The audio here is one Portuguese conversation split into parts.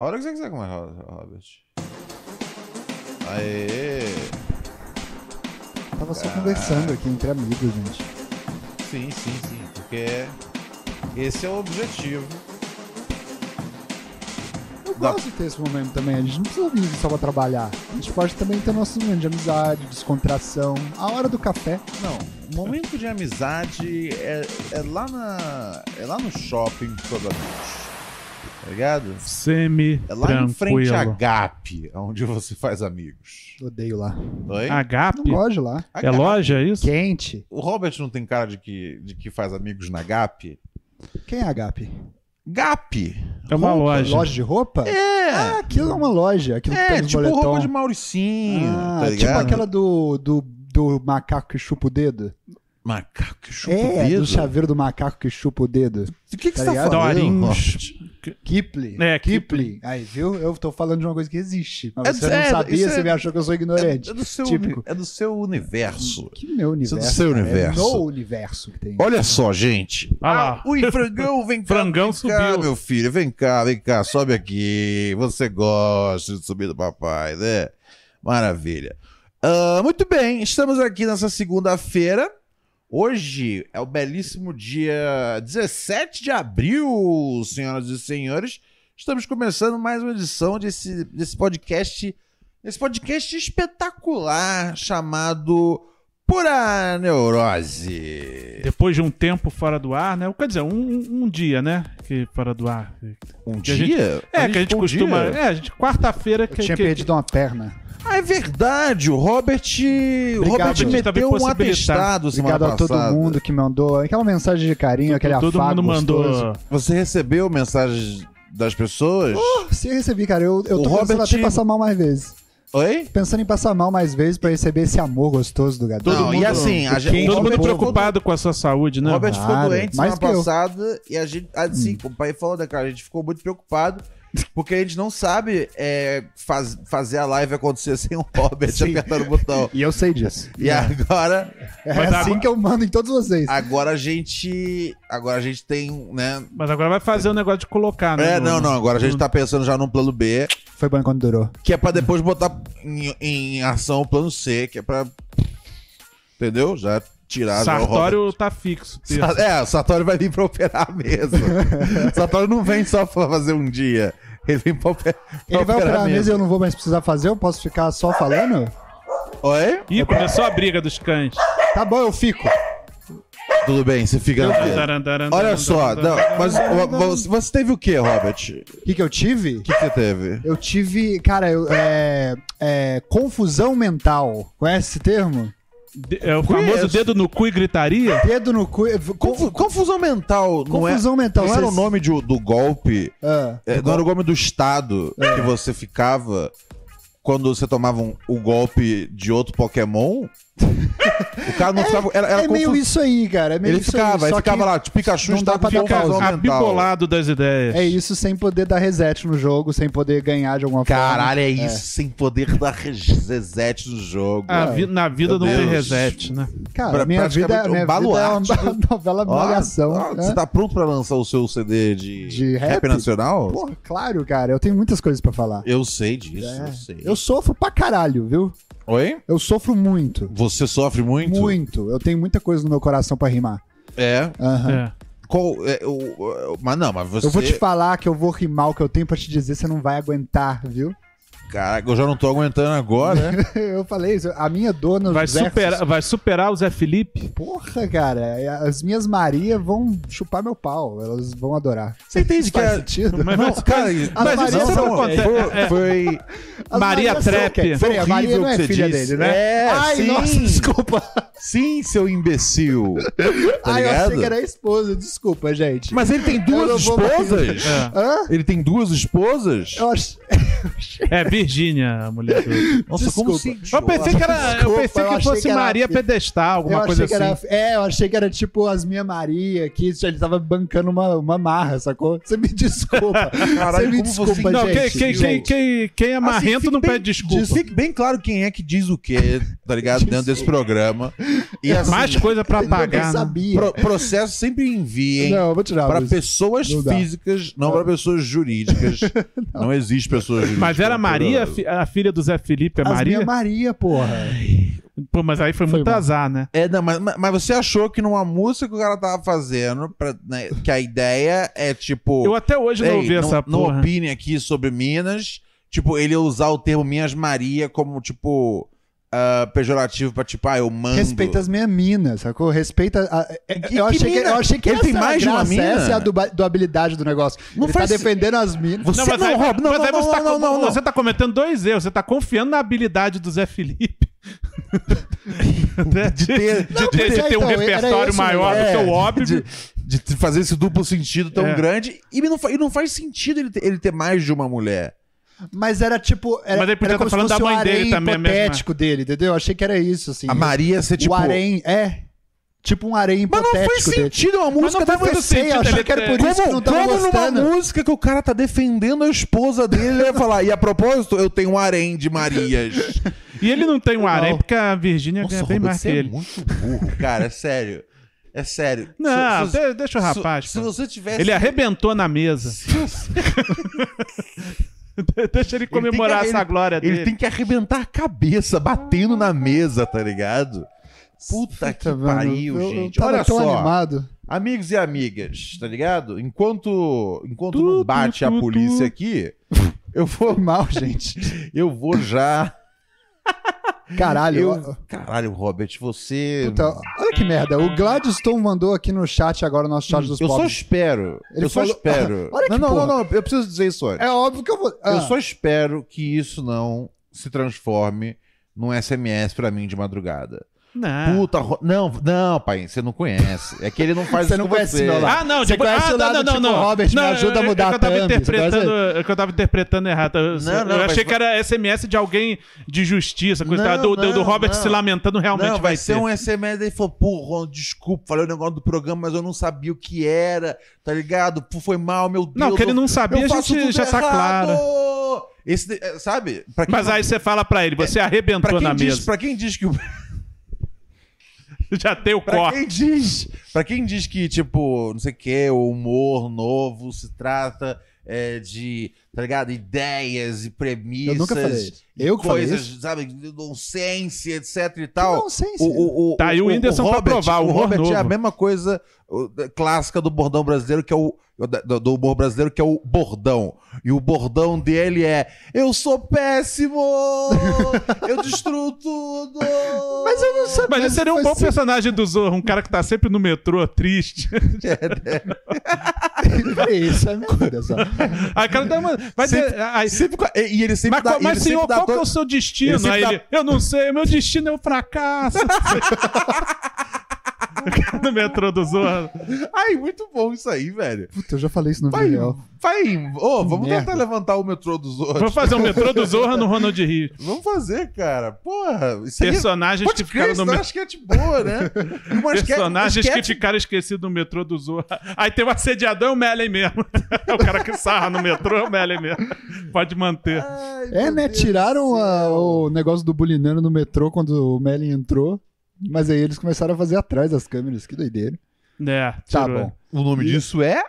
A hora que você quiser comer, Robert. Aê! Tava só conversando aqui entre amigos, gente. Sim, sim, sim. Porque é- esse é o objetivo. Eu Dá- gosto de ter esse momento também. A gente não precisa vir só pra trabalhar. A gente pode também ter nosso momento de amizade, descontração. A hora do café. Não, o momento de amizade é, é lá na. É lá no shopping, provavelmente. Tá ligado? Semi É lá em frente à tranquilo. GAP, onde você faz amigos. Odeio lá. Oi? Não Agape? gosto de lá. A É Gap. loja isso? Quente. O Robert não tem cara de que, de que faz amigos na GAP? Quem é a Gap? GAP! É uma Roupa? loja. Loja de roupa? É! Ah, aquilo é uma loja. Aquilo que é, tem os tipo moletom. roupa de Mauricinho, Ah, tá tipo ligado? aquela do, do, do macaco que chupa o dedo. Macaco que chupa é, o dedo. do chaveiro do macaco que chupa o dedo. O que, que tá você tá ligado? falando? Dorins. Kipling. É, Kipling. Aí, viu? Eu tô falando de uma coisa que existe. Mas É, você não é, sabia, isso você é- me achou que eu sou ignorante. É do seu, Típico. é do seu universo. Que meu Isso universo. é do seu cara. universo. É no universo que tem. Olha só, gente. Olha lá. Ah, ui, frangão, vem cá. Frangão vem Cá, subiu. meu filho, vem cá, vem cá, sobe aqui. Você gosta de subir do papai, né? Maravilha. Ah, muito bem, estamos aqui nessa segunda-feira. Hoje é o belíssimo dia 17 de abril, senhoras e senhores. Estamos começando mais uma edição desse, desse podcast, desse podcast espetacular chamado Pura Neurose. Depois de um tempo fora do ar, né? Quer dizer, um, um- um dia, né? Que fora do ar. Um Que a gente- dia? É, que a gente um costuma. dia? É, a gente, quarta-feira Eu que, tinha que- perdido uma perna. Ah, é verdade. O Robert. o Obrigado, Robert gente. Também meteu um possibilitar. atestado semana Obrigado a todo passada. mundo que mandou. Aquela mensagem de carinho, aquele todo afago mundo mandou. gostoso. Você recebeu mensagens das pessoas? Oh, Se eu recebi, cara, eu, eu O tô pensando Robert- até em passar mal mais vezes. Oi? Pensando em passar mal mais vezes pra receber esse amor gostoso do Gadão. Todo Não, mundo- e assim, a gente, Quente Todo o mundo é Robert- preocupado com a sua saúde, O né? Robert ficou Claro, doente mais semana que eu. Hum. passada e a gente. Assim, o pai falou, né, cara? A gente ficou muito preocupado. Porque a gente não sabe é, faz- fazer a live acontecer sem o Robert Sim. apertando o botão. E eu sei disso. E agora, É Mas assim agora- que eu mando em todos vocês. agora a gente. Agora a gente tem, né? Mas agora vai fazer o negócio de colocar, né? É, no- não, não. Agora a gente tá pensando já num plano B. Foi bom enquanto durou. Que é pra depois botar em, em ação o plano C, que é pra. Entendeu? Já tirar já o Sartório tá fixo. né, Robert. Sa- É, o Sartório vai vir pra operar mesmo. O Sartório não vem só pra fazer um dia. Ele vem pra, oper... Ele vai operar um a mesa e eu não vou mais precisar fazer? Eu posso ficar só falando? é, Oi? Ih, começou a briga dos cães. Tá bom, eu fico. Tudo bem, você fica na fila. Olha só, não, mas vo- vo- você teve o que, Robert? O O que, que eu tive? que você teve? Eu tive, cara, eu- é, é, confusão mental. Conhece esse termo? De- É o famoso Conheço. dedo no cu e gritaria? Dedo no cu. Confu- confusão mental, não é? confusão mental. Não era o vocês- nome de- do golpe Ah, É, não era o golpe do Estado É. que você ficava quando você tomava um- o golpe de outro Pokémon? o cara não ficava. Era, era é meio confu- isso aí, cara. É meio Ele isso ficava, aí. ele só que ficava lá, tipo, Pikachu não dá estava pra com ficar confusão mental. Abibolado das ideias. É isso sem poder dar reset no jogo, sem poder ganhar de alguma forma. Caralho, é isso, sem poder dar reset no jogo. A vi- na vida Meu não tem Deus. reset, né? Cara, Pra- minha vida, praticamente um minha vida é uma baluarte novela Ó, malhação. ó, né? Você tá pronto pra lançar o seu CD de, De rap? rap? nacional? Porra, claro, cara. Eu tenho muitas coisas pra falar. Eu sei disso, É. eu sei. Eu sofro pra caralho, viu? Oi? Eu sofro muito. Você sofre muito? Muito. Eu tenho muita coisa no meu coração pra rimar. É. Aham. É. Qual, é, o- o- mas não, mas você. Eu vou te falar que eu vou rimar o que eu tenho pra te dizer, você não vai aguentar, viu? Caraca, eu já não tô aguentando agora. Eu falei isso. A minha dor nos Vai, versos- superar, vai superar o Zé Felipe? Porra, cara. é, As minhas Maria vão chupar meu pau. Elas vão adorar. Você entende que Faz é. sentido? Mas- é Não, cara, isso- As mas isso é Marias sempre são- acontece. Foi, foi As Maria Marias são Trap. quem? Peraí, a horrível Maria não o que é você filha disse. dele, né? É, Ai, sim, nossa, desculpa. sim, seu imbecil. Tá Ai, eu ligado? achei que era a esposa. Desculpa, gente. Mas ele tem Eu não duas vou mais- esposas? É, Hã? Ele tem duas esposas? Eu acho... é Virgínia, a mulher do. Nossa, desculpa. como se... Eu pensei que, era, eu Desculpa, pensei eu que achei fosse que era- Maria Pedestal, alguma eu coisa achei assim. que era, É, eu achei que era tipo as minha Maria, que isso, ele tava bancando uma, uma marra, sacou? Você me desculpa. Caralho, Você me como desculpa, você- Não, quem, gente. quem, quem, gente. quem, quem é marrento fica não Assim, bem- pede desculpa. Fique bem claro quem é que diz o quê tá ligado? Dentro desse programa. E assim, É Mais coisa pra Ele não pagar. né? sabia. pro- processo sempre enviem. Não, eu vou tirar. Para mas- pessoas Não dá. físicas, não para pessoas jurídicas. não. existe pessoas jurídicas. Mas era a no Maria, a programa. fi- a filha do Zé Felipe, é As Maria? minhas Maria, porra. Pô, mas aí foi, Foi muito mal. azar, né? É, não, mas, mas- mas você achou que numa música que o cara tava fazendo, pra, né, que a ideia é tipo. Eu até hoje não "Ei, ouvi essa não porra. opine aqui sobre Minas. Tipo, ele usar o termo Minhas Maria como, tipo, ah, pejorativo pra tipo, ah, eu mando. Respeita as minhas minas, sacou? Respeita. a- é- que eu, achei que, mina? eu achei que Ele essa tem é a mais de uma graça, mina? Essa é a duba- durabilidade do negócio. Não Ele faz- tá defendendo as minas. Você não, mas aí, Rob, não, mas aí não, você, não, tá, não, não, não. você tá cometendo dois erros. Você tá confiando na habilidade do Zé Felipe. de ter- de Não, ter- mas de é, ter um então, era repertório esse o maior do É, que o óbvio. De, de fazer esse duplo sentido tão É. grande. E não, fa- e não faz sentido ele ter, ele ter mais de uma mulher. Mas era tipo. Era, Mas ele podia era como tá falando se fosse da mãe o dele harém também, a mesma- hipotético dele, entendeu? Eu achei que era isso, assim. A Maria ser tipo. O harém é. Tipo um harém Mas hipotético não faz dele. sentido uma música não tá faz fazendo todo Eu sei, eu sentido, achei ele que era ter- por isso que não Como, tava como numa gostando. música que o cara tá defendendo a esposa dele, ele vai falar, e a propósito, eu tenho um harém de Marias. E ele não tem um harém, porque a Virgínia Nossa, ganha bem Robert, mais que você é ele. muito burro, cara, é sério. É sério. Não, Se- se- de- deixa o se- rapaz. Se pô. você tivesse... Ele arrebentou né? na mesa. Se você- Deixa ele tem que- comemorar essa glória ele, dele. Ele tem que arrebentar a cabeça, batendo na mesa, tá ligado? Puta que mano, pariu, eu- eu gente. tava Olha tão só. animado. Amigos e amigas, tá ligado? Enquanto, enquanto Tu, não tu, bate tu, a tu. polícia aqui, eu vou, Foi mal, gente. eu vou já. Caralho. Eu, ó- caralho, Robert, você. Puta, olha que merda. O Gladstone mandou aqui no chat agora, o nosso chat Hum, dos eu só pobres. espero. Ele eu só falou- espero. Olha que não, não, porra. não, não. Eu preciso dizer isso antes. É óbvio que eu vou. Ah, Eu só espero que isso não se transforme num SMS pra mim de madrugada. Não. Puta, Ro- não, não, pai, você não conhece. É que ele não faz Você isso não com conhece você. meu lado. Ah, não, Você tipo, conhece ah, o lado não, não, tipo, não. Robert, me não, ajuda a eu- mudar é que a eu tava thumb, interpretando, é que eu tava interpretando errado. Eu, tá Não, não, eu mas vai- achei que era SMS de alguém de justiça, coisa Não, tá? do, do, do não, Robert não. se lamentando realmente não, vai ser ter. um SMS aí falou, pô, Ron, desculpa, falei o negócio do programa, mas eu não sabia o que era, tá ligado? Pô, foi mal, meu Deus. Não, que ele não sabia, a gente já tá claro. claro. Esse, de- é, sabe? Pra quem, É, Mas aí você fala pra ele, você pra arrebentou quem na diz, mesa. Pra quem diz que o Já tem o Pra corte. quem diz, para quem diz que tipo, não sei o que, o humor novo se trata é, de, tá ligado? Ideias e premissas. Eu nunca falei isso. Eu que falei coisas, isso. sabe, nonsense, etc e Que tal. nonsense. O, o, o, Tá aí o Whindersson pra provar, o humor Robert novo. é a mesma coisa o, da- clássica do bordão brasileiro, que é o do, do humor brasileiro, que é o bordão. E o bordão dele é: Eu sou péssimo! eu destruo tudo! Mas eu não sabia. Mas ele seria um foi bom assim. personagem do Zorro, um cara que tá sempre no metrô, triste. É, É, né? Peraí, isso é merda. só. Aí o cara dá uma. Vai Sempre- ter- aí- Sempre com a- e, e ele sempre mas, dá, qual- e ele mas senhor, sempre dá qual que to- é o seu destino? ele sempre Aí dá- ele, eu não sei, meu destino é o fracasso. no metrô do Zorro. Ai, muito bom isso aí, velho. Puta, eu já falei isso no Vai, vídeo. vai. Ô, vamos merda. tentar levantar o metrô dos Vou outros. fazer um metrô do Zorra no Ronald Rio. Vamos fazer, cara. Porra, isso aí. é Personagens que Pode crer, ficaram isso é uma no metrô. sketch boa, né? E uma esque- Personagens uma que esquete- ficaram esquecidos no metrô do Zorra. Aí tem o assediador e o Mellen mesmo. É o cara que sarra no metrô, é o Mellen mesmo. Pode manter. Ai, É, meu né? Deus Tiraram do céu. a- o negócio do bulinando no metrô quando o Melin entrou. Mas aí eles começaram a fazer atrás das câmeras. Que doideira. É, Tá tirou. bom. O nome disso é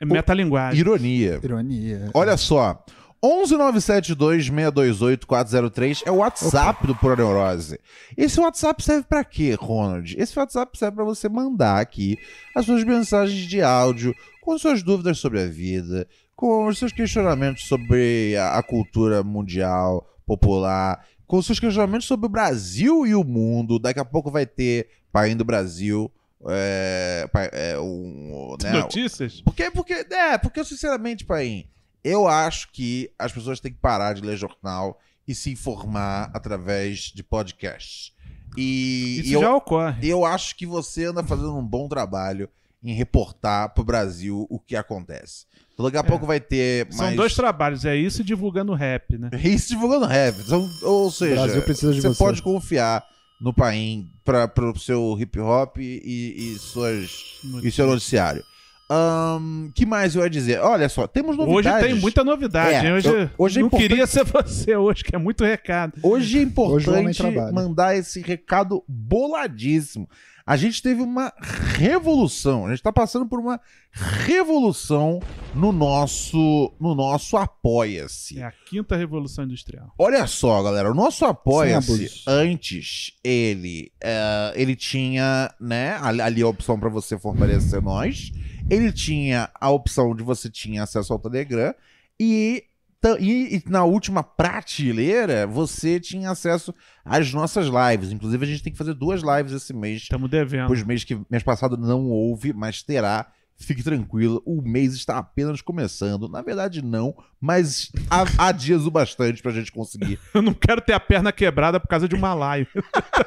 É metalinguagem. Ironia. Ironia. Olha só. 11972-628-403 é o WhatsApp do Pura Neurose. Esse WhatsApp serve pra quê, Ronald? Esse WhatsApp serve pra você mandar aqui as suas mensagens de áudio com suas dúvidas sobre a vida, com os seus questionamentos sobre a, a cultura mundial, popular, com os seus questionamentos sobre o Brasil e o mundo. Daqui a pouco vai ter Pai do Brasil, é, pai- é, um, né, Notícias? porque, porque, é, porque sinceramente, Paim, eu acho que as pessoas têm que parar de ler jornal e se informar através de podcasts. E, Isso e eu, já ocorre. eu acho que você anda fazendo um bom trabalho em reportar pro Brasil o que acontece. Então, daqui a pouco vai ter mais... É. São dois trabalhos, é isso e divulgando rap, né? É Isso divulgando rap. São- Então, ou seja, O Brasil precisa de você você. pode confiar no Paim para o seu hip hop e, e suas e seu noticiário. Ahn, que mais eu ia dizer? Olha só, temos Hoje novidades. tem muita É, novidade. hein? hoje eu- hoje é não importante- queria ser você hoje, que é muito recado. Hoje é Hoje o homem importante trabalha. mandar esse recado boladíssimo. A gente teve uma revolução, a gente está passando por uma revolução no nosso no nosso apoia-se. É a quinta revolução industrial. Olha só, galera, o nosso Sem apoia-se abusos. antes ele eh, ele tinha, né, ali, ali a opção para você fortalecer nós. Ele tinha a opção de você tinha acesso ao Telegram e ta- e, e na última prateleira você tinha acesso às nossas lives. Inclusive a gente tem que fazer duas lives esse mês. Estamos devendo. Pois mês que mês passado não houve, mas terá. Fique tranquilo, o mês está apenas começando. Na verdade, não, mas há, há dias o bastante pra gente conseguir. Eu não quero ter a perna quebrada por causa de uma live.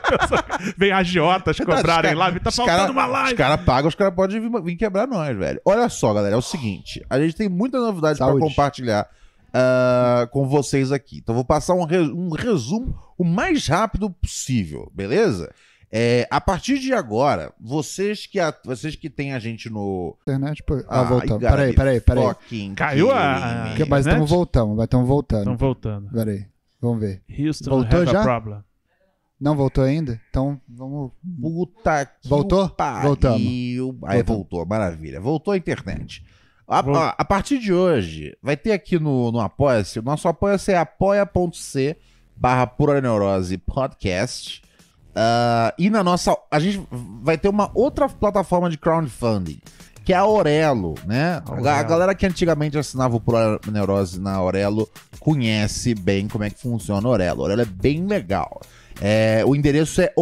Vem agiotas cobrarem live. Tá Os cara- faltando uma Os live. caras pagam, os caras podem vir, vir quebrar nós, velho. Olha só, galera, é o seguinte: a gente tem muita novidade pra Saúde. compartilhar ah, com vocês aqui. Então, vou passar um, re- um resumo o mais rápido possível, beleza? É, a partir de agora, vocês que, a- vocês que têm a gente no. Internet, pô. Ah, Ai, voltamos. cara, Peraí, me peraí, peraí. fucking Caiu a- kidding me. Que- Mas estamos Internet? voltando, mas estamos voltando. Estão voltando. Peraí. Vamos ver. Houston Voltou have já? a problem. Não voltou ainda? Então, vamos. Puta que Voltou? o pariu. Voltamos. Aí Voltamos. voltou, maravilha. Voltou a internet. A, Vol- a- a partir de hoje, vai ter aqui no, no Apoia-se, o nosso Apoia-se é apoia.c barra Pura Neurose Podcast. Ah, e na nossa, a gente vai ter uma outra plataforma de crowdfunding, que é a Aurelo, né? A, Aurelo. a galera que antigamente assinava o Pura Neurose na Aurelo conhece bem como é que funciona a Aurelo. A Aurelo é bem legal. É, o endereço é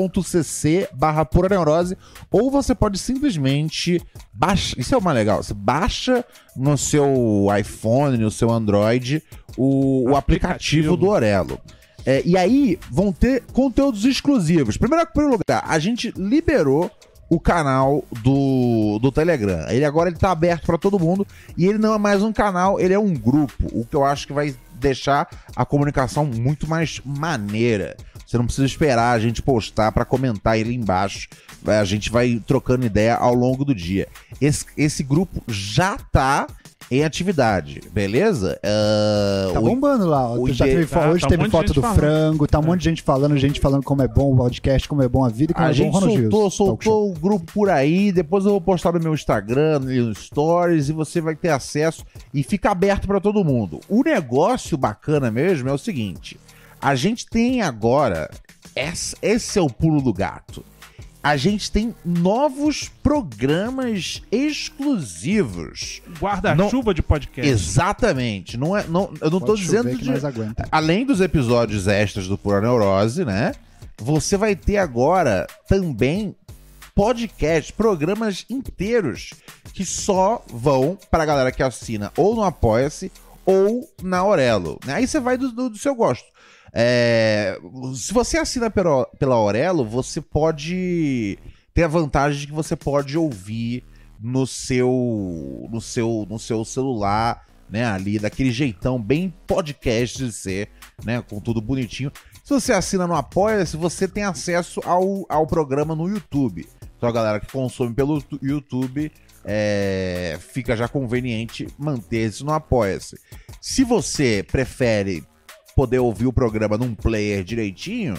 orelo.cc barra pura neurose ou você pode simplesmente baixar, isso é o mais legal, você baixa no seu iPhone, no seu Android, o, o aplicativo Aplicativo. do Orelo. É, e aí vão ter conteúdos exclusivos. Primeiro, primeiro lugar, a gente liberou o canal do, do Telegram. Ele agora ele tá aberto para todo mundo e ele não é mais um canal, ele é um grupo, o que eu acho que vai deixar a comunicação muito mais maneira. Você não precisa esperar a gente postar para comentar ele embaixo. Vai- A gente vai trocando ideia ao longo do dia. Esse, esse grupo já tá em atividade, beleza? Ah, Tá o- bombando lá. ó. o Já ide- teve fo- Ah, hoje tá um teve monte de foto gente do falando. É. frango, tá um monte de gente falando, gente falando como é bom o podcast, como é bom a vida, e como A é bom o gente Ronald soltou, Wilson. Talk show. soltou o grupo por aí. Depois eu vou postar no meu Instagram, no Stories, e você vai ter acesso e fica aberto para todo mundo. O negócio bacana mesmo é o seguinte: a gente tem agora. Essa, esse é o pulo do gato. A gente tem novos programas exclusivos. Guarda-chuva de podcast. Exatamente. Não é, não, eu não Pode tô chover dizendo que de, nós aguenta. Tá. além dos episódios extras do Pura Neurose, né? Você vai ter agora também podcast, programas inteiros que só vão para a galera que assina ou no Apoia-se ou na Aurelo. né? Aí você vai do, do- do seu gosto. É, se você assina pela, pela Aurelo, você pode ter a vantagem de que você pode ouvir no seu no seu no seu celular, né, ali daquele jeitão bem podcast de ser, né, com tudo bonitinho. Se você assina no Apoia-se, você tem acesso ao, ao programa no YouTube. Então a galera que consome pelo tu- YouTube é, fica já conveniente manter isso no Apoia-se. Se você prefere poder ouvir o programa num player direitinho,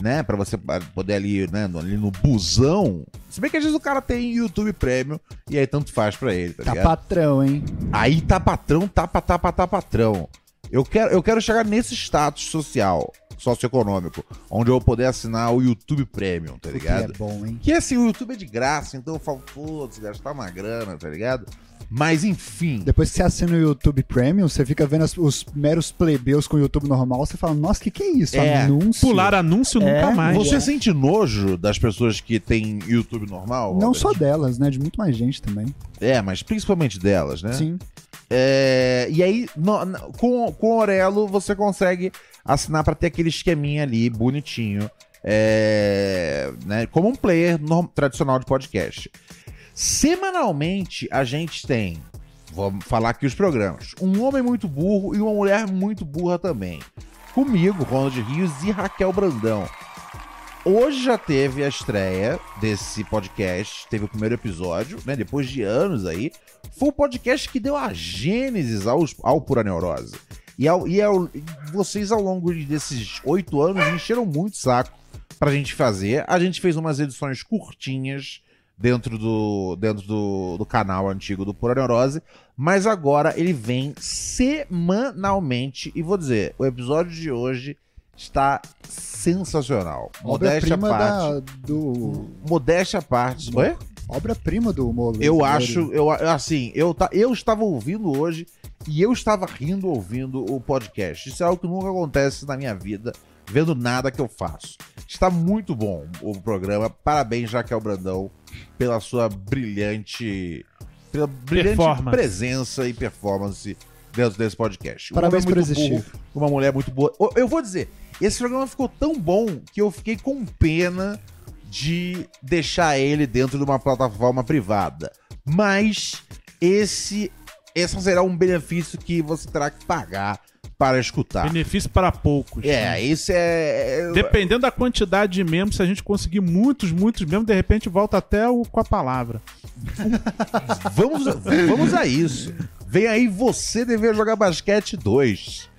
né, Pra você pa- poder ali, né, no- ali no busão. Se bem que às vezes o cara tem YouTube Premium e aí tanto faz pra ele, tá, Tá ligado? patrão, hein? Aí tá patrão, tapa, tapa, tá patrão. Eu quero, eu quero chegar nesse status social, socioeconômico, onde eu vou poder assinar o YouTube Premium, tá O que ligado? é bom, hein? Que assim, o YouTube é de graça, então eu falo, putz, gastar uma grana, tá ligado? Mas enfim. Depois que você assina o YouTube Premium, você fica vendo as- os meros plebeus com o YouTube normal, você fala, nossa, o que, que é isso? É, Anúncio. Pular anúncio É, nunca mais. Você sente nojo das pessoas que têm YouTube normal? Não Robert? só delas, né? De muito mais gente também. É, mas principalmente delas, né? Sim. É, e aí, no- na- com, com o Orelo, você consegue assinar pra ter aquele esqueminha ali, bonitinho. é, né, como um player norm- tradicional de podcast. Semanalmente, a gente tem. Vamos falar aqui os programas. Um homem muito burro e uma mulher muito burra também. Comigo, Ronald Rios e Raquel Brandão. Hoje já teve a estreia desse podcast, teve o primeiro episódio, né? Depois de anos aí. Foi o podcast que deu a gênesis ao, ao Pura Neurose. E, ao- e ao- vocês, ao longo desses oito anos, encheram muito o saco pra gente fazer. A gente fez umas edições curtinhas dentro do, dentro do, do canal antigo do Pura Neurose. Mas agora ele vem semanalmente. E vou dizer, o episódio de hoje está sensacional. Modéstia à Obra-prima parte. da- do. Modéstia à parte. Oi? Obra-prima do humor. Eu brasileiro. acho, eu, assim, eu, ta- eu estava ouvindo hoje e eu estava rindo ouvindo o podcast. Isso é algo que nunca acontece na minha vida, vendo nada que eu faço. Está muito bom o programa. Parabéns, Jaquel Brandão, pela sua brilhante, pela brilhante Performance. presença e performance dentro desse podcast. Um Parabéns homem por muito existir. burro, uma mulher muito boa. Eu- Eu vou dizer, esse programa ficou tão bom que eu fiquei com pena de deixar ele dentro de uma plataforma privada. Mas esse esse será um benefício que você terá que pagar para escutar. Benefício para poucos. É, isso é. é- Dependendo da quantidade de membros, se a gente conseguir muitos, muitos membros, de repente volta até o com a palavra. Vamos, vamos a isso. Vem aí você dever jogar basquete 2.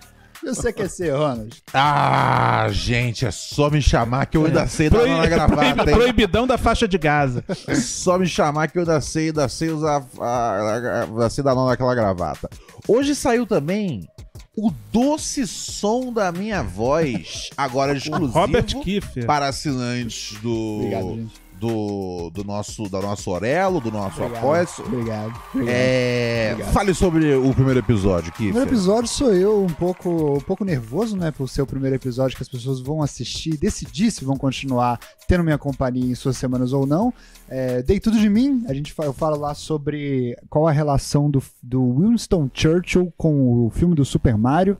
E você quer ser, é Ronald? Ah, gente, é só me chamar que eu ainda sei dar Proib- na gravata, proib- hein? Proibidão da faixa de Gaza. Só me chamar que eu ainda sei, ainda sei usar a, a, a, ainda sei dar nó naquela gravata. Hoje saiu também o doce som da minha voz, agora exclusivo Robert Kiefer. para assinantes Obrigado, do, gente. do, do nosso do nosso Orelo, do nosso Obrigado. apoio. Obrigado. obrigado. É, Obrigado. fale sobre o primeiro episódio, No primeiro Kiefer. episódio sou eu um pouco, um pouco nervoso, né? Por ser o primeiro episódio que as pessoas vão assistir, decidir se vão continuar tendo minha companhia em suas semanas ou não. É, Dei tudo de mim. A gente fa- eu falo lá sobre qual a relação do, do Winston Churchill com o filme do Super Mario.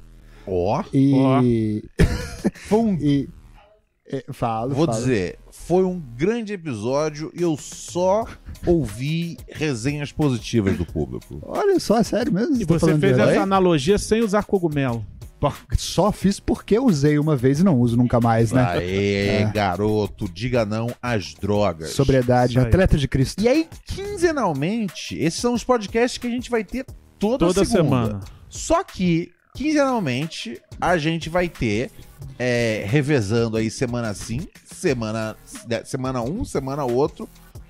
Ó, E. Ó. foi um e é, falo. Vou falo. dizer, foi um grande episódio e eu só ouvi resenhas positivas do público. Olha só, é sério mesmo? E Tô você falando fez de essa herói? analogia sem usar cogumelo. Só fiz porque usei uma vez e não uso nunca mais, né? Aê, garoto, diga não às drogas. Sobriedade, Isso aí. atleta de Cristo. E aí, quinzenalmente, esses são os podcasts que a gente vai ter toda, segunda. Toda semana. Só que, quinzenalmente, a gente vai ter, é, revezando aí semana sim, semana, né, semana um, semana outro,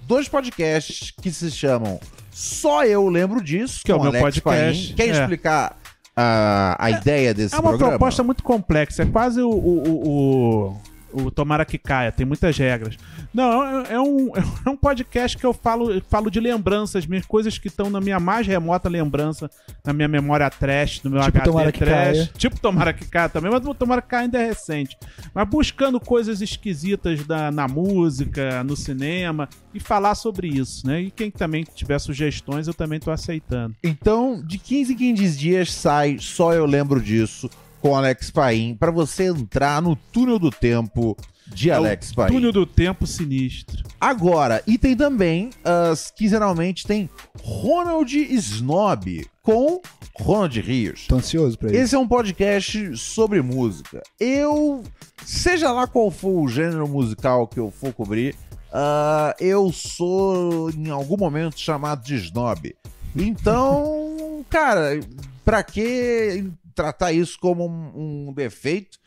dois podcasts que se chamam Só Eu Lembro Disso, Que é o com meu Alex podcast, Paim. Quer é. explicar a, a ideia desse É uma programa? proposta muito complexa, é quase o, o, o, o- o Tomara que Caia, tem muitas regras. Não, é é um, é um podcast que eu falo, falo de lembranças, minhas coisas que estão na minha mais remota lembrança, na minha memória trash, no meu Tipo HD Tomara que trash. Caia. Tipo Tomara que Caia também, mas o Tomara que Caia ainda é recente. Mas buscando coisas esquisitas da, na música, no cinema, e falar sobre isso, né? E quem também tiver sugestões, eu também tô aceitando. Então, de 15 em 15 dias sai Só Eu Lembro Disso com Alex Paim pra você entrar no túnel do tempo de É o Alex Paim. Túnel do Tempo Sinistro. Agora, e tem também, as, quinzenalmente, tem Ronald Snob com Ronald Rios. Tô ansioso pra isso. Esse é um podcast sobre música. Eu, seja lá qual for o gênero musical que eu for cobrir, ah, eu sou em algum momento chamado de snob. Então, cara, pra que tratar isso como um, um defeito?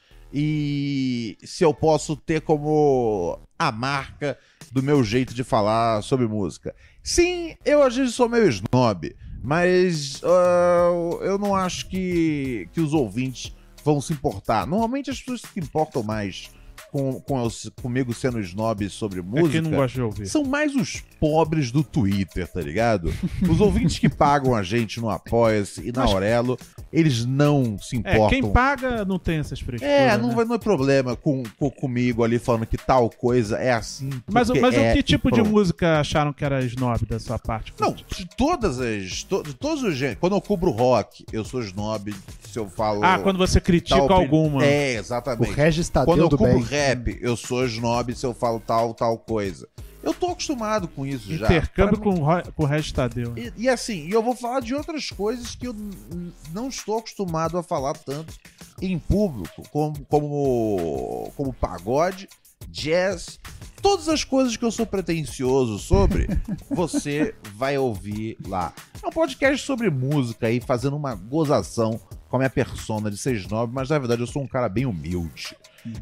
E se eu posso ter como a marca do meu jeito de falar sobre música? Sim, eu às vezes sou meio snob. Mas ah, eu não acho que, que os ouvintes vão se importar. Normalmente as pessoas que importam mais com, com eu- comigo sendo snob sobre É música quem não gosta de ouvir. são mais os pobres do Twitter, tá ligado? Os ouvintes que pagam a gente no Apoia-se e na Mas- Aurelo, eles não se importam. É, quem paga não tem essas frescuras. É, não, né? vai, não é problema com, com- comigo ali falando que tal coisa é assim. Mas, porque mas é o que e tipo de pronto. música acharam que era snob da sua parte? Não, de todas as. to- de todos os gêneros. Quando eu cubro rock, eu sou snob. Se eu falo. Ah, quando você critica tal opini- alguma. É, O exatamente. Regis Quando Tadeu eu do cubro bem. rap, eu sou snob se eu falo tal, tal coisa. Eu tô acostumado com isso já. Intercâmbio Pra com, o Ro- com o resto Tadeu. né? E, e assim, e eu vou falar de outras coisas que eu n- n- não estou acostumado a falar tanto em público, como, como, como pagode, jazz, todas as coisas que eu sou pretencioso sobre, você vai ouvir lá. É um podcast sobre música aí, fazendo uma gozação com a minha persona de 69, mas na verdade eu sou um cara bem humilde.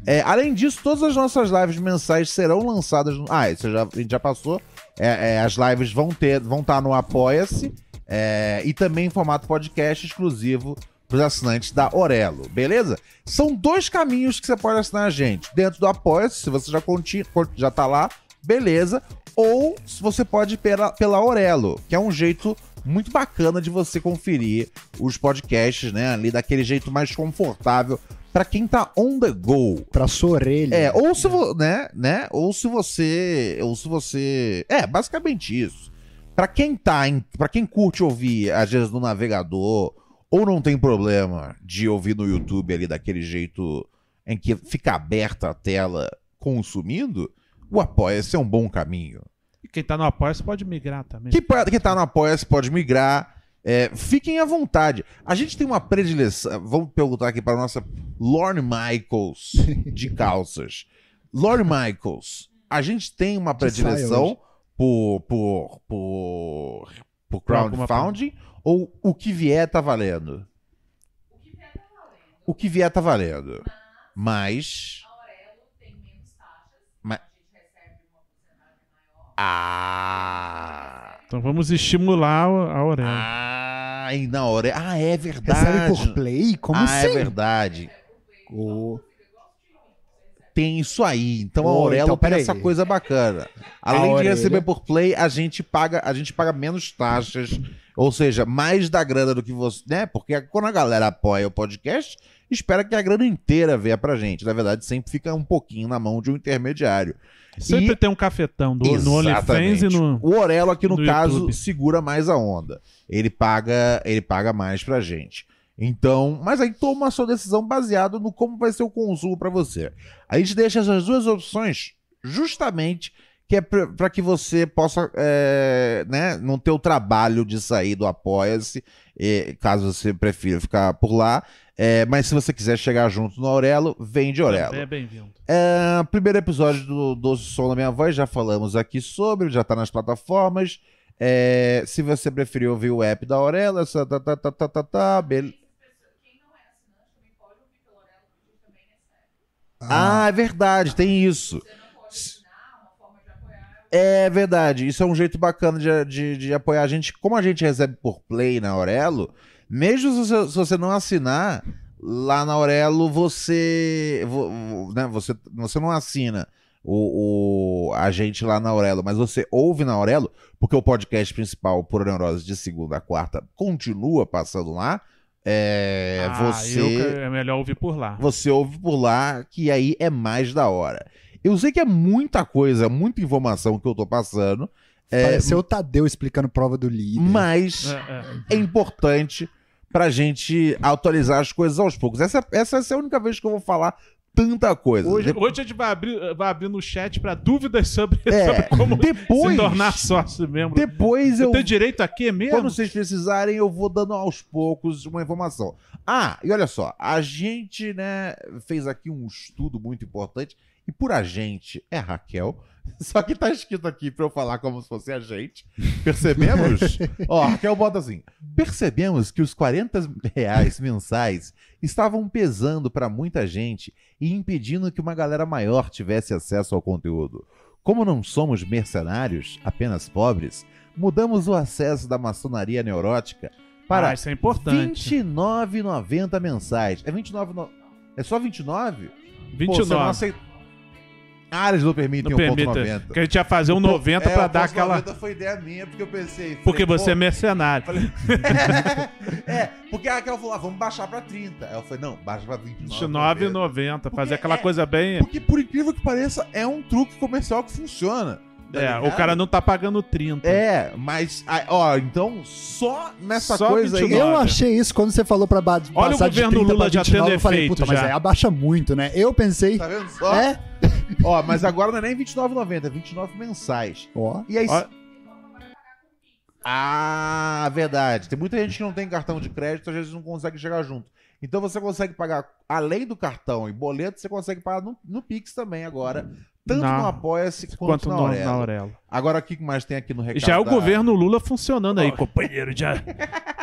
É, além disso, todas as nossas lives mensais serão lançadas. No... Ah, isso já, a gente já passou. É, é, as lives vão ter, vão estar no Apoia-se é, e também em formato podcast exclusivo para os assinantes da Orelo, beleza? São dois caminhos que você pode assinar a gente. Dentro do Apoia-se, se você já, conti, já tá lá, beleza. Ou se você pode ir pela, pela Orelo, que é um jeito muito bacana de você conferir os podcasts, né? Ali daquele jeito mais confortável para quem tá on the go. Pra sua orelha. É, ou se, vo- né, né, ou se você, ou se você, é, basicamente isso. Pra quem tá em, para quem curte ouvir às vezes no navegador ou não tem problema de ouvir no YouTube ali daquele jeito em que fica aberta a tela consumindo, o Apoia-se é um bom caminho. E quem tá no apoia pode migrar também. Que, po- que tá no Apoia-se pode migrar. É, fiquem à vontade. A gente tem uma predileção. Vamos perguntar aqui para nossa Lorne Michaels de calças. Lorne Michaels, a gente tem uma Que saia predileção hoje. por, por, por, por alguma crowdfunding ou o que vier tá valendo? O que vier tá valendo. Mas. Mas. Ah. Então vamos estimular o- a orelha. Ah, e na hora. Ah, é verdade. Recebe por play? Como ah, assim? é verdade. Ô, Tem isso aí. Então a Pô, Aurelo então, tem peraí. essa coisa bacana. Além de Aurélia. receber por play, a gente paga, a gente paga menos taxas, ou seja, mais da grana do que você, né? Porque quando a galera apoia o podcast, espera que a grana inteira venha pra gente. Na verdade, sempre fica um pouquinho na mão de um intermediário. Sempre tem um cafetão do, no OnlyFans e Exatamente. no. O Orelo aqui no, no caso YouTube. segura mais a onda. Ele paga, ele paga mais pra gente. Então, mas aí toma a sua decisão baseado no como vai ser o consumo pra você. A gente deixa essas duas opções justamente que é pra pra que você possa, é, né, não ter o trabalho de sair do Apoia-se, é, caso você prefira ficar por lá. É, mas se você quiser chegar junto no Aurelo, vem de Aurelo. É bem-vindo. Ah, primeiro episódio do Doce Som da Minha Voz, já falamos aqui sobre, já tá nas plataformas. É, se você preferir ouvir o app da Aurela, essa tá, tá, tá, tá, tá, tá, bel- ah, Ah, é verdade, tem isso. É verdade, isso é um jeito bacana de, de, de apoiar a gente. Como a gente recebe por play na Aurelo, mesmo se você, se você não assinar, lá na Aurelo você. vo- vo- né, você, você não assina o, o- a gente lá na Aurelo, mas você ouve na Aurelo, porque o podcast principal, Por Neurose, de segunda a quarta, continua passando lá. É, Ah, você eu que- é melhor ouvir por lá. você ouve por lá, que aí é mais da hora. Eu sei que é muita coisa, muita informação que eu tô passando, é, pareceu o Tadeu explicando prova do líder. mas É, é é. importante pra gente atualizar as coisas aos poucos. Essa, essa, essa é a única vez que eu vou falar tanta coisa. Hoje, De- hoje a gente vai abrir, vai abrir no chat pra dúvidas sobre, sobre é, como depois, se tornar sócio membro. depois Eu eu tenho direito aqui mesmo? Quando vocês precisarem, eu vou dando aos poucos uma informação. Ah, e olha só, a gente, né, fez aqui um estudo muito importante, e por a gente é a Raquel, só que tá escrito aqui pra eu falar como se fosse a gente. Percebemos? Ó, a Raquel bota assim: percebemos que os 40 reais mensais estavam pesando pra muita gente e impedindo que uma galera maior tivesse acesso ao conteúdo. Como não somos mercenários, apenas pobres, mudamos o acesso da maçonaria neurótica para Ah, isso é importante. 29,90 mensais. É 29, no- é só 29? Pô, você não 29. aceita... Ah, eles não permitem não permita. 1,90. Porque a gente ia fazer um 90 É, pra o dar ponto aquela. 90 foi ideia minha, porque eu pensei... falei, Porque você é pô, mercenário. é, porque a Raquel falou, ah, vamos baixar pra 30. Aí eu falei, não, baixa pra 29,90. 29,90. Porque Fazer aquela é- coisa bem. Porque, por incrível que pareça, é um truque comercial que funciona. tá É, o ligado? cara não tá pagando 30. É, mas, ah, ó, então só nessa Só coisa aí... 29. Eu achei isso quando você falou pra ba- Olha o passar de governo 30 Lula já pra tendo 29, eu falei, efeito puta, mas já. aí abaixa muito, né? Eu pensei, Tá vendo só? é, Ó, mas agora não é nem 29,90, é 29 mensais. ó, E aí. Ó. Ah, verdade. Tem muita gente que não tem cartão de crédito, às vezes não consegue chegar junto. Então você consegue pagar, além do cartão e boleto, você consegue pagar no, no Pix também agora. tanto Na- no Apoia-se quanto, Quanto na, no- Aurela. na Aurela. Agora, o que que mais tem aqui no recado? Já é o da- governo Lula funcionando aí, companheiro. Já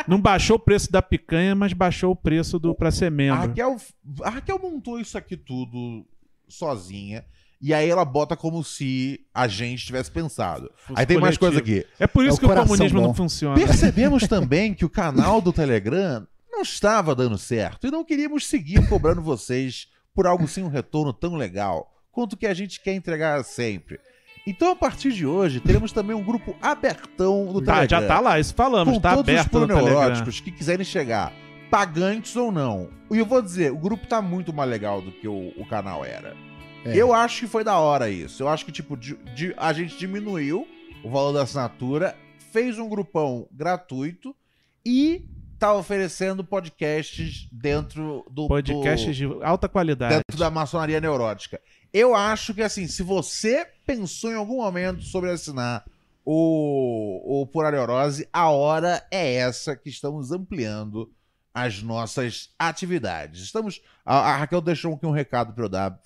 não baixou o preço da picanha, mas baixou o preço do para ser A membro. Raquel, a Raquel montou isso aqui tudo sozinha. E aí ela bota como se a gente tivesse pensado. Fosse Aí tem mais coisa coletivo. aqui. É por É o isso que o coração comunismo bom. não funciona. Percebemos também que o canal do Telegram não estava dando certo e não queríamos seguir cobrando vocês por algo sem um retorno tão legal quanto que a gente quer entregar sempre. Então, a partir de hoje, teremos também um grupo abertão do Tá, Telegram. já tá lá, isso falamos, com tá todos os aberto no Telegram. proneuróticos que quiserem chegar, pagantes ou não. E eu vou dizer, o grupo tá muito mais legal do que o, o canal era. É. Eu acho que foi da hora isso. Eu acho que, tipo, di- di- a gente diminuiu o valor da assinatura, fez um grupão gratuito e tá oferecendo podcasts dentro do... do- Podcasts de alta qualidade. dentro da maçonaria neurótica. Eu acho que, assim, se você pensou em algum momento sobre assinar o, o Pura Neurose, a hora é essa que estamos ampliando as nossas atividades. Estamos. A, a Raquel deixou aqui um recado para eu dar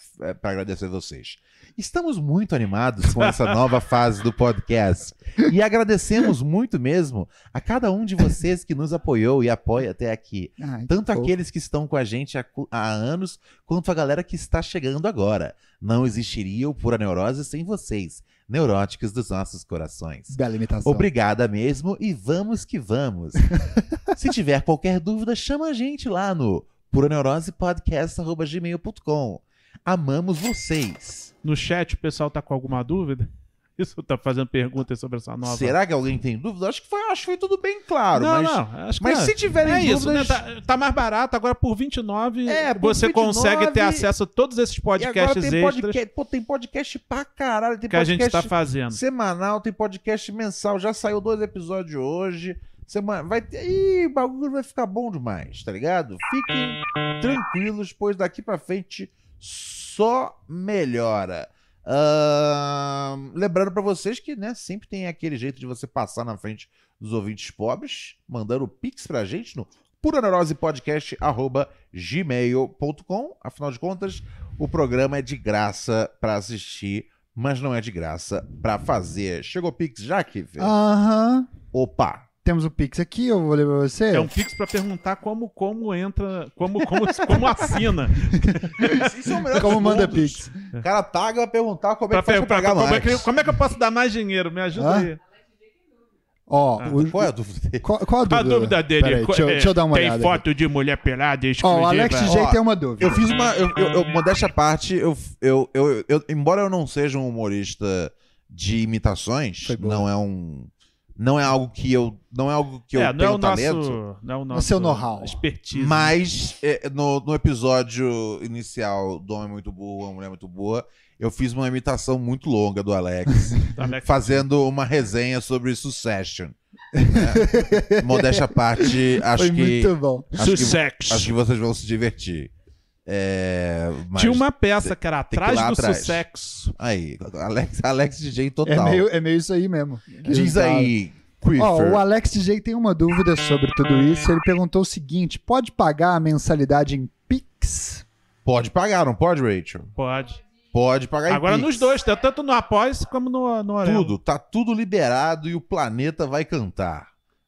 para agradecer a vocês. Estamos muito animados com essa nova fase do podcast e agradecemos muito mesmo a cada um de vocês que nos apoiou e apoia até aqui. Ai, Tanto pô. aqueles que estão com a gente há, cu- há anos, quanto a galera que está chegando agora. Não existiria o Pura Neurose sem vocês, neuróticos dos nossos corações. Bela imitação. Obrigada mesmo e vamos que vamos. Se tiver qualquer dúvida, chama a gente lá no puraneurosepodcast.gmail.com. Amamos vocês. No chat o pessoal tá com alguma dúvida? Isso tá fazendo perguntas sobre essa nova. Será que alguém tem dúvida? Acho que foi, acho que foi tudo bem claro, não, mas... não, acho que Mas é. se tiverem É dúvidas, isso, né? Tá, tá mais barato, agora por 29 É, por você 29, consegue ter acesso a todos esses e agora podcasts tem extras podcast, pô, tem podcast pra caralho, tem que a gente podcast tá fazendo. Semanal, tem podcast mensal. Já saiu dois episódios hoje. Semana... Vai ter... Ih, o bagulho vai ficar bom demais, tá ligado? Fiquem tranquilos, pois daqui pra frente só melhora. Ahn, Lembrando pra vocês que né, sempre tem aquele jeito de você passar na frente dos ouvintes pobres, mandando o pix pra gente no puraneurosepodcast.gmail.com. Afinal de contas, o programa é de graça pra assistir mas não é de graça pra fazer. Chegou o Pix já, Kiffer? Ah. Aham. Opa! Temos o Pix aqui, eu vou ler pra você. É um pix pra perguntar como como entra, como como como assina. Isso é o melhor Como dos manda mundos. Pix. O cara paga pra perguntar como é Pra que faz per- pra pra- pagar como, é mais. que, como é que eu posso dar mais dinheiro? Me ajuda Hã? aí. Ó, Ah, o- Qual é a dúvida dele? qual, qual a Qual dúvida? a dúvida dele? Peraí, Co- deixa, eu- é, deixa eu dar uma tem olhada. aqui. foto de mulher pelada Ó, exclusiva. o Alex G Ó, tem uma dúvida. Eu fiz uma. Eu, eu, eu- modéstia à parte, eu, eu, eu, eu- embora eu não seja um humorista de imitações, Foi boa. não é um. Não é algo que eu. Não é algo que eu é, não é tenho o talento. nosso, não é o nosso seu know-how. expertise. Mas é, no, no episódio inicial do Homem Muito Burro, A Mulher Muito Boa, eu fiz uma imitação muito longa do Alex. Alex, fazendo uma resenha sobre Succession. né? Modéstia à parte, acho Foi que, muito bom. acho que- Sussex. acho que vocês vão se divertir. É, mas- Tinha uma peça que era que ir atrás lá do atrás. Sussex. Aí, Alex, Alex DJ É total. meio, é meio isso aí mesmo. Diz aí, Quiffer. Ó, o Alex J tem uma dúvida sobre tudo isso. Ele perguntou o seguinte: pode pagar a mensalidade em Pix? Pode pagar, não pode, Rachel? Pode. Pode pagar em Agora Pix. nos dois, tá tanto no Após como no, no Orelo. Tudo, tá tudo liberado e o planeta vai cantar.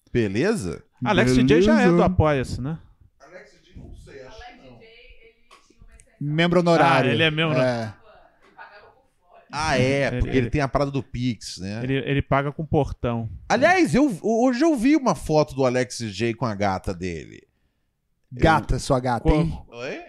Beleza? Alex DJ já é do Apoia-se, né? Alex DJ, não sei, acho que não. Membro honorário. Ah, ele é membro. É. Ah, é, porque Ele- ele tem a parada do Pix, né? Ele, ele paga com portão. Aliás, eu, hoje eu vi uma foto do Alex J com a gata dele. Gata, sua gata, hein? Oi?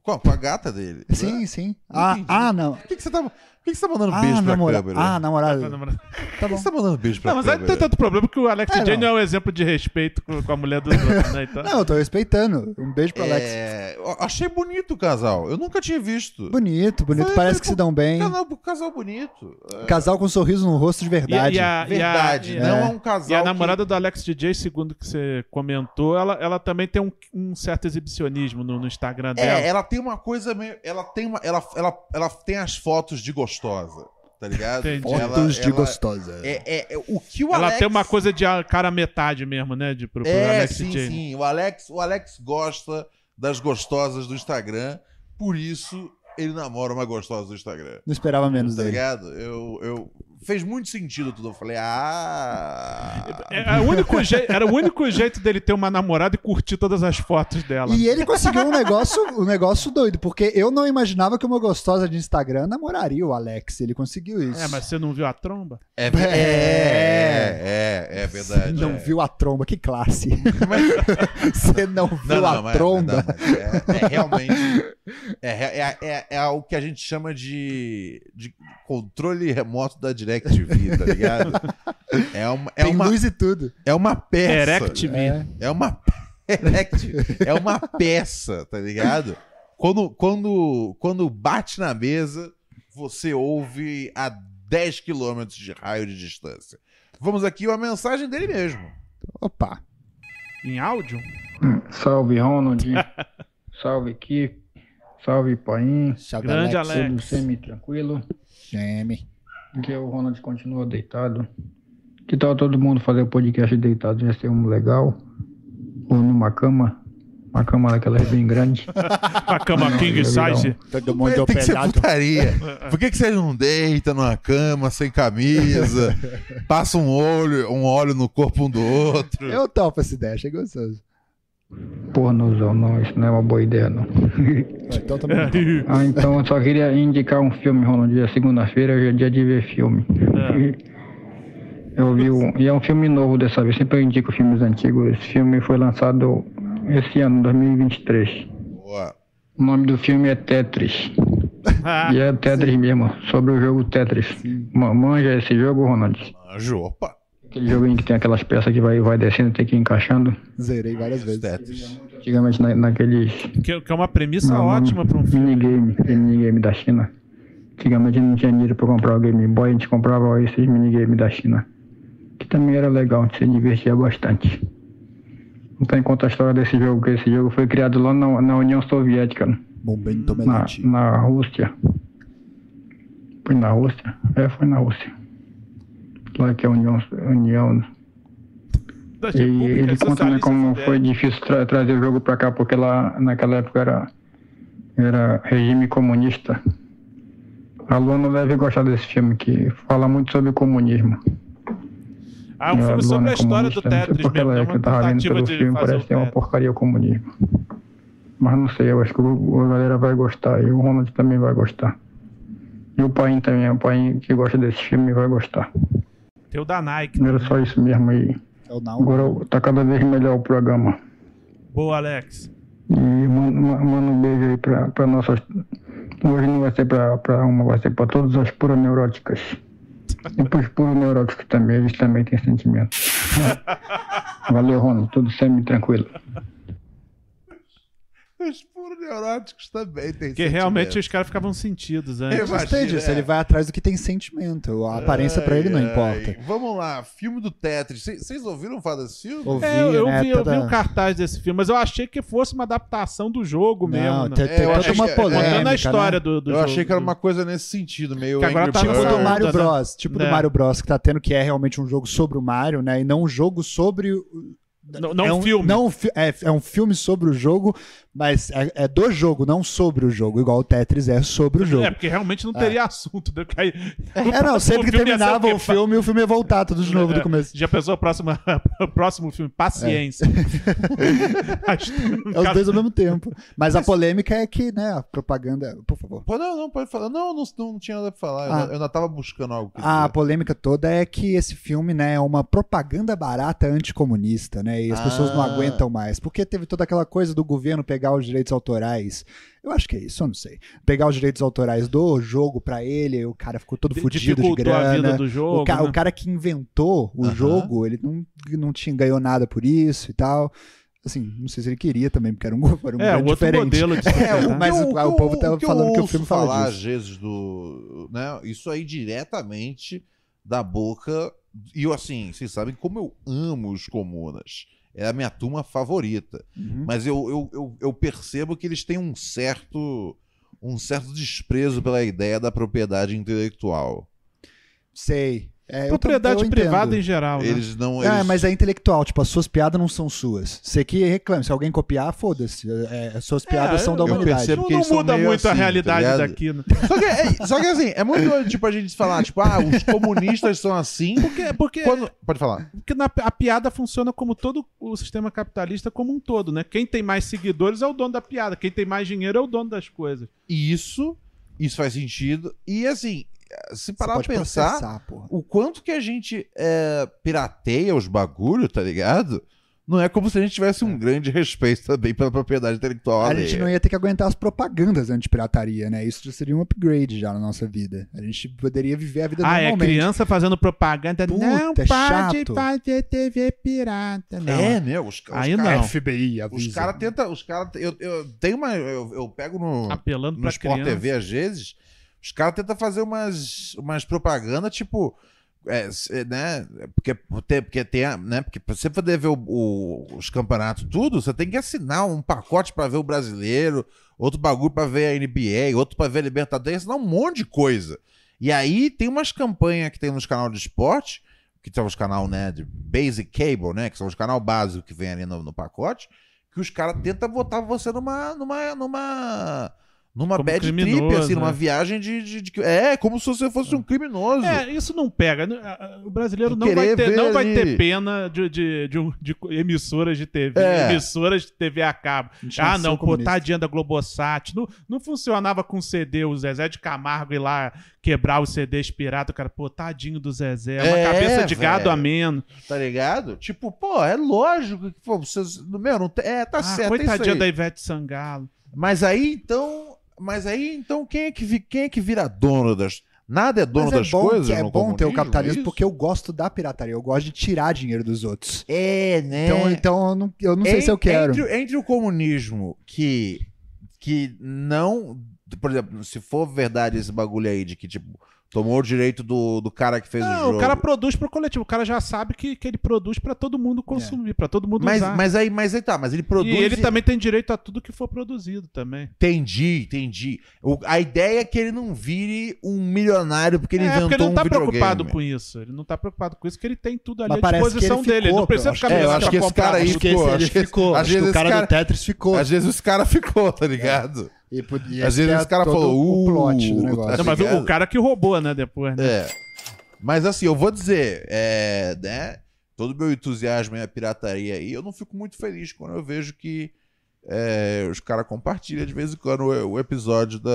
Com a, com a gata dele? Sim, sim. Ah, Ah, ah, não. Por que, que você tá, por que, que você tá mandando beijo pra Ah, namorada. câmera? Ah, namorada. Não, Tá Por que bom. você tá mandando beijo pra mas aí não câmera? tem tanto problema porque o Alex É, DJ não. não é um exemplo de respeito com, com a mulher do outro, né? Então, Não, eu tô respeitando. Um beijo pro Alex. É, eu achei bonito o casal. Eu nunca tinha visto. Bonito, bonito. Foi, é Parece foi que se dão bem. É. Casal, casal bonito. É, Casal com um sorriso no rosto de verdade. E, a, e a- verdade. e a- não é, é. um casal. e a que- namorada do Alex DJ, segundo que você comentou, ela, ela também tem um, um certo exibicionismo no, no Instagram dela. É, ela tem uma coisa meio. Ela tem uma. Ela, ela, ela tem as fotos de gostosa. Tá ligado? Entendi. Ela- Fotos de ela- gostosa. É, é- é o que o Ela Alex tem uma coisa de a- cara à metade mesmo, né? De, pro, pro É, Alex sim, DJ. sim. O Alex, o Alex gosta das gostosas do Instagram, por isso ele namora uma gostosa do Instagram. Não esperava menos Tá dele. ligado? Eu, eu... Fez muito sentido tudo. Eu falei, ah. É, é o único jei- era o único jeito dele ter uma namorada e curtir todas as fotos dela. É E ele conseguiu um negócio, um negócio doido, porque eu não imaginava que uma gostosa de Instagram namoraria o Alex. Ele conseguiu isso. É, mas você não viu a tromba? É, ver- é, é, é, é verdade. Não é. viu a tromba, que classe. Você não viu a mas- tromba. não, mas é, é realmente. É, re- é, é, é o que a gente chama de, de controle remoto da DirectV, tá ligado? É uma, é Tem uma, luz e tudo. é uma peça. DirectV. É. É uma, DirectV é uma peça, tá ligado? Quando, quando, quando bate na mesa, você ouve a 10 quilômetros de raio de distância. Vamos aqui uma mensagem dele mesmo. Opa. Em áudio? Hum, Salve, Ronald. Salve, equipe. Salve, Paim. Salve, Grande Alex. Tudo Alex. semi-tranquilo. Geme. Aqui é o Ronald continua deitado. Que tal todo mundo fazer o podcast deitado? Ia ser um legal. Ou numa cama. Uma cama daquelas bem grande. A cama king size. É. Todo Tem mundo que ser pelado. putaria. Por que, que você não deita numa cama, sem camisa, passa um olho, um óleo no corpo um do outro? Eu topo essa ideia, achei gostoso. Porra, não, não, isso não é uma boa ideia, não. Então também. Ah, então eu só queria indicar um filme, Ronald. É segunda-feira, hoje é dia de ver filme. Eu vi um, e é um filme novo dessa vez, sempre eu indico filmes antigos. Esse filme foi lançado esse ano, 2023. Boa. O nome do filme é Tetris. E é Tetris mesmo, sobre o jogo Tetris. Ma- Manja esse jogo, Ronald? Anjo, opa. Aquele jogo em que tem aquelas peças que vai, vai descendo e tem que ir encaixando. Zerei várias vezes. Tetris. Antigamente na, naqueles que, que é uma premissa Não, não. ótima pra um filme. minigame, aquele minigame da China. Antigamente não tinha dinheiro pra comprar o Game Boy, a gente comprava esses minigames da China. Que também era legal, a gente se divertia bastante. Não tem conta a história desse jogo, que esse jogo foi criado lá na, na União Soviética, né? Momento na, melati. na Rússia. Foi na Rússia? É, foi na Rússia. Lá que é a União. União né? Da e ele República conta né, Socialista como Soviética. foi difícil tra- trazer o jogo pra cá, porque lá naquela época era, era regime comunista. Aluno deve gostar desse filme, que fala muito sobre comunismo. Ah, um filme sobre a história do Tetris porque mesmo. É é uma que eu tava vendo tentativa pelo de filme, fazer o parece ter uma Tetris. porcaria o comunismo. Mas não sei, eu acho que o- a galera vai gostar, e o Ronald também vai gostar. E o Paim também, o Paim que gosta desse filme vai gostar. Tem o da Nike. Era só isso mesmo aí. É o Now. Agora tá cada vez melhor o programa. Boa, Alex. E manda, ma- manda um beijo aí pra, pra nossas. Hoje não vai ser pra, pra uma, vai ser pra todas as puras neuróticas. E pros puros neuróticos também, eles também têm sentimento. Valeu, Ronald, tudo semi-tranquilo. Os puros neuróticos também tem Porque realmente os caras ficavam sentidos antes. Gostei é. disso, ele vai atrás do que tem sentimento. A aparência pra ele não importa. Vamos lá, filme do Tetris. Vocês ouviram falar desse filme? Ouvi, É, eu, eu né? vi, eu tá. toda- vi o cartaz desse filme, mas eu achei que fosse uma adaptação do jogo Não, mesmo. né? tem, É, tem eu toda achei uma que- é, polêmica. Contando a né? história do, do Eu jogo. achei que era uma coisa nesse sentido, meio Que agora Angry tá no Tipo do Birds, Mario né? Bros. Tipo É. do Mario Bros. que tá tendo, que é realmente um jogo sobre o Mario, né? E não um jogo sobre. o- Não- não é um filme. Não, um fi- é, é um filme sobre o jogo, mas é, é do jogo, não sobre o jogo. Igual o Tetris é sobre o jogo. É, porque realmente não teria assunto. Né? Porque aí- É, não, sempre o que filme ia ser terminava o quê? É, filme, o filme ia voltar tudo de novo do começo. Já pensou o próximo, o próximo filme? Paciência. Acho que- É os dois ao mesmo tempo. Mas a polêmica é que, né, a propaganda. Por favor. Pô, não, não, pode falar. Não, não, não tinha nada pra falar. Eu Ah. ainda- Eu ainda tava buscando algo. que A dizer. polêmica toda é que esse filme né, é uma propaganda barata anticomunista, né? E as Ah. pessoas não aguentam mais. Porque teve toda aquela coisa do governo pegar os direitos autorais. Eu acho que é isso, eu não sei. Pegar os direitos autorais do jogo pra ele, o cara ficou todo fudido de Dificultou grana. a vida do jogo. o, ca- né? o cara que inventou o Aham. jogo, ele não, não tinha ganhou nada por isso e tal. Assim, não sei se ele queria também, porque era um, era um É, o grande outro diferente. modelo de É, o- mas o- que o povo tava que eu falando que o ouço filme fala falar, disso. às vezes do, né, isso aí diretamente da boca e eu assim, vocês sabem como eu amo os comunas. É a minha turma favorita. Uhum. Mas eu, eu, eu, eu percebo que eles têm um certo um certo desprezo pela ideia da propriedade intelectual. Sei. É, eu Propriedade tam- eu privada entendo. em geral. né? Eles não. É, eles- mas é intelectual, tipo, as suas piadas não são suas. Você que reclama, se alguém copiar, foda-se. É, as suas piadas são da eu humanidade. percebo Não, que não eles são muda meio muito a assim, tá realidade ligado? daqui. Né? Só, que, é- só que assim, é muito doido, tipo, a gente falar, tipo, ah, os comunistas são assim. Porque, porque, Quando... Pode falar. porque na- a piada funciona como todo o sistema capitalista como um todo, né? Quem tem mais seguidores é o dono da piada, quem tem mais dinheiro é o dono das coisas. Isso, isso faz sentido. E assim, se Você parar pra pode pensar, processar, porra. o quanto que a gente é, pirateia os bagulho, tá ligado? Não é como se a gente tivesse um grande respeito também pela propriedade intelectual. A alheia. gente não ia ter que aguentar as propagandas anti-pirataria, né? Isso seria um upgrade já na nossa vida. A gente poderia viver a vida Ah, é normalmente. criança fazendo propaganda. Puta, não é pode chato. fazer TV pirata, não. É, né? Os, os Aí cara- não. FBI, avisa. Os caras tentam. Os cara, eu, eu tenho uma. Eu, eu pego no, Apelando no pra Sport criança. TV às vezes. Os caras tentam fazer umas, umas propaganda tipo. é, s- é, né? Porque, tem- porque tem. a- Né? Porque pra você poder ver o- o- os campeonatos, tudo, você tem que assinar um pacote pra ver o brasileiro, outro bagulho pra ver a NBA, outro pra ver a Libertadores, assinar um monte de coisa. E aí tem umas campanhas que tem nos canal de esporte, que são os canal, né, de basic cable, né, que são os canal básico que vem ali no, no pacote, que os caras tentam botar você numa numa numa numa Como bad trip, criminoso, assim, numa né? viagem de, de- de- É, como se você fosse um criminoso. É, isso não pega. né? A- a- O brasileiro De não, vai querer ter, ver não vai ali. ter pena de, de, de, um- de co- emissoras de TV, É. emissoras de TV a cabo. A gente Ah, nasceu um não, pô, comunista. tadinha da Globosat. Não, não funcionava com CD, o Zezé de Camargo ir lá quebrar os CDs pirata, o cara, pô, tadinho do Zezé, uma É, cabeça de gado velho. a menos. Tá ligado? Tipo, pô, é lógico que pô, vocês. Meu, não tem- É, tá ah, certo. é isso coitadinha aí. da Ivete Sangalo. Mas aí então. Mas aí então quem é que, vi- quem é que vira dono das. Nada é dono Mas é das bom, coisas, que é no bom ter o comunismo, capitalismo é isso? porque eu gosto da pirataria, eu gosto de tirar dinheiro dos outros. É, né? Então, então eu não, eu não É sei En- se eu quero. Entre, entre o comunismo que, que não. Por exemplo, se for verdade esse bagulho aí de que, tipo, tomou o direito do, do cara que fez o Não, jogo. o cara produz pro coletivo, o cara já sabe que, que ele produz pra todo mundo consumir, pra todo mundo É. mas, usar. mas aí, mas aí tá, mas ele produz. e ele também tem direito a tudo que for produzido também. Entendi, entendi. O- a ideia é que ele não vire um milionário porque ele é, inventou porque ele não tá um videogame. preocupado com isso. Ele não tá preocupado com isso, que ele tem tudo ali Mas à parece que ele disposição ficou, dele. Ele não pô, precisa eu ficar acho que- É, eu milionário acho pra que esse comprar cara aí um Acho que esse ficou, ele acho que esse- ficou. às Acho que vezes o cara esse do cara- Tetris ficou. Às vezes os cara ficou, tá ligado? E, po- e às esse vezes é o cara todo falou, o plot "Uh, do negócio. tá Não, mas o- ligado? o cara que roubou, né, depois, né? É. Mas assim, eu vou dizer, é, né? Todo o meu entusiasmo é a pirataria aí, eu não fico muito feliz quando eu vejo que é, os caras compartilham de vez em quando o, o episódio da,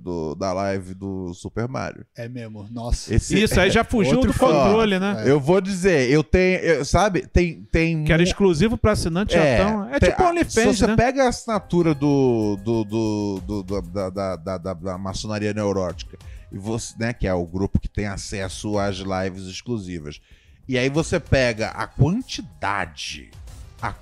do- da live do Super Mario. É mesmo, nossa. Esse- Isso aí já fugiu Outro É. do controle, né? Eu vou dizer, eu tenho, eu- sabe, tem. tem Que era mu- exclusivo pra assinante, é, já tão... É tem- tipo a- OnlyFans, Se você né? pega a assinatura do, do, do, do- do- da, da, da, da- da maçonaria neurótica, e você, né, que é o grupo que tem acesso às lives exclusivas, e aí você pega a quantidade, a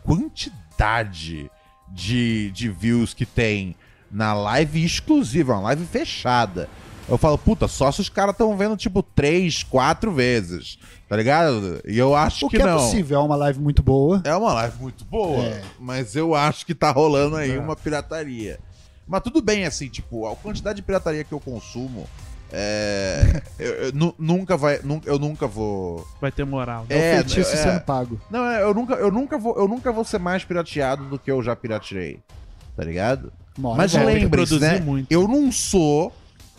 quantidade de, de views que tem na live exclusiva, uma live fechada. Eu falo, puta, só se os caras estão vendo, tipo, três, quatro vezes, tá ligado? E eu acho O que, é não. possível, é uma live muito boa. É uma live muito boa, É. mas eu acho que tá rolando aí uma pirataria. Mas tudo bem, assim, tipo, a quantidade de pirataria que eu consumo, é, eu, eu nu- nunca vai, nunca, eu nunca vou. Vai ter moral. né? É, um Feitiço é. sendo pago. não, é, eu nunca, eu nunca vou, eu nunca vou ser mais pirateado do que eu já pirateei, tá ligado? Uma hora Mas volta. tem que lembre-se, produzir né? muito. Eu não sou,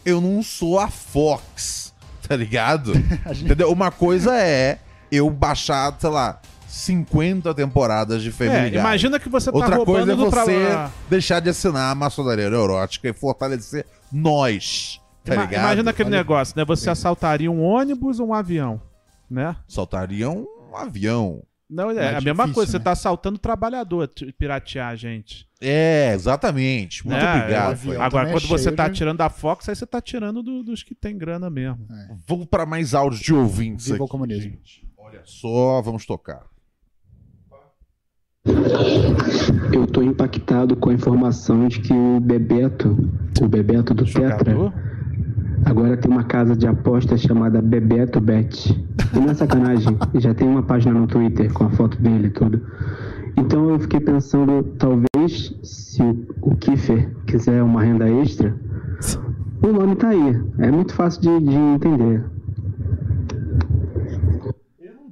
eu não sou a Fox, tá ligado? A gente- Entendeu? Uma coisa é eu baixar, sei lá, 50 temporadas de Family É, Guy. imagina que você tá Outra roubando coisa é do você trabalho. deixar de assinar a maçonaria neurótica e fortalecer nós, tá Ima- ligado? É. Imagina aquele Olha- negócio, né? Você assaltaria um ônibus ou um avião, né? Soltaria um avião. Não, é Mais a mesma difícil, coisa, você né? tá assaltando o trabalhador, t- piratear a gente. É, exatamente. Muito né? obrigado. eu- foi. eu- Agora, também né? quando você cheio né? tá de- tirando da Fox, aí você tá tirando do- dos que tem grana mesmo. Vamos para mais áudios de ouvintes Viva o aqui, comunismo. gente. Olha só, vamos tocar. Eu tô impactado com a informação de que o Bebeto, o Bebeto do Tetra, Jogador? agora tem uma casa de apostas chamada Bebeto Bet. E não é sacanagem, já tem uma página no Twitter com a foto dele e tudo. Então eu fiquei pensando, talvez, se o- o Kiefer quiser uma renda extra, o nome tá aí. É muito fácil de, de entender.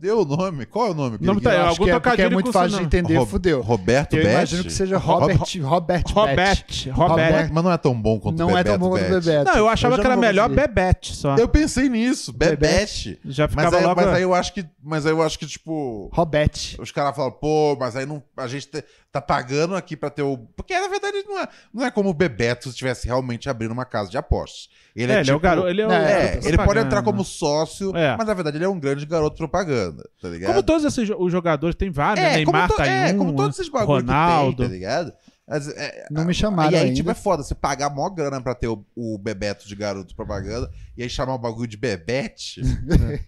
deu o nome. Qual é o nome? O nome tá aí, Eu acho algum que é, porque é trocadilho muito com fácil de sinônimo. entender, Ro- fudeu. Roberto Eu Bet? imagino que seja Robert, Robert, Bet. Robert. Robert. Mas não é tão bom quanto Não é Bebeto tão bom quanto Bet. Bebeto. Não, eu achava já que era não vou melhor conseguir. Bebete só. Eu pensei nisso, Bebete. Já Mas ficava aí, logo. mas aí eu acho que. Mas aí eu acho que, tipo. Robert. Os caras falam, pô, mas aí não, a gente te- tá pagando aqui pra ter o. Porque na verdade não é, não é como o Bebeto se estivesse realmente abrindo uma casa de apostas. Ele É, é, ele é o tipo- garoto. Ele, é o É, É, garoto ele pode propaganda. entrar como sócio, É. mas na verdade ele é um grande garoto propaganda, tá ligado? Como todos esses jo- os jogadores, tem vários, né? Neymar to- tá é, em um. como todos né? esses bagulho Ronaldo. que tem, tá ligado? Mas, é, Não me e chamaram aí, ainda. tipo, é foda, você pagar mó grana pra ter o, o Bebeto de garoto propaganda e aí chamar o bagulho de Bebete,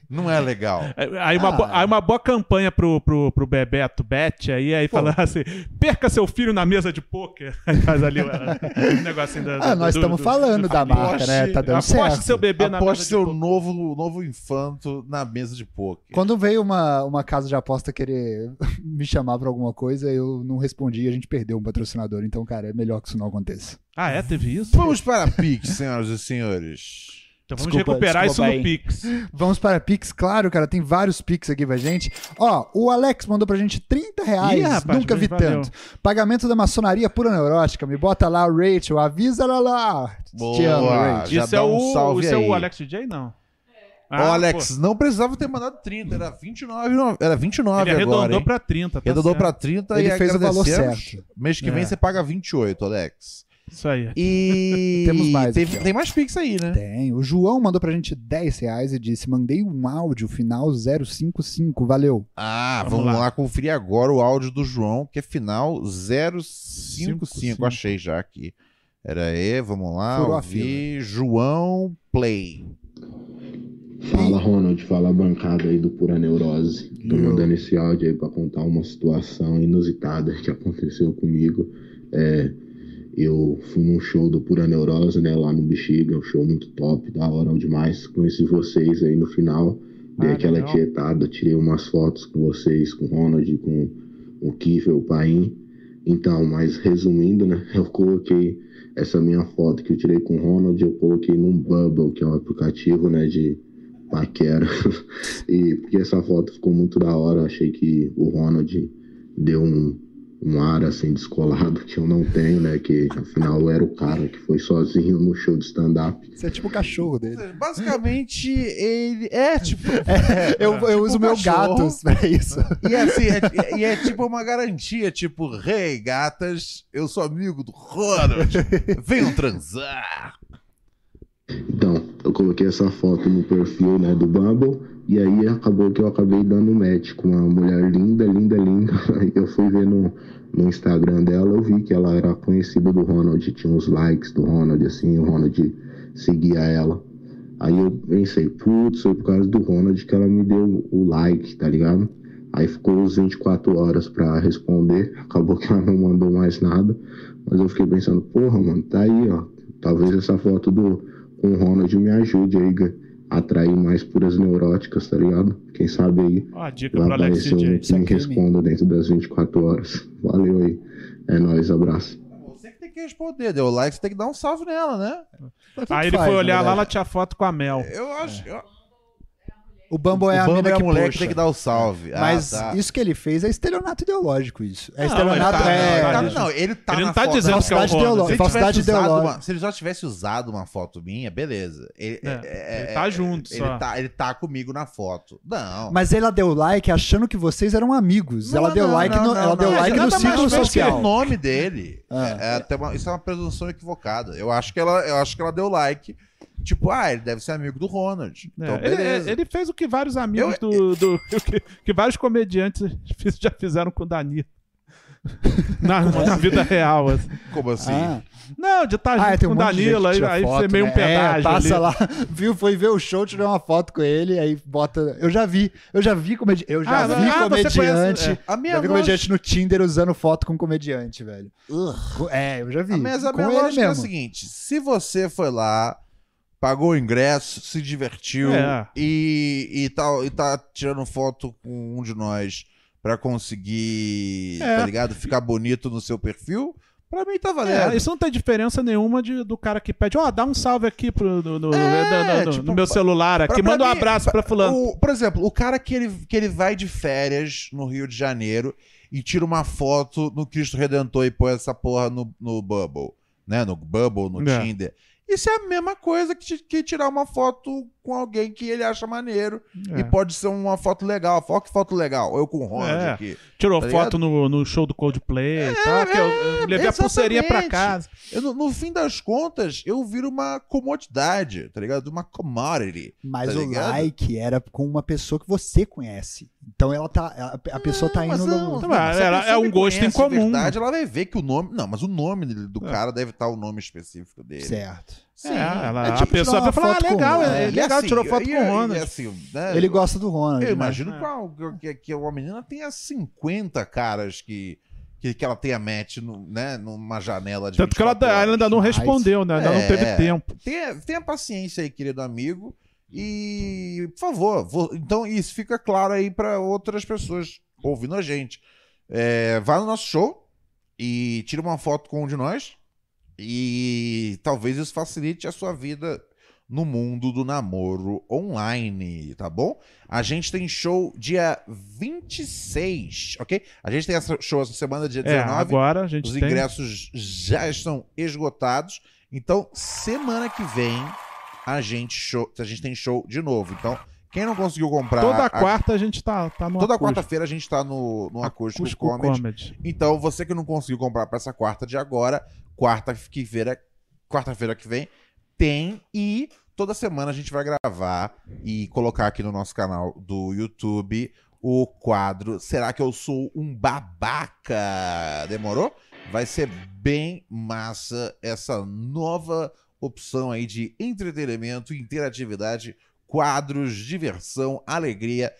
não é legal. É, Aí uma, Ah. boa, aí uma boa campanha pro, pro, pro Bebeto Bet aí, aí falando assim: perca seu filho na mesa de pôquer. Aí faz ali o o negocinho da. Ah, do- nós do- estamos do- falando da aposte- marca, né? Tá dando Aposte certo. seu bebê na Aposte mesa. seu novo, novo infanto na mesa de pôquer. Quando veio uma, uma casa de aposta querer me chamar pra alguma coisa, eu não respondi e a gente perdeu um patrocinador. Então, cara, é melhor que isso não aconteça. Ah, é? Teve isso? Vamos para a Pix, senhoras e senhores. Então vamos Desculpa, recuperar desculpa isso no Pix. Vamos para Pix, claro, cara. Tem vários Pix aqui pra gente. Ó, o Alex mandou pra gente 30 reais. Ih, rapaz, Nunca vi valeu. tanto. Pagamento da maçonaria pura neurótica. Me bota lá, Rachel. Avisa lá lá. Te amo, Boa, Rachel. já isso é dá um o, salve isso é aí. o Alex DJ? Não. Ó, Ah, Alex, não precisava ter mandado 30, era 29, não- era pô, 29 ele agora, arredondou hein? pra 30. Tá Arredondou certo. pra 30 Ele e fez o valor agradecemos. certo. Mês que vem É. você paga 28, Alex. Isso aí. E Temos mais tem, aqui, ó. tem mais Pix aí, né? Tem. O João mandou pra gente 10 reais e disse: mandei um áudio final 055. Valeu. Ah, Vamos vamos, lá. lá. conferir agora o áudio do João, que é final 055. cinco. Achei já aqui. Era aí, vamos lá. Furou a ouvir João Play. Fala Ronald, fala a bancada aí do Pura Neurose. Tô Yo. mandando esse áudio aí pra contar uma situação inusitada que aconteceu comigo. É, eu fui num show do Pura Neurose, né, lá no Bexiga, um show muito top, da hora demais. Conheci vocês aí no final, dei Ah, aquela legal. tietada, tirei umas fotos com vocês, com o Ronald, com o Kiefer, o Paim. Então, mas resumindo, né, eu coloquei essa minha foto que eu tirei com o Ronald, eu coloquei num Bubble, que é um aplicativo, né, de paquera. e porque essa foto ficou muito da hora, eu achei que o Ronald deu um, um ar assim descolado que eu não tenho, né, que afinal eu era o cara que foi sozinho no show de stand up. Você é tipo o cachorro dele. Basicamente, ele é tipo. Eu, eu uso meu cachorro. gato pra isso. E assim, Tipo, é, e é tipo uma garantia, tipo, rei, gatas, eu sou amigo do Ronald. Venham transar. Então, eu coloquei essa foto no perfil né, do Bumble e aí acabou que eu acabei dando match com uma mulher linda, linda, linda. Aí Eu fui ver no, no Instagram dela, eu vi que ela era conhecida do Ronald, tinha uns likes do Ronald, assim, o Ronald seguia ela. Aí eu pensei, putz, foi por causa do Ronald que ela me deu o like, tá ligado? Aí ficou uns 24 horas pra responder, acabou que ela não mandou mais nada. Mas eu fiquei pensando, porra, mano, tá aí, ó. Talvez essa foto do com o Ronald me ajude aí ga- a atrair mais puras neuróticas, tá ligado? Quem sabe aí Ó, a dica vai pro Alex aparecer um DJ. isso é que me crime. responda dentro das 24 horas. Valeu aí. É nóis, abraço. Você que tem que responder, deu like, você tem que dar um salve nela, né? Aí ele Tanto foi olhar faz, na lá, verdade. ela tinha foto com a Mel. Eu acho. eu- O Bumble é a o Bamba mina é a que mulher que puxa. tem que dar o salve. Ah, Mas tá. isso que ele fez é estelionato ideológico, isso. É Não, estelionato. ele tá- é, ele tá- não, não, ele tá Ele na não tá foto. dizendo que é o Falsidade Ronald. se, ideológica. ele falsidade tivesse usado ideológica. uma, se ele só tivesse usado uma foto minha, beleza. Ele, É, é- ele é- tá junto ele só. Tá, ele tá comigo na foto. Não. Mas ela deu like achando que vocês eram amigos. Não, ela deu não, like não, no, não, ela deu não, like nada no mais é círculo justo que social. O nome dele. É, Ah. é até uma- isso é uma presunção equivocada. Eu acho que ela, eu acho que ela deu like. Tipo, ah, ele deve ser amigo do Ronald. É, Então, ele- beleza. ele, fez o que vários amigos do. do- que, que vários comediantes fiz- já fizeram com o Danilo. Na, na vida real. assim. Como assim? Ah, Não, de estar Ah, é, junto tem com um o monte de gente Danilo, que aí, tira aí foto, ser meio né? um pedágio. É, passa ali. lá, viu, foi ver o show, tirou uma foto com ele, aí bota. Eu já vi, eu já vi comediante. Eu já Ah, vi ah, você comediante. conhece- é. A Já minha lógica, vi comediante no Tinder usando foto com comediante, velho. É, eu já vi. a minha, a com minha ele lógica é a mesmo. seguinte: se você foi lá, pagou o ingresso, se divertiu É. e, e, tal, e tá tirando foto com um de nós pra conseguir, É. tá ligado? Ficar bonito no seu perfil. Pra mim tá valendo. É, isso não tem diferença nenhuma de- do cara que pede, ó, dá um salve aqui pro, no, no- É, no- no- tipo, no meu celular aqui, pra- pra manda um mim- abraço pra fulano. O- por exemplo, o cara que ele, que ele vai de férias no Rio de Janeiro e tira uma foto no Cristo Redentor e põe essa porra no, no Bubble, né? No Bubble, no É. Tinder. Isso é a mesma coisa que, ti- que tirar uma foto com alguém que ele acha maneiro. É. E pode ser uma foto legal. Ó, que foto legal. Eu com o Ronald É. aqui. Tirou tá É, foto no, no show do Coldplay e tal, que Tá, eu, eu levei a exatamente. pulseirinha pra casa. Eu, no, no fim das contas, eu viro uma comodidade, tá ligado? Uma commodity. Mas Tá o ligado? like era com uma pessoa que você conhece. Então ela tá. A, a pessoa tá indo. mas no- Tá, mas se a ela- pessoa é um me gosto conhece em de comum. verdade, ela vai ver que o nome. Não, mas o nome dele- do É. cara deve estar o nome específico dele. Certo. Sim. É, ela- É a tipo pessoa vai tirar uma falar, foto ah, com- legal, é, é, legal, tirou foto e- com o e- Ronald. e assim, né, Ele gosta do Ronald. Eu né? imagino É. que, uma- que, que uma menina tenha 50 caras que, que, que ela tenha match no, né, numa janela de. Tanto que ela, 24 ela ainda não Mas- respondeu, né? Ainda não Tipo, É. teve tempo. tenha, tenha paciência aí, querido amigo. E, por favor, vo- então isso fica claro aí para outras pessoas ouvindo a gente. É, vá no nosso show e tira uma foto com um de nós. E talvez isso facilite a sua vida no mundo do namoro online, tá bom? A gente tem show dia 26, ok? A gente tem essa show essa semana, dia É, 19. agora a gente Os tem. ingressos já estão esgotados. Então, semana que vem, a gente, show, a gente tem show de novo. Então, quem não conseguiu comprar. Toda a- quarta a gente tá, tá no toda acústico. quarta-feira a gente tá no, no Acústico, Acústico Comedy. Comedy. Então, você que não conseguiu comprar pra essa quarta de agora, quarta-feira quarta-feira que vem, tem. E toda semana a gente vai gravar e colocar aqui no nosso canal do YouTube o quadro Será que eu sou um babaca? Demorou? Vai ser bem massa essa nova opção aí de entretenimento, interatividade, quadros, diversão, alegria.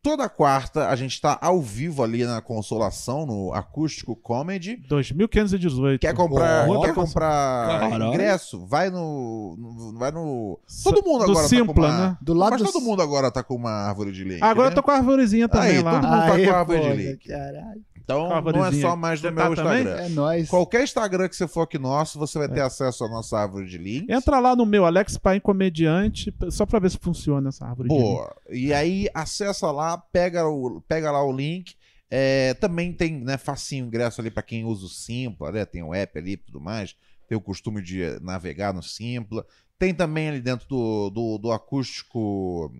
Toda quarta a gente está ao vivo ali na Consolação, no Acústico Comedy. 2518. Quer comprar, Olha. quer comprar Caralho. ingresso? Vai no, no- Vai no. Sa- Todo mundo do agora Simpla, tá com uma. né? Do lado Mas do- todo mundo agora tá com uma árvore de link. Agora eu né? tô com a arvorezinha também Aí, lá. todo- mundo tá Aê, com a árvore de porra, link. Caralho. Então Com a não é arvorezinha. só mais do Você meu tá também? É. Instagram. É nóis. Qualquer Instagram que você for aqui nosso, você vai ter acesso à nossa árvore de links. Entra lá no meu, Alex Paim Comediante, só pra ver se funciona essa árvore. de link. Boa. E aí, acessa lá, pega, o, pega lá o link. É, também tem, né, facinho ingresso ali para quem usa o Simpla, né? Tem o app ali e tudo mais. Tem o costume de navegar no Simpla. Tem também ali dentro do, do, do acústico.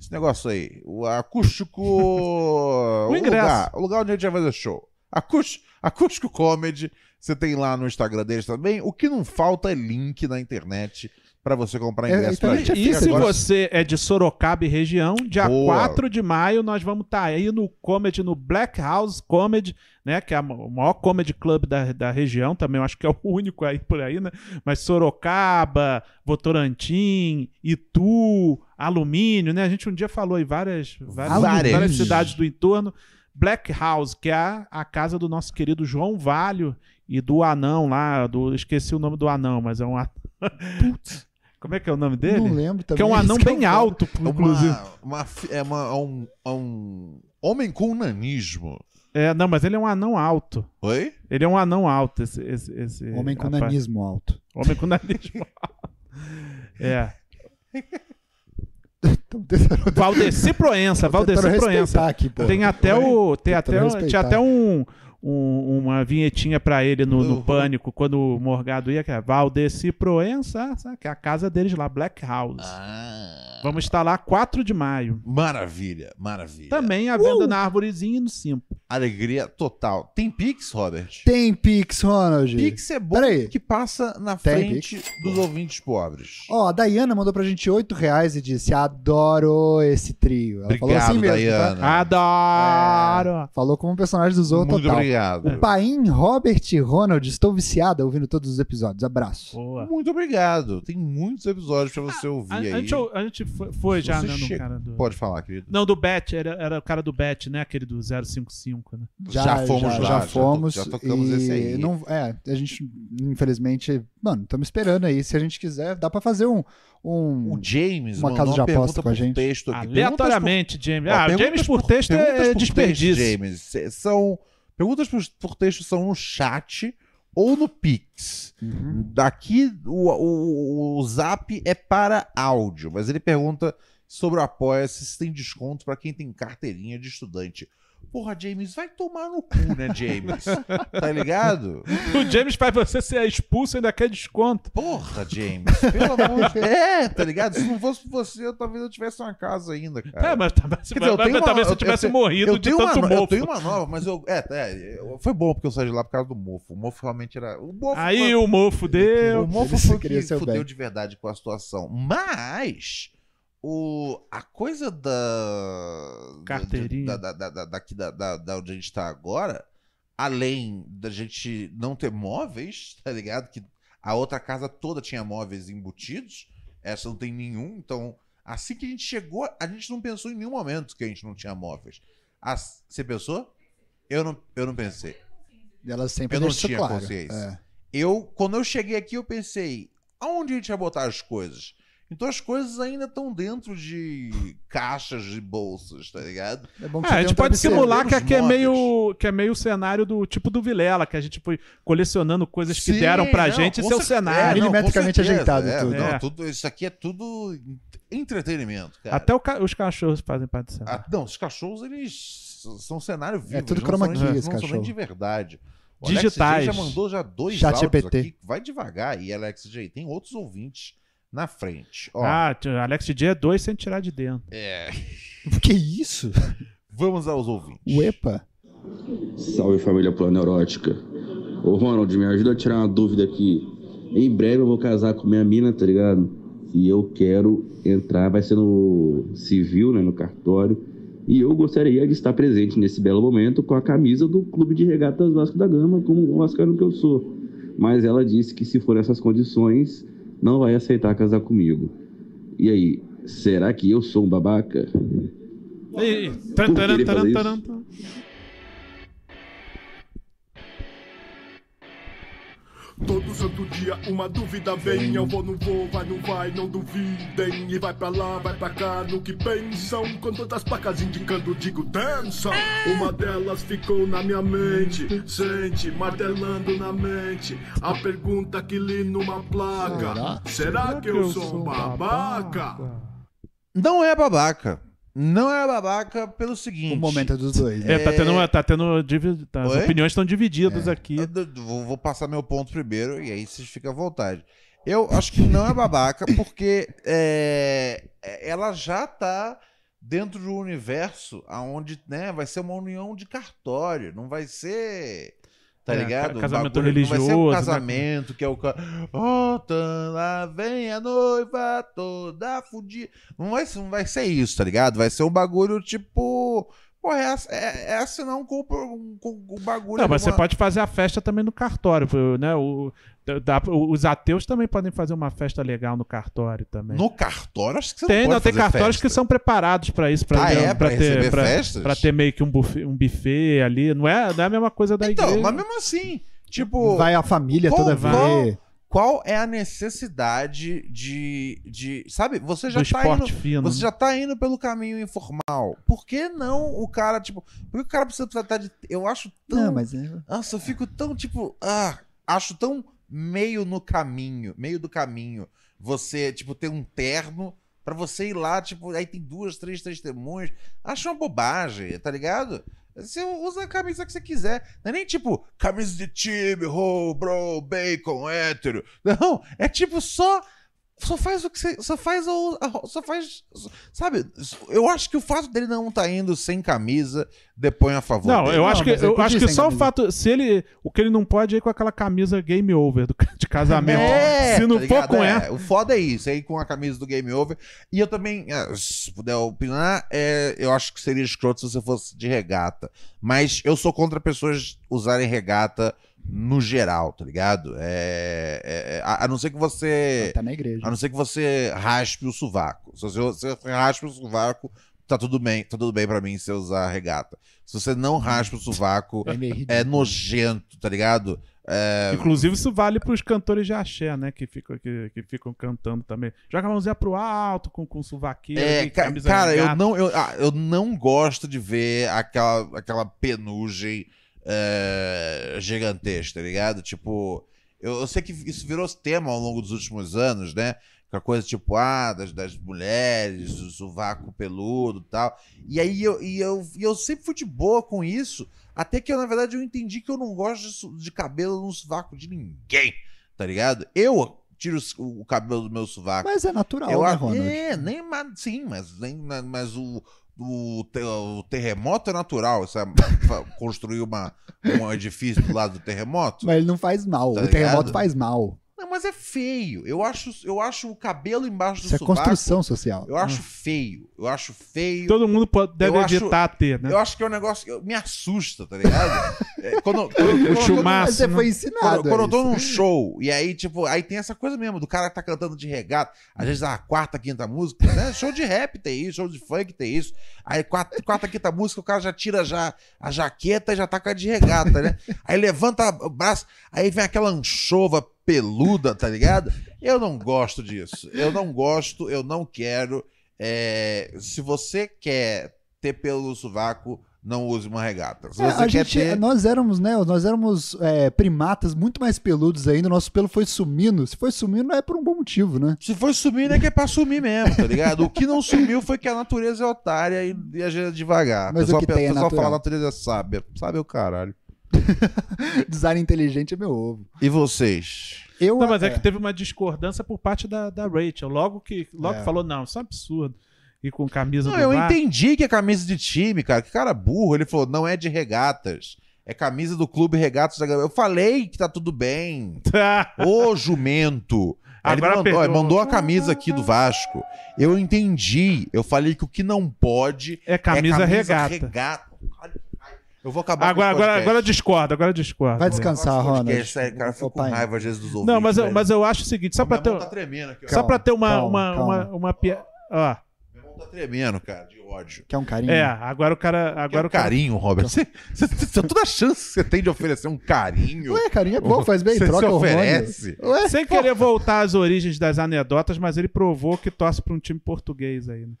Esse negócio aí. O acústico. o ingresso. Lugar, o lugar onde a gente vai fazer show. Acústico, acústico Comedy. Você tem lá no Instagram deles também. O que não falta é link na internet para você comprar É, ingresso então, pra gente, gente. E Fica se Agora- você é de Sorocaba e região, dia Boa. 4 de maio nós vamos estar aí no Comedy, no Black House Comedy, né? Que é a ma- o maior comedy club da, da região também, eu acho que é o único aí por aí, né? Mas Sorocaba, Votorantim, Itu, Alumínio, né? A gente um dia falou aí várias, várias, Várias. várias cidades do entorno. Black House, que é a, a casa do nosso querido João Valho e do anão lá, do, esqueci o nome do anão, mas é um anão. Como é que é o nome dele? Não lembro também. É Que é um anão Isso que bem eu- alto, Uma- inclusive. uma fi- é uma- é um, é um homem com nanismo. É, não, mas ele é um anão alto. Oi? Ele é um anão alto, esse. esse, esse Homem com rapaz. nanismo alto. Homem com nanismo alto. É. Então, tentaram- Valdeci Proença, tentaram Valdeci Proença. respeitar aqui, pô. Tem até o. Tem até, Tentando o- tinha respeitar. até um, um- uma vinhetinha pra ele no, no Uhum. pânico, quando o Morgado ia, que é Valdeci Proença, sabe? Que é a casa deles lá, Black House. Ah, Vamos estar lá 4 de maio. maravilha, maravilha. Também a Uh! venda na arvorezinha e no Simples. Alegria total. Tem Pix, Robert? Tem Pix, Ronald. Pix é bom Peraí. que passa na Tem frente dos ouvintes pobres. Ó, a Dayana mandou pra gente 8 reais e disse: Adoro esse trio. Ela obrigado, falou assim mesmo. tá? É, Dayana. Adoro! Falou como personagem do Zorro Muito total. obrigado. O Paim, Robert e Ronald, estou viciada ouvindo todos os episódios. Abraço. Boa. Ah, Muito obrigado. Tem muitos episódios pra você ouvir A, a aí. gente, a gente foi, foi Se já você né, no chega- cara do. Pode falar, querido. Não, do Bet, era, era o cara do Bet, né? Aquele do 055, né? Já fomos lá, Já já to- fomos. já tocamos e esse aí. Não, é, a gente, infelizmente, mano, estamos esperando aí. Se a gente quiser, dá pra fazer um. um... O James Uma mandou casa de uma pergunta aposta com a por gente. texto aqui. Perguntas por Aleatoriamente, James. Ó, Ah, perguntas James por texto perguntas é por desperdício. texto, James, Cê- são perguntas por, por texto são no chat ou no Pix. Uhum. Daqui o, o, o Zap é para áudio, mas ele pergunta sobre o Apoia-se se tem desconto para quem tem carteirinha de estudante. Porra, James, vai tomar no cu, né, James? tá ligado? O James faz você ser expulso e ainda quer desconto. Porra, James, pelo amor de É, tá ligado? Se não fosse por você, eu, talvez eu tivesse uma casa ainda, cara. É, mas, tá- mas- Quer dizer, eu mas- tenho uma- talvez se eu- eu eu tivesse tenho- morrido eu de tenho, uma, tanto no- eu mofo. tenho uma nova, mas eu. É, é, eu- foi bom porque eu saí de lá por causa do mofo. O mofo realmente era. O mofo Aí o mofo deu. o mofo Ele se foi o queria que ser o fudeu bem. de verdade com a situação. Mas o, a coisa da. Carteirinha. Da, da, da, da- daqui da, da, da onde a gente tá agora, além da gente não ter móveis, tá ligado? Que a outra casa toda tinha móveis embutidos, essa não tem nenhum, então. Assim que a gente chegou, a gente não pensou em nenhum momento que a gente não tinha móveis. As- você pensou? Eu não, eu não pensei. Ela sempre Eu não deixa isso tinha claro. consciência. É. Eu, quando eu cheguei aqui, eu pensei, aonde a gente vai botar as coisas? Então as coisas ainda estão dentro de caixas de bolsas, tá ligado? É bom que Ah, você a tenha gente um pode travesseiro. simular que Os aqui é móveis. meio que é meio o cenário do tipo do Vilela, que a gente foi colecionando coisas que Sim, deram pra não, gente. com Esse é o certeza. cenário. É, não, com Milimetricamente certeza, ajeitado é, tudo. não, É. tudo. Isso aqui é tudo entretenimento, cara. Até o ca- os cachorros fazem parte do cenário. Ah, não, os cachorros, eles s- são um cenário vivo. É tudo eles não são chroma nem- key, esse Não são nem cachorro. de verdade. O Digitais. Alex J já mandou já dois Chat áudios GPT. aqui. Vai devagar. E Alex J, tem outros ouvintes na frente. Ó, Ah, t- Alex DJ é dois sem tirar de dentro. é, Que isso? vamos aos ouvintes. Uepa. Salve família Planeurótica. Ô Ronald, me ajuda a tirar uma dúvida aqui. Em breve eu vou casar com minha mina, tá ligado? E eu quero entrar, vai ser no civil, né? No cartório. E eu gostaria de estar presente nesse belo momento com a camisa do Clube de Regatas Vasco da Gama, como um vascaíno que eu sou. Mas ela disse que se for nessas condições, não vai aceitar casar comigo. E aí, será que eu sou um babaca? Ih, tan, taran, queria fazer taran, isso? taran, taran. Todo santo dia uma dúvida vem. Eu vou, não vou, vai, não vai, não duvidem. E vai pra lá, vai pra cá, no que pensam. Com todas as placas indicando, digo, dança. Uma delas ficou na minha mente, sente, martelando na mente. A pergunta que li numa placa: Será, que, eu, sou um babaca? Não é babaca. Não é babaca pelo seguinte. O momento é dos dois. né? É, tá tendo, uma- tá tendo divi- tá- as Oi? É. opiniões estão divididas aqui. Eu d- d- Vou, vou passar meu ponto primeiro e aí vocês ficam à vontade. Eu acho que não é babaca porque é, é, ela já tá dentro do universo aonde né, vai ser uma união de cartório, não vai ser. Tá É, ca- ligado? Um não casamento vai ser um religioso, né? casamento que é o. ca- Oh, tá, lá vem a noiva toda fudida. Não vai, ser- não vai ser isso, tá ligado? Vai ser um bagulho tipo. Porra, é, ass- é, é assinar um, compro- um, com- um bagulho. Não, mas uma- você pode fazer a festa também no cartório, pô, né? O- dá- os ateus também podem fazer uma festa legal no cartório também. No cartório, acho que você tem, não não, pode tem fazer cartórios festa. que são preparados pra isso, pra, Ah, é? Pra ter, receber pra, festas? pra ter meio que um buffet, um buffet ali. Não é, não é a mesma coisa da Então, igreja. mas mesmo assim, tipo, Vai a família Qual- toda qual- ver. qual é a necessidade de. de sabe, você já do tá indo. esporte fino. né? Você já tá indo pelo caminho informal. Por que não o cara, tipo. Por que o cara precisa tratar de. Eu acho tão. Não, mas é- Nossa, eu fico tão, tipo. Ah, acho tão meio no caminho. Meio do caminho. Você, tipo, ter um terno pra você ir lá, tipo, aí tem duas, três testemunhas. Acho uma bobagem, tá ligado? Você usa a camisa que você quiser. Não é nem tipo, camisa de time, ho, bro, bacon, hétero. Não, é tipo só. Só faz o que você. Só faz o. Só faz. Sabe? Eu acho que o fato dele não tá indo sem camisa depõe a favor. Não, dele. eu acho que, mas ele eu podia acho que sem só o camisa. fato. Se ele. O que ele não pode é ir com aquela camisa game over do, de casamento. É, se não tá for ligado? com essa. É, O foda é isso, aí com a camisa do Game Over. E eu também, é, se puder opinar, é, eu acho que seria escroto se você fosse de regata. Mas eu sou contra pessoas usarem regata no geral, tá ligado? É, é, é, a, a não ser que você. Tá na igreja. A não ser que você raspe o sovaco. Se você, você raspa o sovaco, tá tudo bem, tá tudo bem pra mim se eu usar regata. Se você não raspa o sovaco, É meio ridículo. é nojento, tá ligado? É, Inclusive, isso vale pros cantores de axé, né? Que ficam, que, que ficam cantando também. Joga a mãozinha pro alto com, com suvaqueiro. É, que ca- camisa cara, eu regata. não, eu, ah, eu não gosto de ver aquela, aquela penugem eh, gigantesco, tá ligado? Tipo, eu, eu sei que isso virou tema ao longo dos últimos anos, né? Com a coisa tipo, ah, das, das mulheres, o sovaco peludo e tal. E aí eu, e eu, e eu sempre fui de boa com isso, até que eu, na verdade, eu entendi que eu não gosto de, su- de cabelo no sovaco de ninguém, tá ligado? Eu tiro o s- o cabelo do meu sovaco. Mas é natural, Eu né, a- Ronald? É, nem, ma- sim, mas, nem, ma- mas o, o, te- o terremoto é natural. Você fa- construir uma, um edifício do lado do terremoto. Mas ele não faz mal. Tá o terremoto ligado? faz mal. Não, mas é feio. Eu acho, eu acho o cabelo embaixo do Isso é sovaco, construção social. Hum. Eu acho feio. Eu acho feio. Todo mundo pode- deve Eu acho- evitar ter, né? Eu acho que é um negócio que eu- me assusta, tá ligado? É, quando, quando- O quando- chumaço, Mas você né? foi Quando, ensinado. quando a eu tô isso. num show, e aí, tipo, aí tem essa coisa mesmo, do cara que tá cantando de regata, às vezes a quarta, quinta música, né? Show de rap tem isso, show de funk tem isso. Aí quarta, quarta quinta música, o cara já tira já a jaqueta e já tá com a de regata, né? Aí levanta o braço, aí vem aquela anchova peluda, tá ligado? Eu não gosto disso. Eu não gosto, eu não quero. É, se você quer ter pelo no sovaco, não use uma regata. Se É, você a quer gente, ter... nós éramos, né? Nós éramos é, primatas muito mais peludos ainda. o Nosso pelo foi sumindo. Se foi sumindo, é por um bom motivo, né? Se for sumir, é que é pra sumir mesmo, tá ligado? O que não sumiu foi que a natureza é otária e, e a gente é devagar. Mas o pessoal, o que tem é o pessoal natural. fala a natureza é sábia. Sábia o caralho. Design inteligente é meu ovo. E vocês? Eu, Não, mas é, é, que teve uma discordância por parte da, da Rachel. Logo que logo É. que falou, não, isso é um absurdo. E com camisa Não, do eu VAR. entendi que é camisa de time, cara. Que cara burro. Ele falou, não é de regatas. É camisa do clube Regatas da Gama. Eu falei que tá tudo bem. Tá. Ô, jumento. Aí ele Agora mandou, ó, perdeu. mandou a camisa aqui do Vasco. Eu entendi. Eu falei que o que não pode É camisa, é regata. regata. Eu vou acabar Agora, com esse agora, podcast. agora discorda, agora discorda. Vai descansar. Eu gosto de Ronald. podcast, sério, cara, eu fico Opa, com hein. raiva às vezes dos ouvintes. Não, mas, eu- velho. mas eu acho o seguinte, só Minha pra ter, mão tá tremendo aqui, ó. só pra ter uma, Calma, uma, calma, uma, calma. uma pia- Ó, Minha mão tá tremendo, cara, de ódio. que é um carinho. é, agora o cara. Agora Agora o é cara- Então. carinho, Robert. Você, você, você- toda a chance que você tem de oferecer um carinho. Ué, carinho é bom, faz bem, Você troca se o oferece. Ué, Sem querer voltar às origens das anedotas, mas ele provou que torce pra um time português aí. né?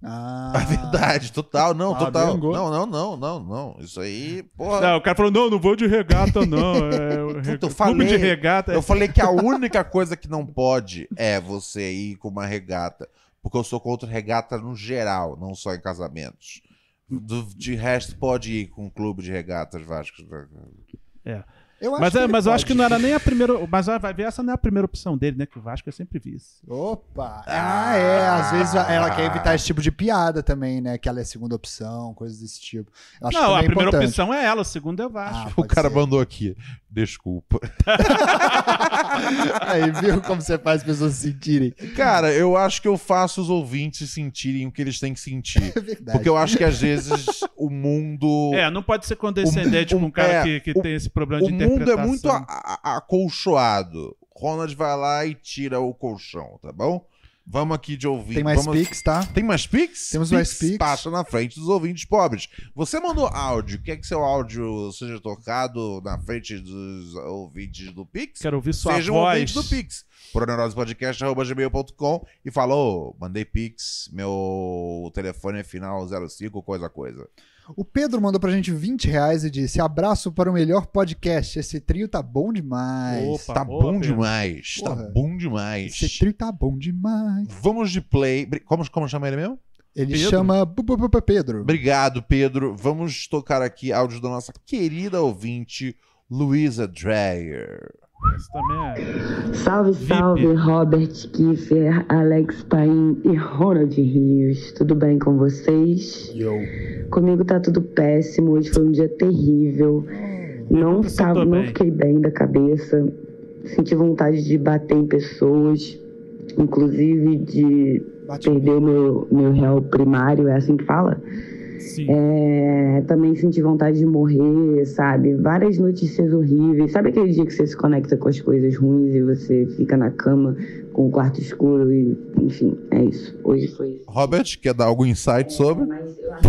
ah, A verdade, total, não, Ah, total. vingou. Não, não, não, não, não. Isso aí, porra. Não, o cara falou: não, não vou de regata, não. É, o Puta, eu reg- falei. Clube de regata. é. Eu falei que a única coisa que não pode é você ir com uma regata. Porque eu sou contra regata no geral, não só em casamentos. Do- de resto, pode ir com um clube de regatas Vasco. Eu acho Mas, que é, ele mas eu acho que pode. não era nem a primeira. Mas ó, vai ver, essa não é a primeira opção dele, né? Que o Vasco é sempre vice. Opa! Ah, é. Às vezes ela quer evitar esse tipo de piada também, né? Que ela é segunda opção, coisas desse tipo. Eu Acho não, que a também é primeira importante. opção é ela, a segunda é o Vasco. Ah, O pode cara ser. mandou aqui. Desculpa. Aí, viu como você faz as pessoas se sentirem? Cara, eu acho que eu faço os ouvintes sentirem o que eles têm que sentir. É verdade. Porque eu acho que às vezes o mundo. É, não pode ser condescendente O- com um cara é, que, que o- tem esse problema o de mundo é interpretação. muito a- a- acolchoado. Ronald vai lá e tira o colchão, tá bom? Vamos aqui de ouvinte. Tem mais Vamos... pics, tá? Tem mais Pix? Temos mais Pix. Passa na frente dos ouvintes pobres. Você mandou áudio. Quer que seu áudio seja tocado na frente dos ouvintes do Pix? Quero ouvir sua seja um voz. ouvinte do Pix. Proneurosepodcast.gmail.com e falou, mandei Pix, meu telefone é final 05, coisa, coisa. O Pedro mandou pra gente 20 reais e disse: abraço para o melhor podcast. Esse trio tá bom demais. Opa, tá boa, bom Pedro. demais, Porra. tá bom demais. Esse trio tá bom demais. Vamos de play. Bri- Como, como chama ele mesmo? Ele Pedro? chama Bu- Bu- Bu- Bu- Pedro. Obrigado, Pedro. Vamos tocar aqui áudio da nossa querida ouvinte, Luísa Dreyer. Isso também é. Salve, salve, Robert Kiefer, Alex Paim e Ronald Rios. Tudo bem com vocês? Comigo tá tudo péssimo, hoje foi um dia terrível. Não, aconteceu tava, não também? fiquei bem da cabeça. Senti vontade de bater em pessoas, inclusive de Bate perder o meu, meu réu primário, é assim que fala? Sim. É, também senti vontade de morrer, sabe? Várias notícias horríveis. Sabe aquele dia que você se conecta com as coisas ruins e você fica na cama com o quarto escuro e, enfim, é isso. Hoje foi isso. Robert, quer dar algum insight sobre? Mas eu acho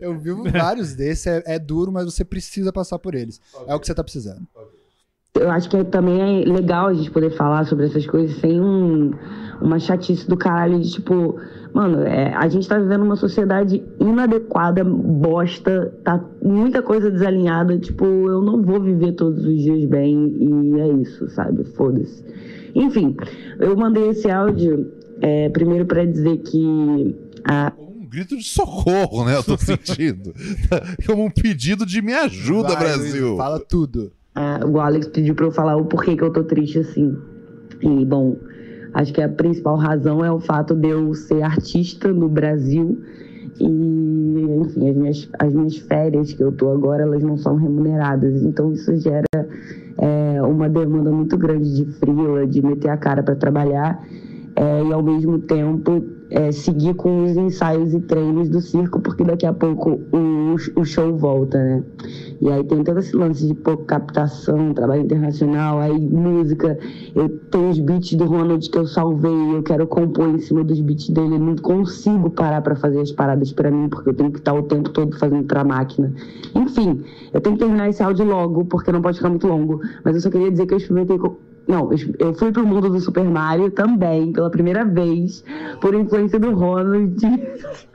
Eu vivo vários desses, é, é duro, mas você precisa passar por eles. É o que você tá precisando. eu acho que é- também é legal a gente poder falar sobre essas coisas sem um, uma chatice do caralho de tipo, mano, é, a gente tá vivendo uma sociedade inadequada, bosta, tá muita coisa desalinhada, tipo, eu não vou viver todos os dias bem e é isso, sabe? Foda-se. Enfim, eu mandei esse áudio é, primeiro pra dizer que a, Um grito de socorro, né? Eu tô sentindo. Como um pedido de me ajuda, Vai, Brasil. Luiz, fala tudo. Ah, o Alex pediu pra eu falar o porquê que eu tô triste assim. E, bom, acho que a principal razão é o fato de eu ser artista no Brasil. E, enfim, as minhas, as minhas férias que eu tô agora, elas não são remuneradas. Então, isso gera é, uma demanda muito grande de frila, de meter a cara para trabalhar. é, e, ao mesmo tempo, é, seguir com os ensaios e treinos do circo, porque daqui a pouco o, o show volta, né? E aí tem todo esse lance de pouco captação, trabalho internacional, aí música. Eu tenho os beats do Ronald que eu salvei, eu quero compor em cima dos beats dele, eu não consigo parar pra fazer as paradas pra mim, porque eu tenho que estar o tempo todo fazendo pra máquina. Enfim, eu tenho que terminar esse áudio logo, porque não pode ficar muito longo, mas eu só queria dizer que eu experimentei co- não, eu es- eu fui pro mundo do Super Mario também, pela primeira vez, por influência do Ronald.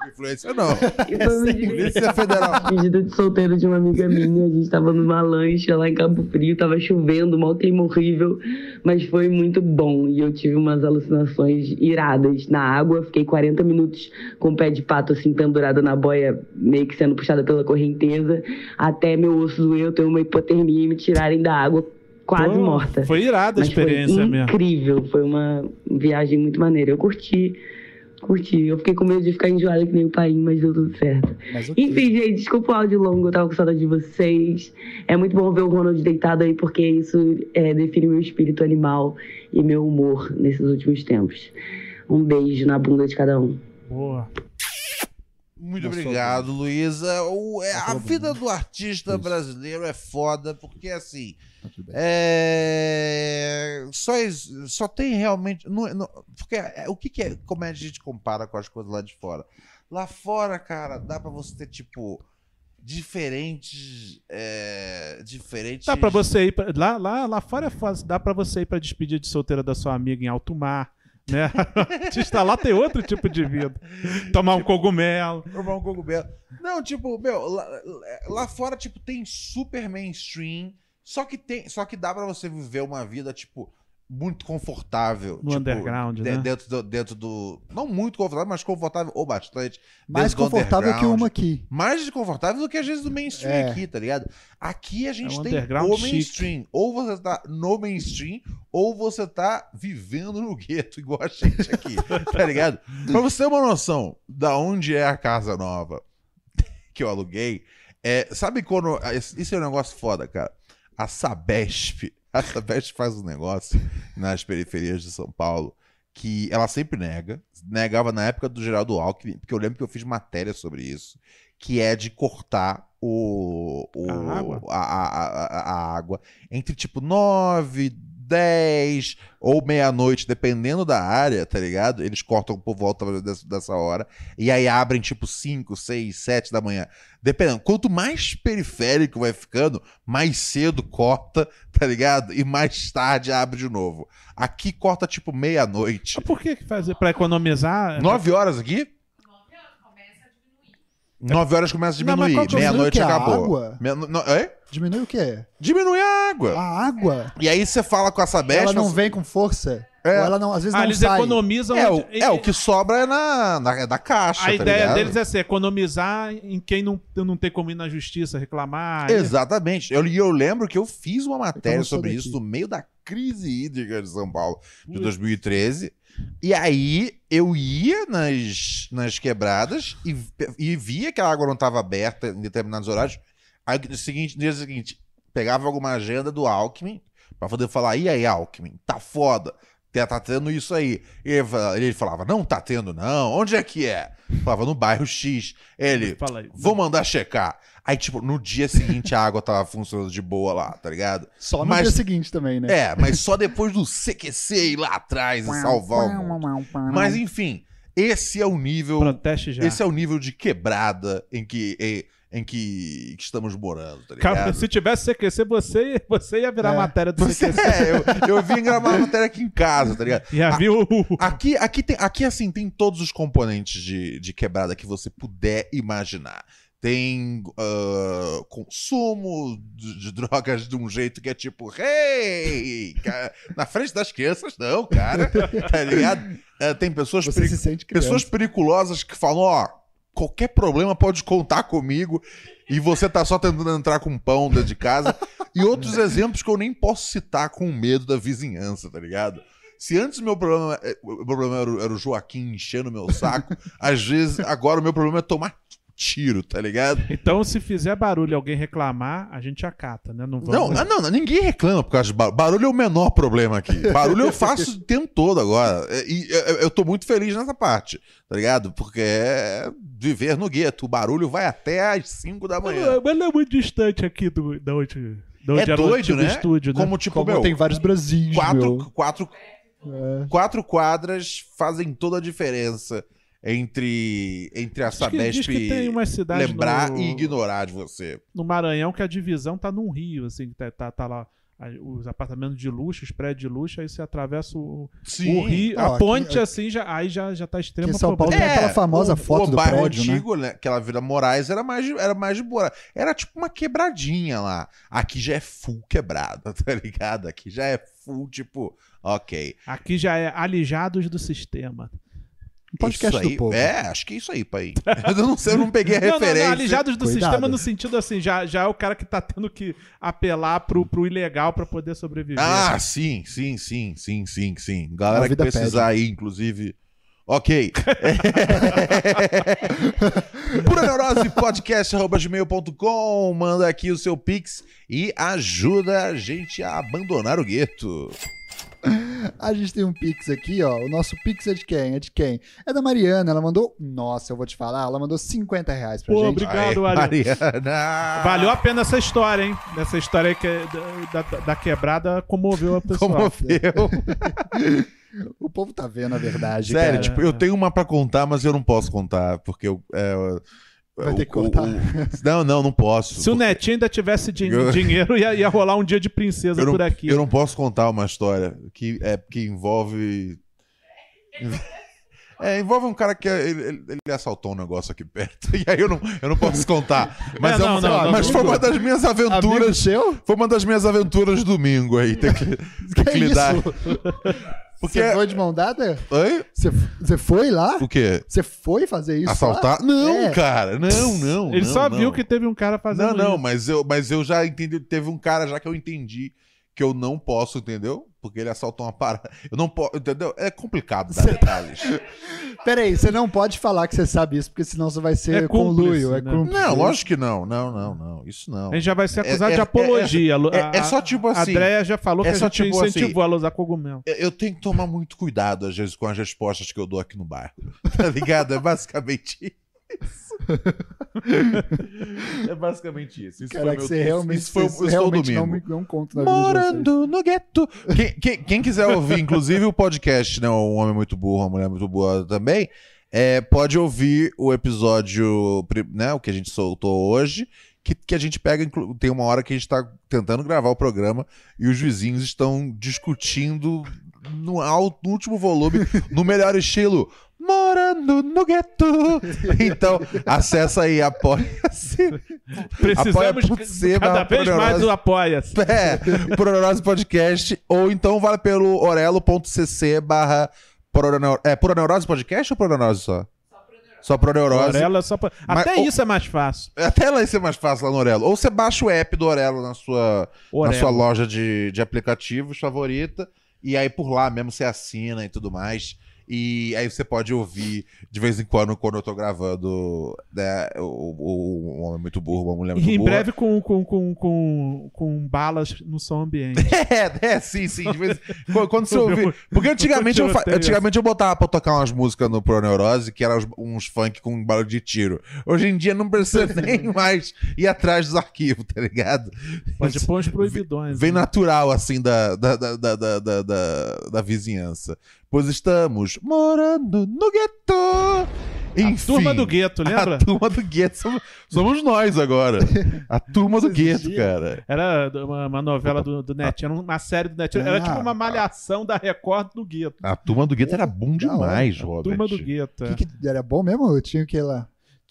Influência não. E foi muito é Polícia Federal. despedida de solteiro de uma amiga minha. A gente tava numa lancha lá em Cabo Frio, tava chovendo, mal clima horrível, mas foi muito bom. E eu tive umas alucinações iradas na água. Fiquei 40 minutos com o pé de pato assim pendurado na boia, meio que sendo puxada pela correnteza, até meu osso doer, eu ter uma hipotermia e me tirarem da água quase Pô, morta. Foi irada a Mas experiência foi mesmo. incrível, foi uma viagem muito maneira. Eu curti, curti. Eu fiquei com medo de ficar enjoada que nem o pai, mas deu tudo certo. Mas ok. Enfim, gente, desculpa o áudio longo, eu tava com saudade de vocês. É muito bom ver o Ronald deitado aí, porque isso é, define meu espírito animal e meu humor nesses últimos tempos. Um beijo na bunda de cada um. Boa. Muito Nossa, obrigado, Luísa. O- é, Nossa, a Bruno. vida do artista Isso. brasileiro é foda, porque assim. Tá tudo bem. É... Só, ex- só tem realmente. não- não- porque é, o que, que é. Como é que a gente compara com as coisas lá de fora? Lá fora, cara, dá pra você ter, tipo, diferentes. É, diferentes. Dá pra você ir pra, lá, lá, lá fora é fácil. Dá pra você ir pra despedida de solteira da sua amiga em alto mar. Né? artista lá tem outro tipo de vida. Tomar um Tipo, cogumelo. Tomar um cogumelo. Não, tipo, meu, lá, lá fora, tipo, tem super mainstream. Só que tem. Só que dá pra você viver uma vida, tipo, muito confortável. No tipo, underground, de- né? Dentro do, dentro do. Não muito confortável, mas confortável ou bastante. Mais dentro do confortável que underground. uma aqui. Mais confortável do que às vezes do mainstream É. aqui, tá ligado? Aqui a gente É um tem underground o chique. mainstream. Ou você tá no mainstream, ou você tá vivendo no gueto, igual a gente aqui, tá ligado? Pra você ter uma noção da onde é a casa nova que eu aluguei, é, sabe quando. Isso é um negócio foda, cara. A Sabesp. A Sabesp faz um negócio nas periferias de São Paulo que ela sempre nega. Negava na época do Geraldo Alckmin, porque eu lembro que eu fiz matéria sobre isso, que é de cortar o, o- A água? A, a- a- a- a água entre tipo 9, 10 ou meia-noite, dependendo da área, tá ligado? Eles cortam por volta dessa, dessa hora e aí abrem tipo 5, 6, 7 da manhã. Dependendo, quanto mais periférico vai ficando, mais cedo corta, tá ligado? E mais tarde abre de novo. Aqui corta tipo meia-noite. Mas Por que que fazer? Pra economizar? Nove horas aqui? Nove horas começa a Não, mas diminuir. qual que é o Meia-noite problema? Que é a acabou. água? Meia- no- é? Diminui o quê? Diminui a água. A água. E aí você fala com essa besta. ela não vem com força. É. Ou ela não, às vezes Ah, não eles sai. economizam. É, onde- o, é, o que sobra é na, na, é da caixa. A tá ideia ligado? deles é ser economizar em quem não, não tem como ir na justiça, reclamar. Exatamente. Eu, e eu lembro que eu fiz uma matéria Estamos sobre todos isso aqui. no meio da crise hídrica de São Paulo de 2013. E aí eu ia nas, nas quebradas e, e via que a água não estava aberta em determinados horários. Aí no seguinte, no dia seguinte, pegava alguma agenda do Alckmin pra poder falar: e aí, Alckmin, tá foda. Tá tá tendo isso aí. E ele fala- ele falava, não tá tendo, não. Onde é que é? Falava, no bairro X. Ele, Fala aí. Vou mandar checar. Aí, tipo, no dia seguinte a água tava funcionando de boa lá, tá ligado? Só no Mas- dia seguinte também, né? É, mas só depois do CQC ir lá atrás e salvar o mundo. Mas enfim, esse é o nível. Proteste já. Esse é o nível de quebrada em que, em, em que, que estamos morando, tá Cara, ligado? se tivesse CQC, você, você ia virar É. matéria do Você- CQC. é, eu, eu vim gravar uma matéria aqui em casa, tá ligado? Ia vir o. Aqui, aqui, tem, aqui assim, tem todos os componentes de, de quebrada que você puder imaginar. Tem ah, consumo de, de drogas de um jeito que é tipo, hey! Cara, Na frente das crianças, não, cara. Tá ligado? Ah, tem pessoas Você perigo- se sente criança. Pessoas periculosas que falam, ó, qualquer problema pode contar comigo e você tá só tentando entrar com pão dentro de casa. E outros exemplos que eu nem posso citar com medo da vizinhança, tá ligado? Se antes meu problema, eh, o problema era, o- era o Joaquim enchendo meu saco, às vezes agora o meu problema é tomar tiro, tá ligado? Então, se fizer barulho e alguém reclamar, a gente acata, né? Não Não, vamos. ah, não, não, ninguém reclama por causa de barulho. Barulho é o menor problema aqui. Barulho eu faço o tempo todo agora. É, E e, eu, eu tô muito feliz nessa parte, tá ligado? Porque é viver no gueto. O barulho vai até às 5 da manhã. Mas- Mas não é muito distante aqui do, da onde, da onde É era o doido, antigo né? estúdio, né? Como, tipo, Como meu, tem vários Brasis, quatro, meu. quatro, É. quatro quadras fazem toda a diferença entre, entre a Diz que, diz Sabesp que tem umas cidades lembrar no, e ignorar de você. no Maranhão que a divisão tá num rio, assim, que tá, tá, tá lá a- os apartamentos de luxo, os prédios de luxo, aí você atravessa o, Sim. o rio, Ó, a Ah, aqui- é- ponte, assim, já, aí já, já tá Aqui extremo em São Paulo problema. tem aquela famosa É, o- foto o do bairro prédio, né? antigo, né? Aquela Vila Moraes era mais, de- era mais de boa. Era tipo uma quebradinha lá. Aqui já é full quebrada, tá ligado? Aqui já é full, tipo, ok. Aqui já é alijados do sistema. Um podcast isso aí, do povo. É, acho que é isso aí, pai. Eu não sei, eu não peguei a Não, não, não, referência. alijados do Cuidado. sistema no sentido assim, já, já é o cara que tá tendo que apelar pro, pro ilegal pra poder sobreviver. Ah, sim, sim, sim, sim, sim, sim. Galera A que vida precisar aí, inclusive. Ok. Pura Neurose Podcast, arroba gmail.com. Manda aqui o seu pix e ajuda a gente a abandonar o gueto. A gente tem um Pix aqui, ó. O nosso Pix é de quem? É de quem? É da Mariana. Ela mandou. Nossa, eu vou te falar. Ela mandou 50 reais pra Pô, gente. obrigado. Ariana. Mariana. Valeu a pena essa história, hein? Essa história aí que é da, da- da quebrada comoveu a pessoa. Como eu. O povo tá vendo a verdade. Sério, cara. tipo, eu tenho uma pra contar, mas eu não posso contar, porque eu. é, eu- Vai ter que o- o- cortar. o- não, não, não posso. Se o Netinho ainda tivesse din- dinheiro, ia, ia rolar um dia de princesa Eu não- por aqui. Eu não posso contar uma história que, é, que envolve. É, envolve um cara que é- ele, ele- ele assaltou um negócio aqui perto. E aí eu não, eu não posso contar. Mas, É, é não, um- não, não, mas não. foi uma das minhas Amigo aventuras. seu? Foi uma das minhas aventuras de domingo aí. Tem que, tem Que que isso? lidar. Porque. Você foi de mão dada? Oi? Você, você foi lá? O quê? Você foi fazer isso? lá? Assaltar? Não, É. cara. Não, não. Ele não, só não. viu que teve um cara Não, fazendo não, isso. mas eu, mas eu já entendi. Teve um cara já que eu entendi que eu não posso, entendeu? Porque ele assaltou uma parada. Eu não posso, entendeu? É complicado dar tá detalhes. Peraí, você não pode falar que você sabe isso, porque senão você vai ser É cúmplice, conluio. É né? cúmplice. Não, lógico que não. Não, não, não. Isso não. A gente já vai ser acusado É- é- de apologia. é- é- é só tipo assim, A Andrea já falou é que a só gente tipo incentivou ela a usar cogumelo. Eu- Eu tenho que tomar muito cuidado, às vezes, com as respostas que eu dou aqui no bairro. Tá ligado? É basicamente isso. é basicamente isso. Isso Cara, foi que meu- você realmente, isso foi, você isso foi o realmente domingo. não, me- não conta na vida de vocês. Morando no gueto. Quem, quem- quem quiser ouvir, inclusive, o podcast, né? Um Homem Muito Burro, Uma Mulher Muito Burra também, é, pode ouvir o episódio, pri- né? O que a gente soltou hoje, que, que a gente pega. inclu- Tem uma hora que a gente tá tentando gravar o programa e os vizinhos estão discutindo no, alto, no último volume, no melhor estilo. Morando no gueto. Então, acessa aí, apoia-se. Precisamos por ser cada mais vez mais poderosa. do apoia-se. É, Proronose Podcast, ou então vale pelo orelo.cc barra Proroneu- é, Proneurose Podcast ou Proneurose só? Só Proneurose. Orelha só pra- Mas- Até o- isso é mais fácil. Até lá ia ser mais fácil lá no Orelo. Ou você baixa o app do Orelo na sua, na Orelha. sua loja de, de aplicativos favorita, e aí por lá mesmo você assina e tudo mais. E aí você pode ouvir de vez em quando, quando eu tô gravando né, o, o- um homem muito burro, uma mulher muito E em burra. breve com, com, com, com, com balas no som ambiente. É, é, sim, sim. de vez- Qu- Quando você Eu vi ouvir. muito- Porque antigamente eu, fa- tiroteio. antigamente eu botava pra tocar umas músicas no Pro Neurose, que eram uns- uns funk com um barulho de tiro. Hoje em dia não precisa nem mais ir atrás dos arquivos, tá ligado? Pode pôr uns proibidões. Vem né? natural, assim, da, da, da, da, da, da, da- da vizinhança. Pois estamos morando no gueto. Enfim. Turma do Gueto, lembra? A turma do gueto. Somos, somos nós agora. A turma do gueto, cara. Era uma, uma novela do, do Net, era um, uma série do Net. Era Ah, tipo uma malhação da Record do Gueto. A turma do gueto era bom Da hora. demais, A Robert. Turma do Gueto. é. Que que- era bom mesmo? Eu tinha o que lá.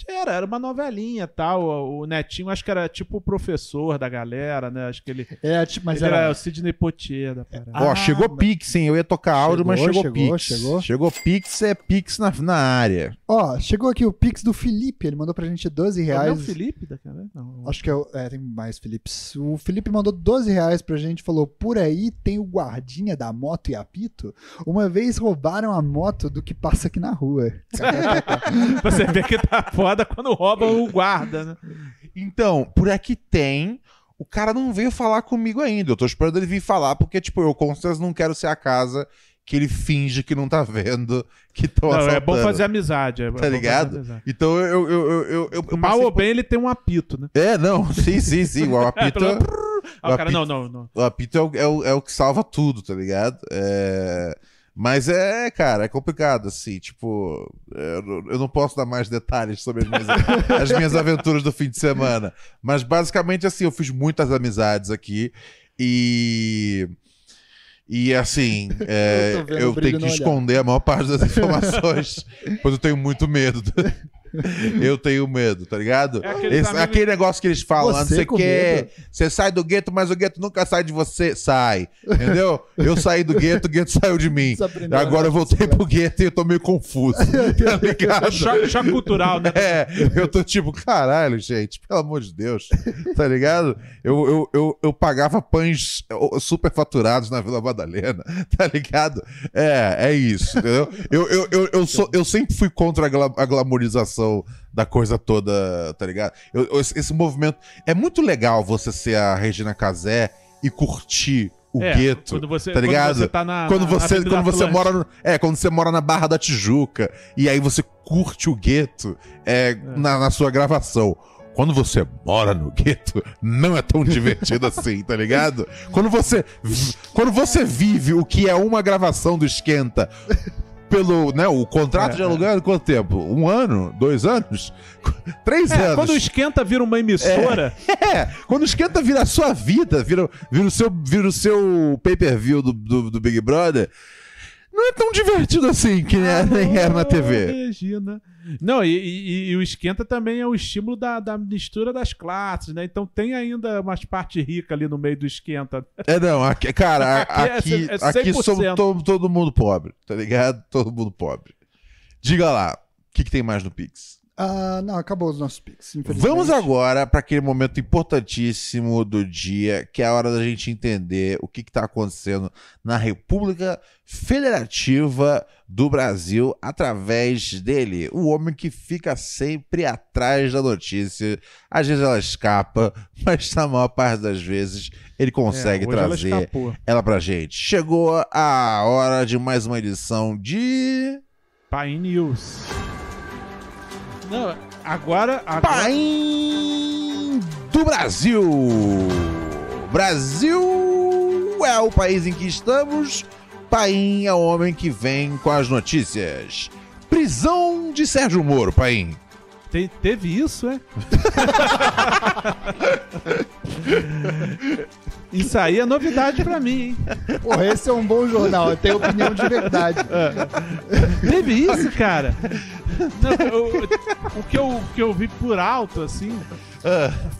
Era, era uma novelinha tal. O o Netinho, acho que era tipo o professor da galera, né? Acho que ele, É, tipo, mas ele era... era. o Sidney Poitier da parada. Ó, Ah, chegou mas- Pix, hein? Eu ia tocar áudio, mas Chegou, chegou, chegou, Pix. chegou. Pix, é Pix na, na área. Ó, chegou aqui o Pix do Felipe. Ele mandou pra gente 12 Não é o reais. Felipe da galera? Não. Acho que é, o- é, tem mais Felipes. O Felipe mandou 12 reais pra gente, falou: por aí tem o guardinha da moto e apito. Uma vez roubaram a moto do que passa aqui na rua. Você vê que tá foda quando roubam o guarda, né? Então, por aqui tem. O cara não veio falar comigo ainda. Eu tô esperando ele vir falar, porque, tipo, eu com certeza não quero ser a casa que ele finge que não tá vendo que estão Não, assaltando. é bom fazer amizade. é bom fazer Tá ligado? amizade. Então eu. eu, eu, eu, eu- eu Mal passei ou por- bem, ele tem um apito, né? É, não, sim, sim, sim. O apito, é- Pelo- Ah, o cara, apito- não, não, não. o apito é, o, é, o, é o que salva tudo, tá ligado? É, Mas é, cara, é complicado, assim, tipo, eu, não- eu não posso dar mais detalhes sobre as minhas, as minhas aventuras do fim de semana. Mas basicamente, assim, eu fiz muitas amizades aqui e. E assim, é, Eu tô vendo eu, o tenho brilho que no olhar. esconder a maior parte das informações, pois eu tenho muito medo. Eu tenho medo, tá ligado? É aqueles Esse- amigos- Aquele negócio que eles falam, ah, não Você sei o com quê. medo. Você sai do gueto, mas o gueto nunca sai de você. Sai. Entendeu? Eu saí do gueto, o gueto saiu de mim. Precisa aprender a Agora andar eu voltei pro gueto e eu tô meio confuso. Tá É ligado? choque, choque cultural, né? É, eu tô tipo, caralho, gente, pelo amor de Deus, tá ligado? Eu, eu, eu, eu pagava pães superfaturados na Vila Madalena, tá ligado? É, é isso, entendeu? Eu, eu, eu, eu, sou, eu sempre fui contra a, gla- a glamorização da coisa toda, tá ligado? Eu- eu- esse esse movimento. É muito legal você ser a Regina Casé e curtir o É, gueto. quando você- tá quando ligado? você tá na- quando na- na você, Avenida quando você Atlântica. mora no- é, quando você mora na Barra da Tijuca e aí você curte o gueto é, Na, na sua gravação. Quando você mora no gueto, não é tão divertido assim, tá ligado? Quando você vi- quando você vive o que é uma gravação do esquenta pelo, né, o contrato É, de aluguel, quanto tempo? Um ano? Dois anos? Três É, anos? quando o esquenta vira uma emissora, É, quando o esquenta vira a sua vida, vira, vira, o, seu, vira o seu pay-per-view do, do, do Big Brother, não é tão divertido assim que né, nem era na Alô, TV. Regina. Não, e, e- e o esquenta também é o estímulo da, da mistura das classes, né? Então tem ainda umas partes ricas ali no meio do esquenta. É, não, aqui- cara, a- Aqui aqui, é- é aqui 100%. somos to- todo mundo pobre, tá ligado? Todo mundo pobre. Diga lá, o que, que tem mais no Pix? Ah, não, acabou os nossos Pix. infelizmente. Vamos agora para aquele momento importantíssimo do dia, que é a hora da gente entender o que está acontecendo na República Federativa do Brasil através dele, o homem que fica sempre atrás da notícia. Às vezes ela escapa, mas na maior parte das vezes ele consegue É, hoje trazer Ela ela, escapou. pra gente. Chegou a hora de mais uma edição de Pai News. Não, agora. agora Paim do Brasil. Brasil é o país em que estamos. Paim é o homem que vem com as notícias. Prisão de Sérgio Moro, Paim. Te- teve isso, é? isso aí é novidade pra mim, hein? Porra, esse é um bom jornal, tem opinião de verdade. É. Teve isso, cara? Não, eu- o, que eu, o que eu vi por alto, assim,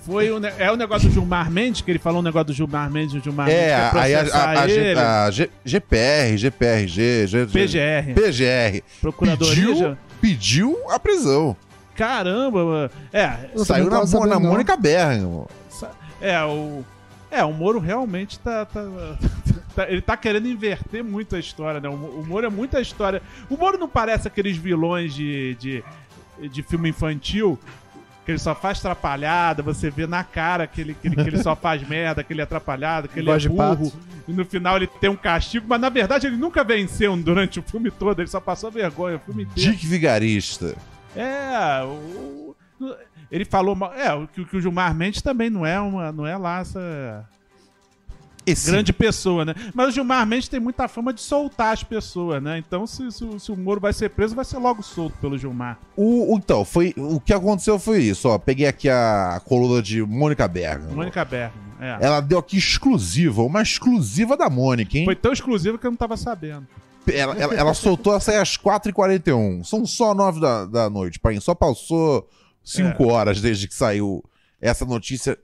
foi o, ne- é o negócio do Gilmar Mendes, que ele falou um negócio do Gilmar Mendes, o Gilmar É, Mendes quer aí a, processar a- a G- ele, a G- GPR, GPRG, G- PGR, PGR Procuradoria. pediu, já- pediu a prisão. Caramba, mano. É, Eu também Saiu na, tava sabendo, na não. Mônica Bergamo. sa- é o é o Moro realmente tá, tá- tá- ele tá querendo inverter muito a história, né? O, Mo- o Moro é muita história. O Moro não parece aqueles vilões de, de, de filme infantil que ele só faz atrapalhada, você vê na cara que ele, que ele, que ele só faz merda, que ele é atrapalhado, que ele Voz é de pato. burro. E no final ele tem um castigo, mas na verdade ele nunca venceu durante o filme todo, ele só passou vergonha o filme inteiro. Dick Vigarista. É, o, o- ele falou mal. É, o que, que o Gilmar Mendes também não é uma, não é lá essa Esse grande pessoa, né? Mas o Gilmar Mendes tem muita fama de soltar as pessoas, né? Então, se, se- se o Moro vai ser preso, vai ser logo solto pelo Gilmar. O, o- então, foi, o que aconteceu foi isso, ó. Peguei aqui a coluna de Mônica Bergamo. Mônica Bergman. É. Tá Ela deu aqui exclusiva, uma exclusiva da Mônica, hein? Foi tão exclusivo que eu não tava sabendo. Ela, ela- ela soltou essa aí às 4h41. São só 9 da, da noite, pai. Só passou É. 5 horas desde que saiu essa notícia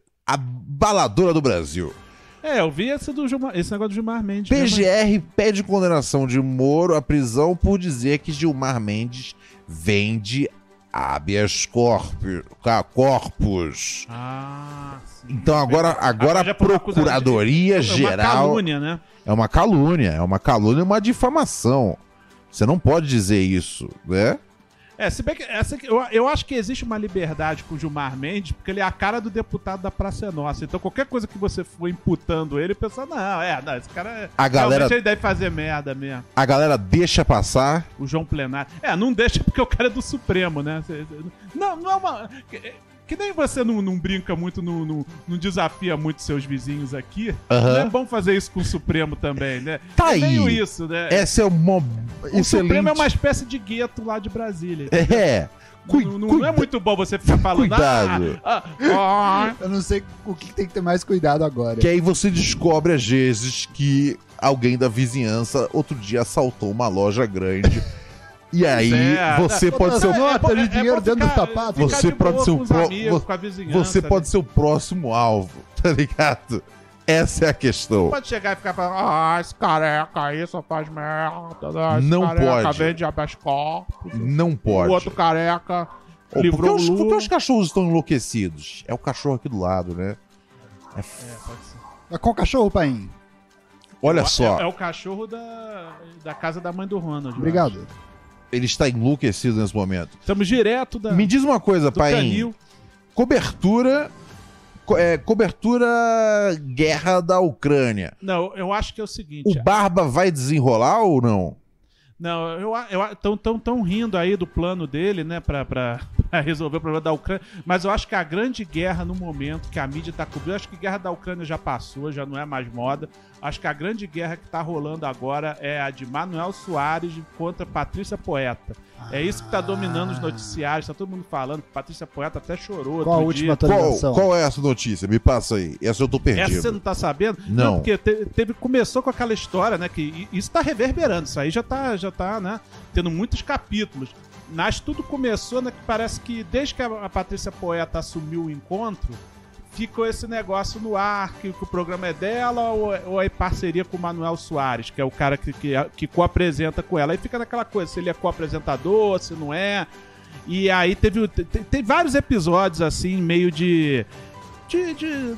abaladora do Brasil. É, eu vi esse, do Gilmar- esse negócio do Gilmar Mendes. né? PGR pede condenação de Moro à prisão por dizer que Gilmar Mendes vende habeas corpus. ca- corpus. Ah, sim. Então agora, agora já a por uma acusação de- Procuradoria É uma Geral. calúnia, né? É uma calúnia, é uma calúnia, uma difamação. Você não pode dizer isso, né? É, se bem que essa, aqui- eu, eu acho que existe uma liberdade com o Gilmar Mendes, porque ele é a cara do deputado da Praça é Nossa. Então qualquer coisa que você for imputando ele, pensa, não, é, não, esse cara é- A galera, realmente ele deve fazer merda mesmo. a galera deixa passar. O João Plenário. É, não deixa porque o cara é do Supremo, né? Cê- cê- Não, não é uma. Que, que nem você não, não brinca muito, não, não, não desafia muito seus vizinhos aqui. Aham. Não é bom fazer isso com o Supremo também, né? Tá é meio aí. isso, né? Essa é uma o Supremo excelente. é uma espécie né? de gueto lá de Brasília. É. Cui- Não- não, não é cuida- muito bom você ficar falando. Cuidado. "Ah, ah, ah". Eu não sei o que tem que ter mais cuidado agora. Que aí você descobre às vezes que alguém da vizinhança outro dia assaltou uma loja grande. e aí É, você tá. pode ser o Nota bom- de dinheiro bom dentro do ficar- sapato. ficar Você de pode boa ser o com os pro- amigos, vo- com a vizinhança, Você pode né? ser o próximo alvo, tá ligado? Essa é a questão. Pode chegar e ficar falando, ah, esse careca aí só faz merda. né? Esse Não careca pode. vende habeas corpus. Não O pode. outro careca Ou porque, livrou os, o Lula. porque os cachorros estão enlouquecidos? É o cachorro aqui do lado, né? É f- É, pode ser. Mas Qual cachorro, Paim? Olha É- só, É, o cachorro da, da casa da mãe do Ronald. né? eu Obrigado. ele está enlouquecido nesse momento. acho. Estamos direto da, Me diz uma coisa, do pai. canil. Cobertura. co- é, cobertura guerra da Ucrânia. Não, eu acho que é o seguinte. O Barba vai desenrolar ou não? Não, eu, eu tão, tão, tão rindo aí do plano dele, né, pra, pra, pra resolver o problema da Ucrânia. Mas eu acho que a grande guerra no momento que a mídia tá cobrindo, eu acho que a guerra da Ucrânia já passou, já não é mais moda. Acho que a grande guerra que tá rolando agora é a de Manuel Soares contra Patrícia Poeta. É isso que tá dominando os noticiários, tá todo mundo falando. Patrícia Poeta até chorou. Ah. Qual a outro dia. última Qual, atualização? qual é essa notícia? Me passa aí. Essa eu tô Essa você perdido. não tá sabendo? Não. porque te- teve, começou com aquela história, né? Que i- isso tá reverberando, isso aí já tá, já tá, né? Tendo muitos capítulos. Mas tudo começou, né? Que parece que desde que a, a Patrícia Poeta assumiu o encontro, ficou esse negócio no ar, que, que o programa é dela ou, é- ou é em parceria com o Manuel Soares, que é o cara que, que, a- que co-apresenta com ela. Aí fica naquela coisa, se ele é co-apresentador, se não é. E aí teve, o- te- te- tem vários episódios, assim, meio de- de- de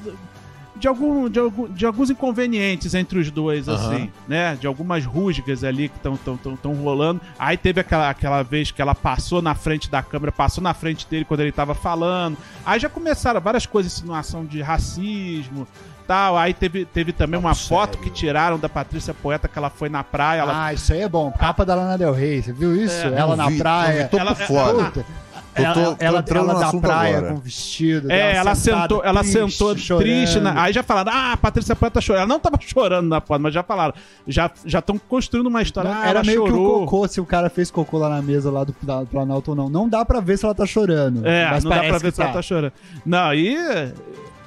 de, algum, de, algum- de alguns inconvenientes entre os dois, Aham. assim, né? De algumas rusgas ali que estão tão, tão, tão rolando. Aí teve aquela, aquela vez que ela passou na frente da câmera, passou na frente dele quando ele tava falando. Aí já começaram várias coisas, insinuação de racismo tal. Aí teve, teve também uma foto que tiraram da Patrícia Poeta que ela foi na praia. Ela É, Ah, isso aí é bom. Capa da Lana Del Rey, você viu isso? É. ela na vi- praia. Tô Ela- por fora. Puta. Eu ela tô- ela, tô ela, entrando no da assunto praia agora. com vestido. É, dela ela sentada, sentou, ela triste, sentou chorando. triste. na- aí já falaram, ah, a Patrícia Poeta chorou. Ela não tava chorando na foto, mas já falaram. Já estão construindo uma história. Não, Ah, era ela meio chorou. que o cocô, se o cara fez cocô lá na mesa lá do, da- do Planalto ou não. Não dá pra ver se ela tá chorando. É, mas não dá pra parece ver que se ela tá chorando. Não, e.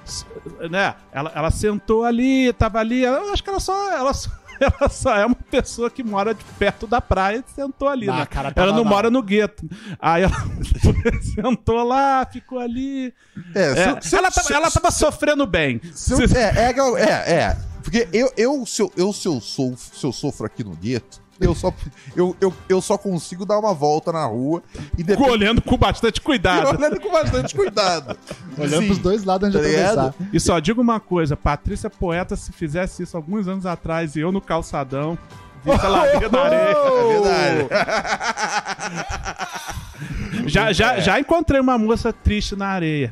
s- Né, ela, ela sentou ali, tava ali. ela- Eu acho que ela só. Ela só ela só é uma pessoa que mora de perto da praia e sentou ali, Ah, né? cara, tava ela não lá. mora no gueto. Aí ela sentou lá, ficou ali. É, se eu- É, se eu- ela, se tava, eu- ela tava sofrendo bem. Se eu- é, é, aquela- é, é. Porque eu, eu, se, eu, eu, se, eu sou, se eu sofro aqui no gueto, eu só, eu, eu, eu só consigo dar uma volta na rua e depois. Olhando com bastante E cuidado. olhando com bastante cuidado. Olhando Sim. pros dois lados onde tá ligado? atravessar. E só digo uma coisa, Patrícia Poeta, se fizesse isso alguns anos atrás e eu no calçadão, vista ela ali na areia. É verdade. Já, já, já encontrei uma moça triste na areia.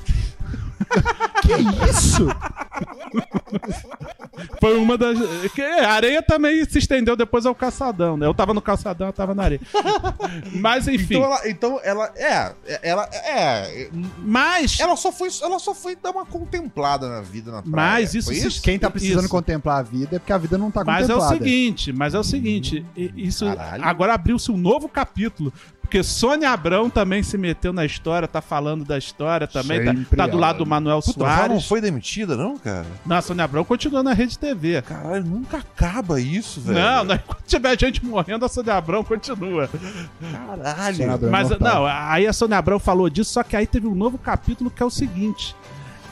Que isso? Foi uma das. que a areia também se estendeu depois ao calçadão, né? Eu tava no calçadão, eu tava na areia. Mas enfim. Então ela, então ela é, ela é, mas. ela só foi, ela só foi dar uma contemplada na vida na praia. Mas isso Foi se- Quem tá precisando Isso. contemplar a vida é porque a vida não tá Mas é o contemplada. seguinte, mas é o seguinte, e- isso Caralho. agora abriu-se um novo capítulo, porque Sônia Abrão também se meteu na história, tá falando da história também, tá, Sempre tá do lado ela. do Manuel Puta, mas ela não Soares. foi demitida não, cara? Não, a Sônia Abrão continua na Rede TV. Caralho, nunca acaba isso, velho. Não, não, enquanto tiver gente morrendo, a Sônia Abrão continua. Caralho. Sônia Abrão Mas, não tá. não, aí a Sônia Abrão falou disso, só que aí teve um novo capítulo que é o seguinte: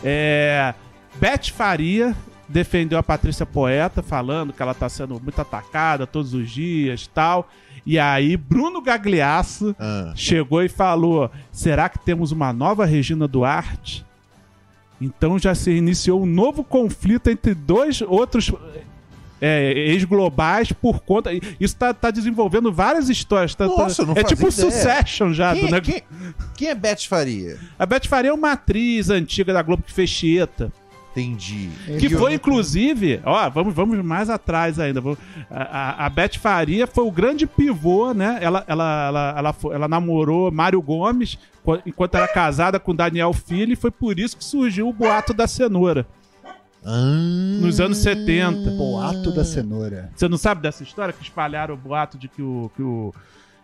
é, Beth Faria defendeu a Patrícia Poeta, falando que ela tá sendo muito atacada todos os dias tal. E aí, Bruno Gagliasso Ah. chegou e falou: será que temos uma nova Regina Duarte? Então já se iniciou um novo conflito entre dois outros é, ex-globais por conta. Isso tá, tá desenvolvendo várias histórias. tá- tá- Nossa, eu não é tipo fazia ideia. Succession já. do Quem, é- negócio. quem, quem é Beth Faria? A Beth Faria é uma atriz antiga da Globo que fez Chieta. Entendi. Que Ele- foi, inclusive, ó, vamos, vamos mais atrás ainda. vamos- A, a, a Beth Faria foi o grande pivô, né? Ela, ela, ela, ela, fo- ela namorou Mário Gomes co- enquanto era casada com Daniel Filho, e foi por isso que surgiu o boato da cenoura, nos anos 70. Boato da cenoura. Você não sabe dessa história que espalharam o boato de que o. Que o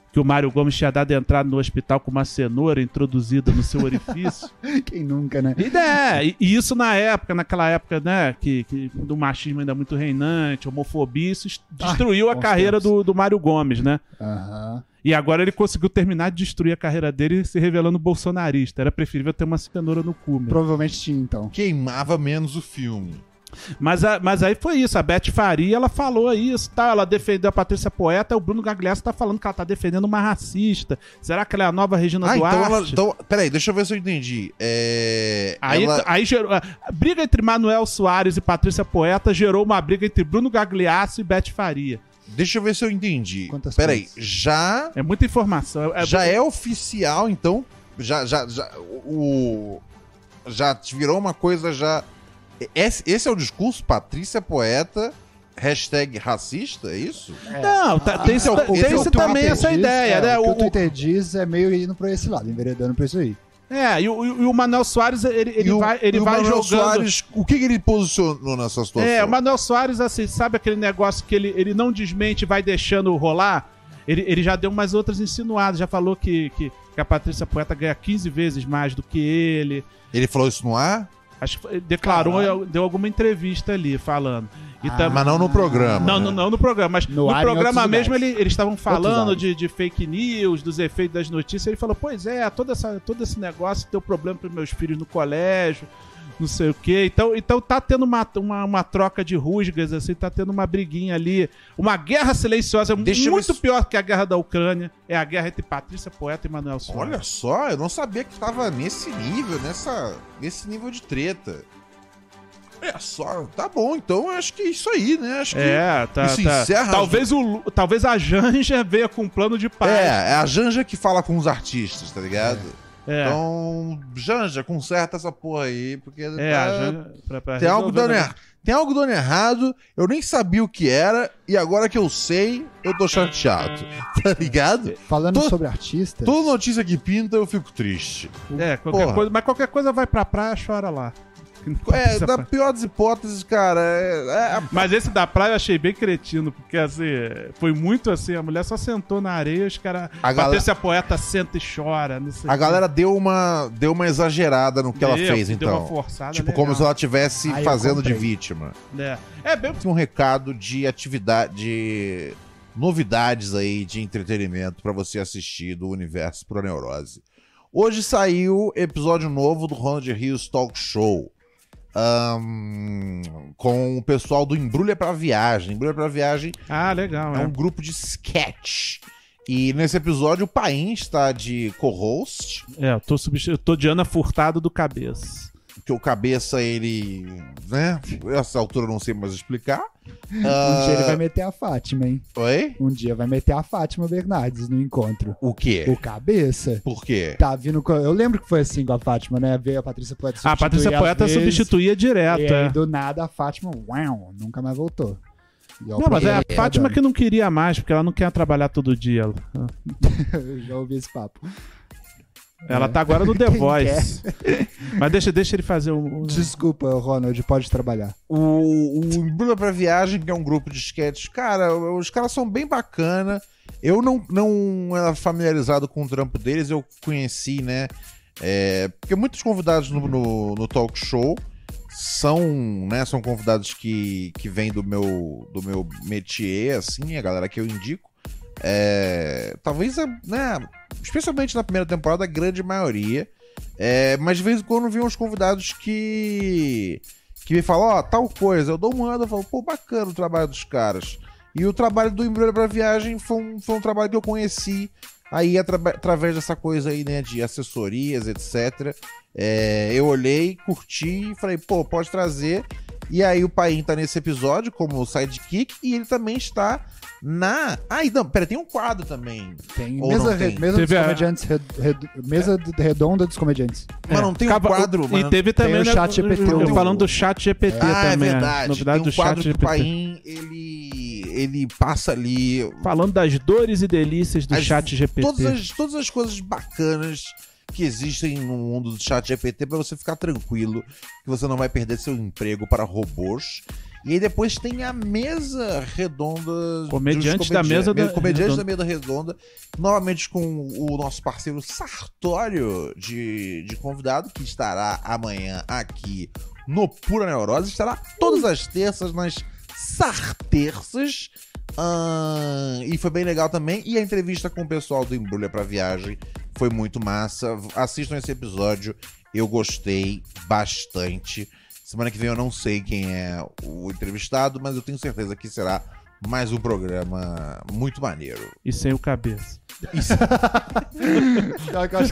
que o Mário Gomes tinha dado entrada no hospital com uma cenoura introduzida no seu orifício. Quem nunca, né? E, né, e- e isso na época, naquela época, né, que, que do machismo ainda muito reinante, homofobia, isso est- destruiu a Ah, bons carreira tempos. do, do Mário Gomes, né? Aham. E agora ele conseguiu terminar de destruir a carreira dele se revelando bolsonarista. Era preferível ter uma cenoura no cu, meu. Provavelmente tinha, então. Queimava menos o filme. Mas, a- mas aí foi isso, a Beth Faria, ela falou isso, tá? ela defendeu a Patrícia Poeta, o Bruno Gagliasso tá falando que ela tá defendendo uma racista. Será que ela é a nova Regina Ah, Duarte? então ela. Então, peraí, deixa eu ver se eu entendi. É. Aí, tá- ela- aí gerou. A briga entre Manuel Soares e Patrícia Poeta gerou uma briga entre Bruno Gagliasso e Beth Faria. Deixa eu ver se eu entendi. Quantas peraí, coisas? já. É muita informação. É, já é oficial, então. Já, já, já. O. Já te virou uma coisa já. Esse, esse é o discurso, Patrícia Poeta, hashtag racista, é isso? Não, tá- tem, Ah, esse é o- tem esse é o esse Twitter também essa diz- ideia, é, né? O, que o, O- o- Twitter diz é meio indo pra esse lado, enveredando pra isso aí. é, e o, e o Manuel Soares, ele, ele E o- vai, ele e o vai Manuel jogando. Soares, o que, que ele posicionou nessa situação? É, o Manuel Soares, assim, sabe aquele negócio que ele, ele não desmente e vai deixando rolar? Ele, ele já deu umas outras insinuadas, já falou que, que, que a Patrícia Poeta ganha 15 vezes mais do que ele. Ele falou isso no ar? Acho que foi- declarou, Caralho. deu alguma entrevista ali falando. E Ah, tam- Mas não no programa. Não, né? não, não no programa, mas No no, ar, em programa outros mesmo lugares. ele- eles estavam falando áreas. de, de fake news, dos efeitos das notícias. Ele falou: Pois é, toda essa, todo esse negócio deu problema para meus filhos no colégio, não sei o quê. Então, então tá tendo uma, uma, uma troca de rusgas, assim, tá tendo uma briguinha ali, uma guerra silenciosa. Deixa eu muito ver se- pior que a guerra da Ucrânia é a guerra entre Patrícia Poeta e Manuel Soares. Olha só, eu não sabia que tava nesse nível, nessa, nesse nível de treta. É só, tá bom, então acho que é isso aí, né? Acho que É, tá. Isso tá. encerra- Talvez, o, Lu- talvez a Janja veio com um plano de paz. É, é a Janja que fala com os artistas, tá ligado? É, Então, Janja, conserta essa porra aí, porque é, tá- a Janja- pra- pra tem, algo resolver o dando negócio. erra- tem algo dando errado, eu nem sabia o que era, e agora que eu sei, eu tô chateado, tá ligado? Falando Tô- sobre artistas. Toda notícia que pinta, eu fico triste. É, qualquer Porra. coisa, mas qualquer coisa vai pra praia, chora lá. É, da pior das hipóteses, cara, é- é a Mas esse da praia eu achei bem cretino, porque assim, foi muito assim, a mulher só sentou na areia, os caras. A galera- Patrícia Poeta senta e chora, não sei A o quê. galera deu uma, deu uma exagerada no que ela Deu- fez, Deu uma então. forçada, Tipo, legal. como se ela estivesse Ah, eu fazendo de comprei. vítima. É, é bem. Um recado de atividade, de novidades aí de entretenimento pra você assistir do Universo Pro Neurose. Hoje saiu episódio novo do Ronald Rios Talk Show. Ahn, com o pessoal do Embrulha pra Viagem. Embrulha pra Viagem Ah, legal, é é. um grupo de sketch. E nesse episódio o Paim está de co-host. É, eu tô, substitu... eu tô de Ana Furtado do cabeça. porque o cabeça, ele. né? Essa altura eu não sei mais explicar. Um dia ele Ah, vai meter a Fátima, hein? Oi? Um dia vai meter a Fátima Bernardes no encontro. O quê? O cabeça. Por quê? Tá vindo com. Eu lembro que foi assim com a Fátima, né? Veio a Patrícia Poeta Ah, A Patrícia substituir às Poeta vezes, substituía direto. E aí, é. do nada, a Fátima, uau, nunca mais voltou. E ó, Não, mas é a porque- Fátima que não queria mais, porque ela não quer trabalhar todo dia. Eu já ouvi esse papo. É. É. Ela tá agora no The Quem Voice. Mas deixa, deixa ele fazer um. Desculpa, Ronald, pode trabalhar. O, o Embrulha pra Viagem, que é um grupo de sketches, cara, os caras são bem bacana. Eu não, não era familiarizado com o trampo deles, eu conheci, né? é, porque muitos convidados no, no- no talk show são, né, são convidados que, que vêm do meu, do meu métier, assim, a galera que eu indico. É, talvez, a- né, especialmente na primeira temporada, a grande maioria. É, mas de vez em quando vinham os convidados que que me fala, ó, tal coisa. Eu dou uma olhada e falo, pô, bacana o trabalho dos caras. E o trabalho do Embrulho pra Viagem foi um, foi um trabalho que eu conheci aí atra- através dessa coisa aí, né, de assessorias, etc. É, eu olhei, curti e falei, pô, pode trazer. E aí o Paim tá nesse episódio como sidekick e ele também está na... Ah, e não, pera, tem um quadro também. Tem Ou mesa, não re- tem? É. mesa dos Teve a- comediantes. red- red- Mesa de- redonda dos comediantes. Mas não tem um Acaba- quadro, E mano. teve Tem também. o né, Chat GPT, eu o- falando do Chat GPT Ah, também. é a verdade. Novidade tem do um quadro Chat que o GPT. Paim, ele, ele passa ali Falando das dores e delícias do As- Chat GPT. todas as, todas as coisas bacanas que existem no mundo do chat GPT para você ficar tranquilo que você não vai perder seu emprego para robôs. E aí depois tem a mesa redonda. dos Comediante da comediantes- mesa da- Comediante da mesa redonda. Novamente com o nosso parceiro Sartório de, de convidado, que estará amanhã aqui no Pura Neurose. Estará todas as terças nas Sarterças. Ah, e foi bem legal também. E a entrevista com o pessoal do Embrulha pra Viagem foi muito massa. V- Assistam esse episódio, eu gostei bastante. Semana que vem eu não sei quem é o entrevistado, mas eu tenho certeza que será mais um programa muito maneiro. E sem o cabeça. Só que eu acho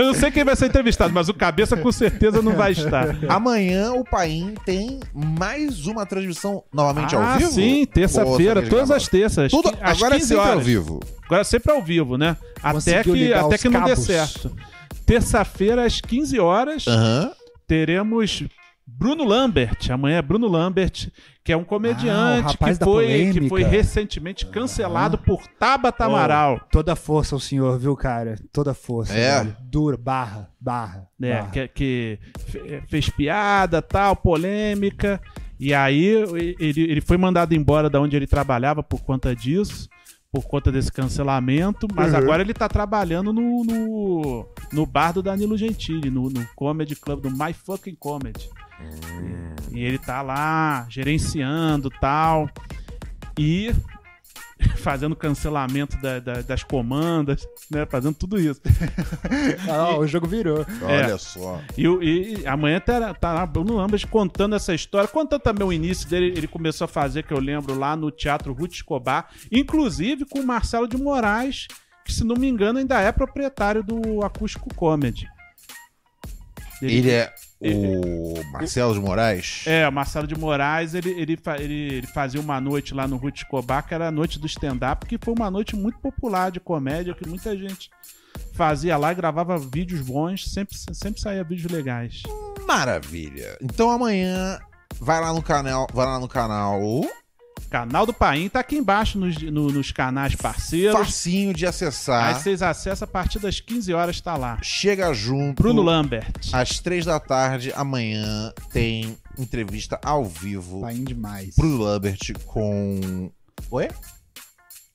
Eu não sei quem vai ser entrevistado, mas o cabeça com certeza não vai estar. Amanhã o Paim tem mais uma transmissão novamente ah, ao vivo. sim, terça-feira, Nossa, todas as terças. Tudo, às agora é 15 sempre horas. ao vivo. Agora sempre ao vivo, né? Até Conseguiu que, ligar até os que não dê cabos. certo. Terça-feira, às 15 horas, Aham. teremos Bruno Lambert. Amanhã é Bruno Lambert, que é um Ah, o comediante rapaz que, da foi, que foi polêmica. Ah. recentemente cancelado por Tabata Amaral. Toda força ao senhor, viu, cara? Toda força. É. velho. Dura, barra, barra. né? barra. Que, que fe- fez piada, tal, polêmica. E aí e- ele, ele foi mandado embora da onde ele trabalhava por conta disso, por conta desse cancelamento. Uhum. Mas agora ele tá trabalhando no, no, no bar do Danilo Gentili, no, no Comedy Club, do My Fucking Comedy. Hum. E ele tá lá gerenciando tal. E fazendo cancelamento da- da- das comandas, né? Fazendo tudo isso. É. Ah, o jogo virou. Olha só. E, o- e- e amanhã tá, tá lá Bruno Lambert contando essa história, contando também o início dele. Ele começou a fazer, que eu lembro, lá no Teatro Ruth Escobar, inclusive com o Marcelo de Moraes, que, se não me engano, ainda é proprietário do Acústico Comedy. Ele é o Marcelo de Moraes. É, o Marcelo de Moraes, ele, ele, fa- ele- ele fazia uma noite lá no Ruth Escobar, que era a noite do stand-up, que foi uma noite muito popular de comédia, que muita gente fazia lá, gravava vídeos bons, sempre, sempre saía vídeos legais. Maravilha. Então amanhã vai lá no canal, vai lá no canal Canal do Paim tá aqui embaixo nos, no- nos canais parceiros. facinho de Aí acessar. vocês acessam a partir das 15 horas, tá lá. Chega junto. Bruno Lambert. Às três da tarde amanhã tem entrevista ao vivo Paim demais. pro Lambert com Oi?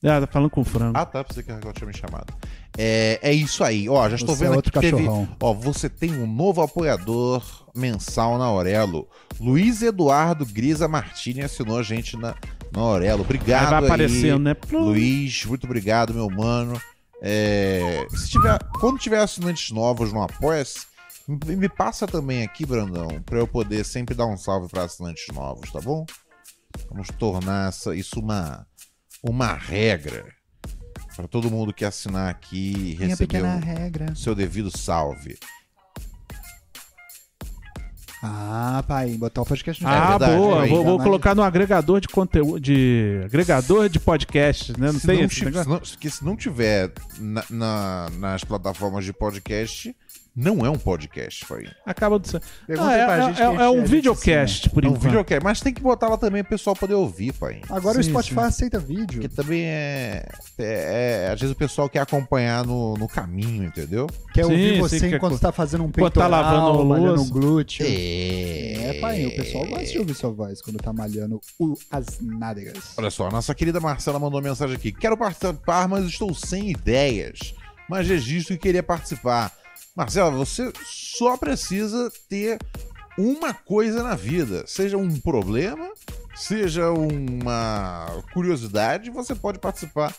Ah, tá falando com o Franco. Ah, tá, pensei que a Raquel tinha me chamado. É, é isso aí. Ó, já estou Você vendo é aqui outro que teve cachorrão. Ó, você tem um novo apoiador mensal na Aurelo. Luiz Eduardo Grisa Martini assinou a gente na, na Aurelo. Aí Obrigado vai aparecendo, aí, né? Plum. Luiz, muito obrigado, meu mano. É, se tiver, quando tiver assinantes novos no Apoia-se, me me passa também aqui, Brandão, pra eu poder sempre dar um salve pra assinantes novos, tá bom? Vamos tornar essa- isso uma, uma regra. Pra todo mundo que assinar aqui e Minha receber pequena o regra. seu devido salve. Ah, pai, botar o podcast no Ah, ar. verdade, boa. aí. Vou, vou Tá colocar no agregador de conteúdo. De agregador de podcast, né? Não se tem não esse ti- negócio? se não- que se não tiver na- na- nas plataformas de podcast, não é um podcast, Farinha. Acaba do. Perguntem Ah, é, pra gente é- que a gente é edita um esse videocast, por É um enquanto. videocast, mas tem que botar lá também pro pessoal poder ouvir, pai. Agora Sim, o Spotify aceita vídeo. Porque também é, é- é- Às vezes o pessoal quer acompanhar no, no caminho, entendeu? Quer ouvir Sim, você sim, que- enquanto tá fazendo um enquanto peitoral, tá lavando a malhando louça. um glúteo. É, É, pai, o pessoal gosta de ouvir sua voz quando tá malhando o- as nádegas. Olha só, a nossa querida Marcela mandou uma mensagem aqui. Quero participar, mas estou sem ideias. Mas registro que queria participar. Marcela, você só precisa ter uma coisa na vida. Seja um problema, seja uma curiosidade, você pode participar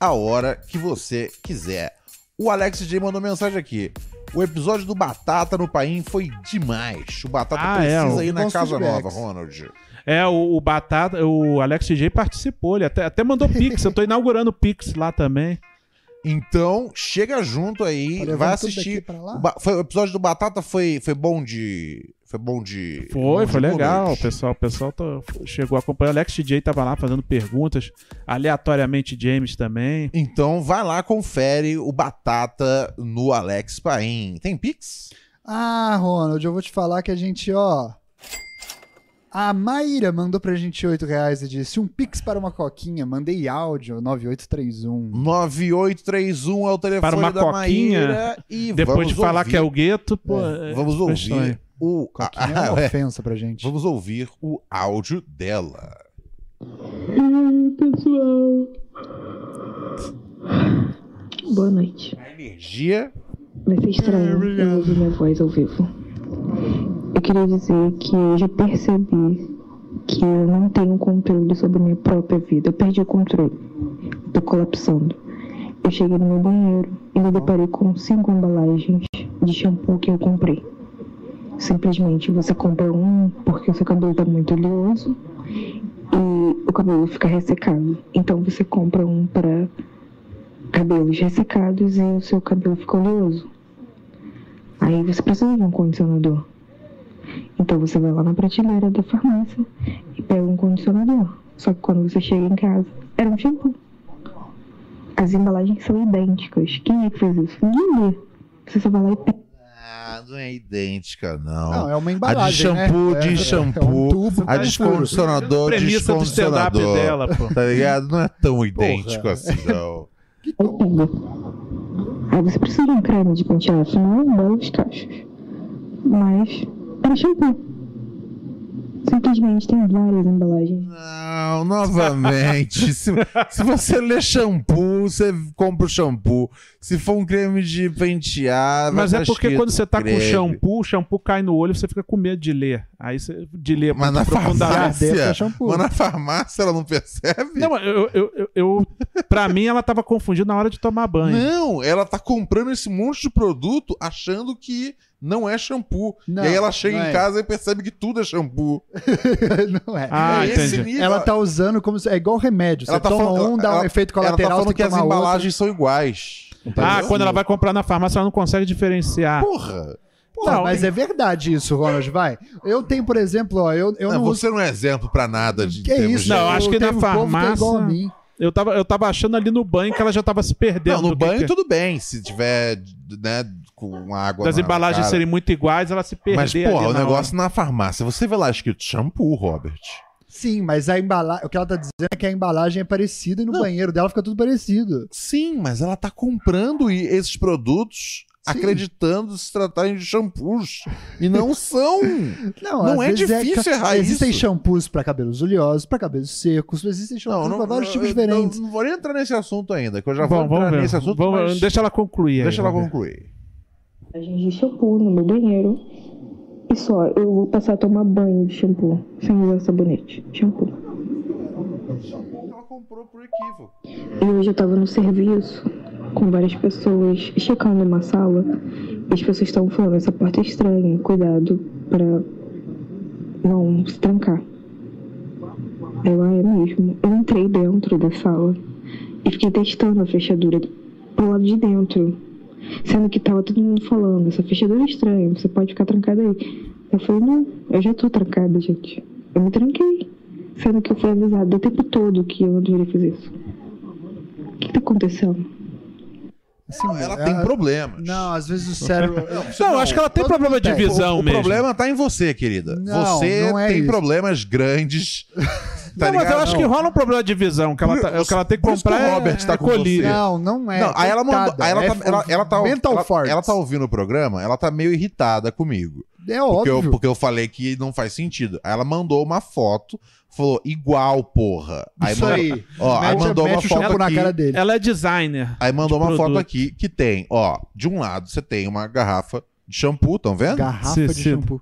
a hora que você quiser. O Alex J mandou mensagem aqui. O episódio do Batata no Paim foi demais. O Batata Ah, é, precisa o- ir na bons Casa feedbacks. Nova, Ronald. É, o, o Batata, o Alex J participou, ele até, até mandou Pix, eu tô inaugurando o Pix lá também. Então, chega junto aí, Tá levando vai tudo daqui assistir. pra lá? O, ba- foi, o episódio do Batata foi, foi bom de. Foi bom de. bom Foi, de foi legal, o números. pessoal, o pessoal tô- chegou a acompanhar, o Alex J tava lá fazendo perguntas, aleatoriamente James também. Então vai lá, confere o Batata no Alex Paim. Tem Pix? Ah, Ronald, eu vou te falar que a gente, ó. A Maíra mandou pra gente 8 reais e disse: um pix para uma coquinha. Mandei áudio 9831. 9831 é o telefone Para uma da coquinha, Maíra. E Depois vamos de falar ouvir- que é o gueto, pô. é- Vamos questões. ouvir o. Coquinha ah, é ah, uma é. ofensa pra gente. Vamos ouvir o áudio dela. Ei, pessoal. Boa noite. A energia. Vai ser estranho eu ouvir minha voz ao vivo. Eu queria dizer que hoje eu percebi que eu não tenho controle sobre minha própria vida. Eu perdi o controle. Eu Tô colapsando. Eu cheguei no meu banheiro e me deparei com cinco embalagens de shampoo que eu comprei. Simplesmente você compra um porque o seu cabelo tá muito oleoso e o cabelo fica ressecado. Então você compra um para cabelos ressecados e o seu cabelo fica oleoso. Aí você precisa de um condicionador. Então você vai lá na prateleira da farmácia e pega um condicionador. Só que quando você chega em casa, era um shampoo. As embalagens são idênticas. Quem é que fez isso? Ninguém. Você só vai lá e pega. Ah, não é idêntica, Não, é uma A de embalagem. shampoo, né? de É- shampoo, é um tubo a com furo. descondicionador, Premissa do stand-up descondicionador. dela, pô. Tá ligado? Não é tão idêntico assim, não. Aí pega. Aí você precisa de um creme de pentear, é um afinal, belos cachos. Mas era shampoo. Simplesmente tem várias embalagens. Não, novamente. se, se você lê shampoo, você compra o shampoo. Se for um creme de pentear, vai Mas é tá porque escrito quando você tá com creme. shampoo, o shampoo cai no olho, você fica com medo de ler. Aí você de ler Mas na profundamente. farmácia- farmácia, é shampoo. mas na farmácia ela não percebe? Não, eu, eu, eu, eu para mim ela tava confundida na hora de tomar banho. Não, ela tá comprando esse monte de produto achando que não é shampoo. Não, e aí ela chega não em é. casa e percebe que tudo é shampoo. Não é. Ah, é esse entendi. nível. Ela tá usando como se. É igual remédio. Você Ela tá toma falando- um, dá ela- um efeito Ela tá colateral, falando você que as toma outro. embalagens são iguais. Ah, Entendeu? quando ela vai comprar na farmácia, ela não consegue diferenciar. Porra! Tá, Não, mas é verdade isso, Ronald, vai. Eu tenho, por exemplo, ó, eu, eu Não, não, uso. você não é exemplo pra nada de Que é termos isso? de- Não, eu- acho que teve na um povo que é igual a farmácia- mim. Eu tava, eu tava achando ali no banho que ela já tava se perdendo. Não, no do que banho que- tudo bem, se tiver, né, com água das na embalagens cara. serem muito iguais, ela se perdeu. Mas, porra, o negócio na farmácia, você vê lá escrito shampoo, Robert. Sim, mas a embalagem. O que ela tá dizendo é que a embalagem é parecida e no banheiro dela fica tudo parecido. Sim, mas ela tá comprando e- esses produtos acreditando se tratarem de shampoos. E não são! Não, Não às é vezes difícil errar Existem isso. shampoos pra cabelos oleosos, pra cabelos secos, existem shampoos pra vários tipos eu- diferentes. Não, não vou nem entrar nesse assunto ainda, que eu já vou Bom, vamos entrar ver. nesse assunto, Vamos- mas Deixa ela concluir. aí, deixa ela vamos ver. concluir. embalagens de shampoo no meu banheiro. E só, eu vou passar a tomar banho de shampoo, sem usar sabonete. Shampoo. Ela comprou por equívoco. E hoje eu tava no serviço com várias pessoas checando uma sala. E as pessoas estavam falando, essa porta é estranha, cuidado pra não se trancar. Eu, ah, é mesmo. Eu entrei dentro da sala e fiquei testando a fechadura pro lado de dentro. Sendo que tava todo mundo falando, essa fechadura é estranha, você pode ficar trancada aí. Eu falei, não, eu já tô trancada, gente. Eu me tranquei, sendo que eu fui avisada o tempo todo que eu não deveria fazer isso. O que tá acontecendo? Assim, Ela tem problemas. Não, às vezes o cérebro. Não, acho que ela tem todo mundo problema de visão O, o mesmo. problema tá em você, querida. Não, você não é tem isso. problemas grandes. Tá não, mas eu ligado? acho que rola um problema de visão, que ela, tá- Por- o que ela tem que por isso comprar que o é- Robert tá é com você. colírio. Não, não é. Não, aí ela mandou. Coitada, aí ela, é tá, ela, ela tá- mental ela- force. ela tá ouvindo o programa, ela tá meio irritada comigo. É Porque eu, óbvio. porque eu falei que não faz sentido. Aí ela mandou uma foto, falou, igual, porra. Aí Isso mandou, aí. Ó, aí Mete- mandou uma mete o shampoo foto na aqui. cara dele. Ela é designer. Aí mandou de uma foto produto. aqui que tem, ó, de um lado você tem uma garrafa de shampoo, estão vendo? Garrafa Sim, de sim. shampoo.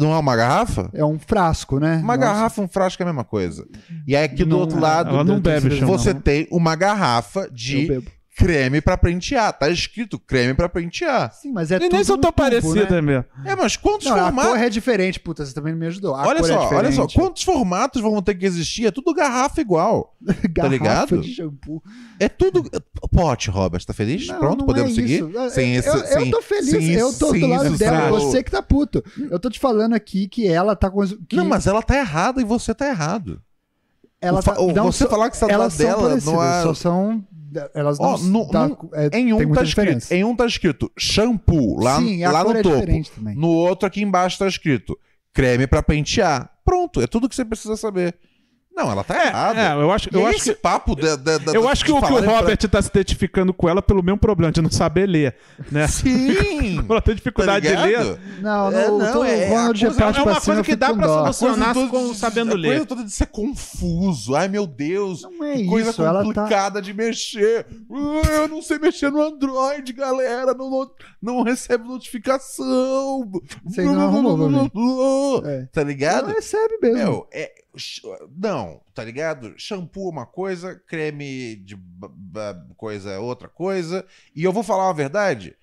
Não é uma garrafa? É um frasco, né? Uma Nossa. garrafa, um frasco é a mesma coisa. E aí aqui do Não, outro é. lado, ela não bebe shampoo, você não. tem uma garrafa Eu de bebo. creme pra pentear. Tá escrito creme pra pentear. Sim, mas é e tudo nem são um tão tubo, parecidas né? mesmo. É, mas quantos Não, a formatos? cor é diferente, puta, você também não me ajudou. A Olha cor é só, olha só, diferente. quantos formatos vão ter que existir? É tudo garrafa igual. Tá Garrafa ligado? de shampoo. É tudo. Pote, Robert, tá feliz? Não, Pronto, não podemos é seguir? isso. Sem eu, esse. eu, sem, eu tô feliz, sem eu tô do sem lado isso, dela, sabe? você que tá puto. Eu tô te falando aqui que ela tá com... Que Não, mas ela tá errada e você tá errado. ela O fa- tá, o- não, você são- falar que você tá do elas lado são dela parecidas, não é. só são... Elas não... Ó, no- tá- no- é, Em tem um, muita tá escrito, diferença. em um tá escrito shampoo lá, Sim, a lá cor no é topo. diferente também. No outro aqui embaixo tá escrito creme pra pentear. Pronto, é tudo que você precisa saber. Não, ela tá errada. É, eu acho, E eu acho esse que. papo de, de- de- Eu acho que de o que o falarem pra- Robert tá se identificando com ela pelo mesmo problema de não saber ler, né? Sim! Ela tá tem dificuldade de ler. ligado? Não, não, É, o- não, o é- Ronald a é coisa- parte é uma pra cima, coisa que eu dá fico com pra dó. solucionar. Funcionar toda com- de- sabendo a ler. é coisa toda de ser confuso. Ai, meu Deus. Não é que coisa isso, ela tá- complicada de mexer. Uh, Eu não sei mexer no Android, galera. Não, não, não recebo notificação. Isso aí não arrumou pra É. Tá Ela ligado? recebe mesmo. Meu, é... sh- Não, tá ligado? Shampoo é uma coisa, creme de ba- ba- coisa é outra coisa. E eu vou falar uma verdade.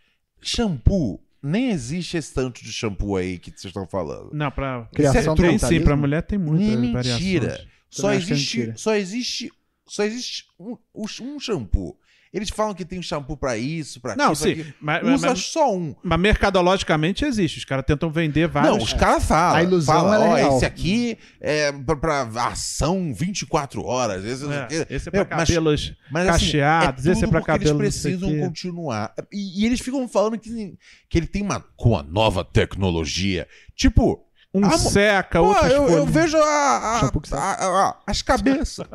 Shampoo, nem existe esse tanto de shampoo aí que vocês estão falando. é Não, pra. Criação tem do sim, pra mulher tem muita Mentira. variação. Só Também acho é existe, mentira. só existe, só existe um, um shampoo. Eles falam que tem shampoo pra isso, pra Não, aquilo, pra sim. aquilo. Mas, Usa mas, só um. mas mercadologicamente existe. Os caras tentam vender vários. Não, os caras falam. A ilusão, ela falam, é ó, real." esse aqui é pra, pra ação 24 horas. Esse, não sei o quê." É, esse é pra Meu, mas- cabelos. Mas, assim, Cacheados, esse é tudo pra porque cabelo, não Eles sei o precisam quê. continuar. E, e eles ficam falando que, que ele tem uma. Com a nova tecnologia. Tipo, Um Ah, mo- seca, Pô, outro. eu, eu vejo a- a- Shampoo que sai. a- a- a- ah, as cabeças.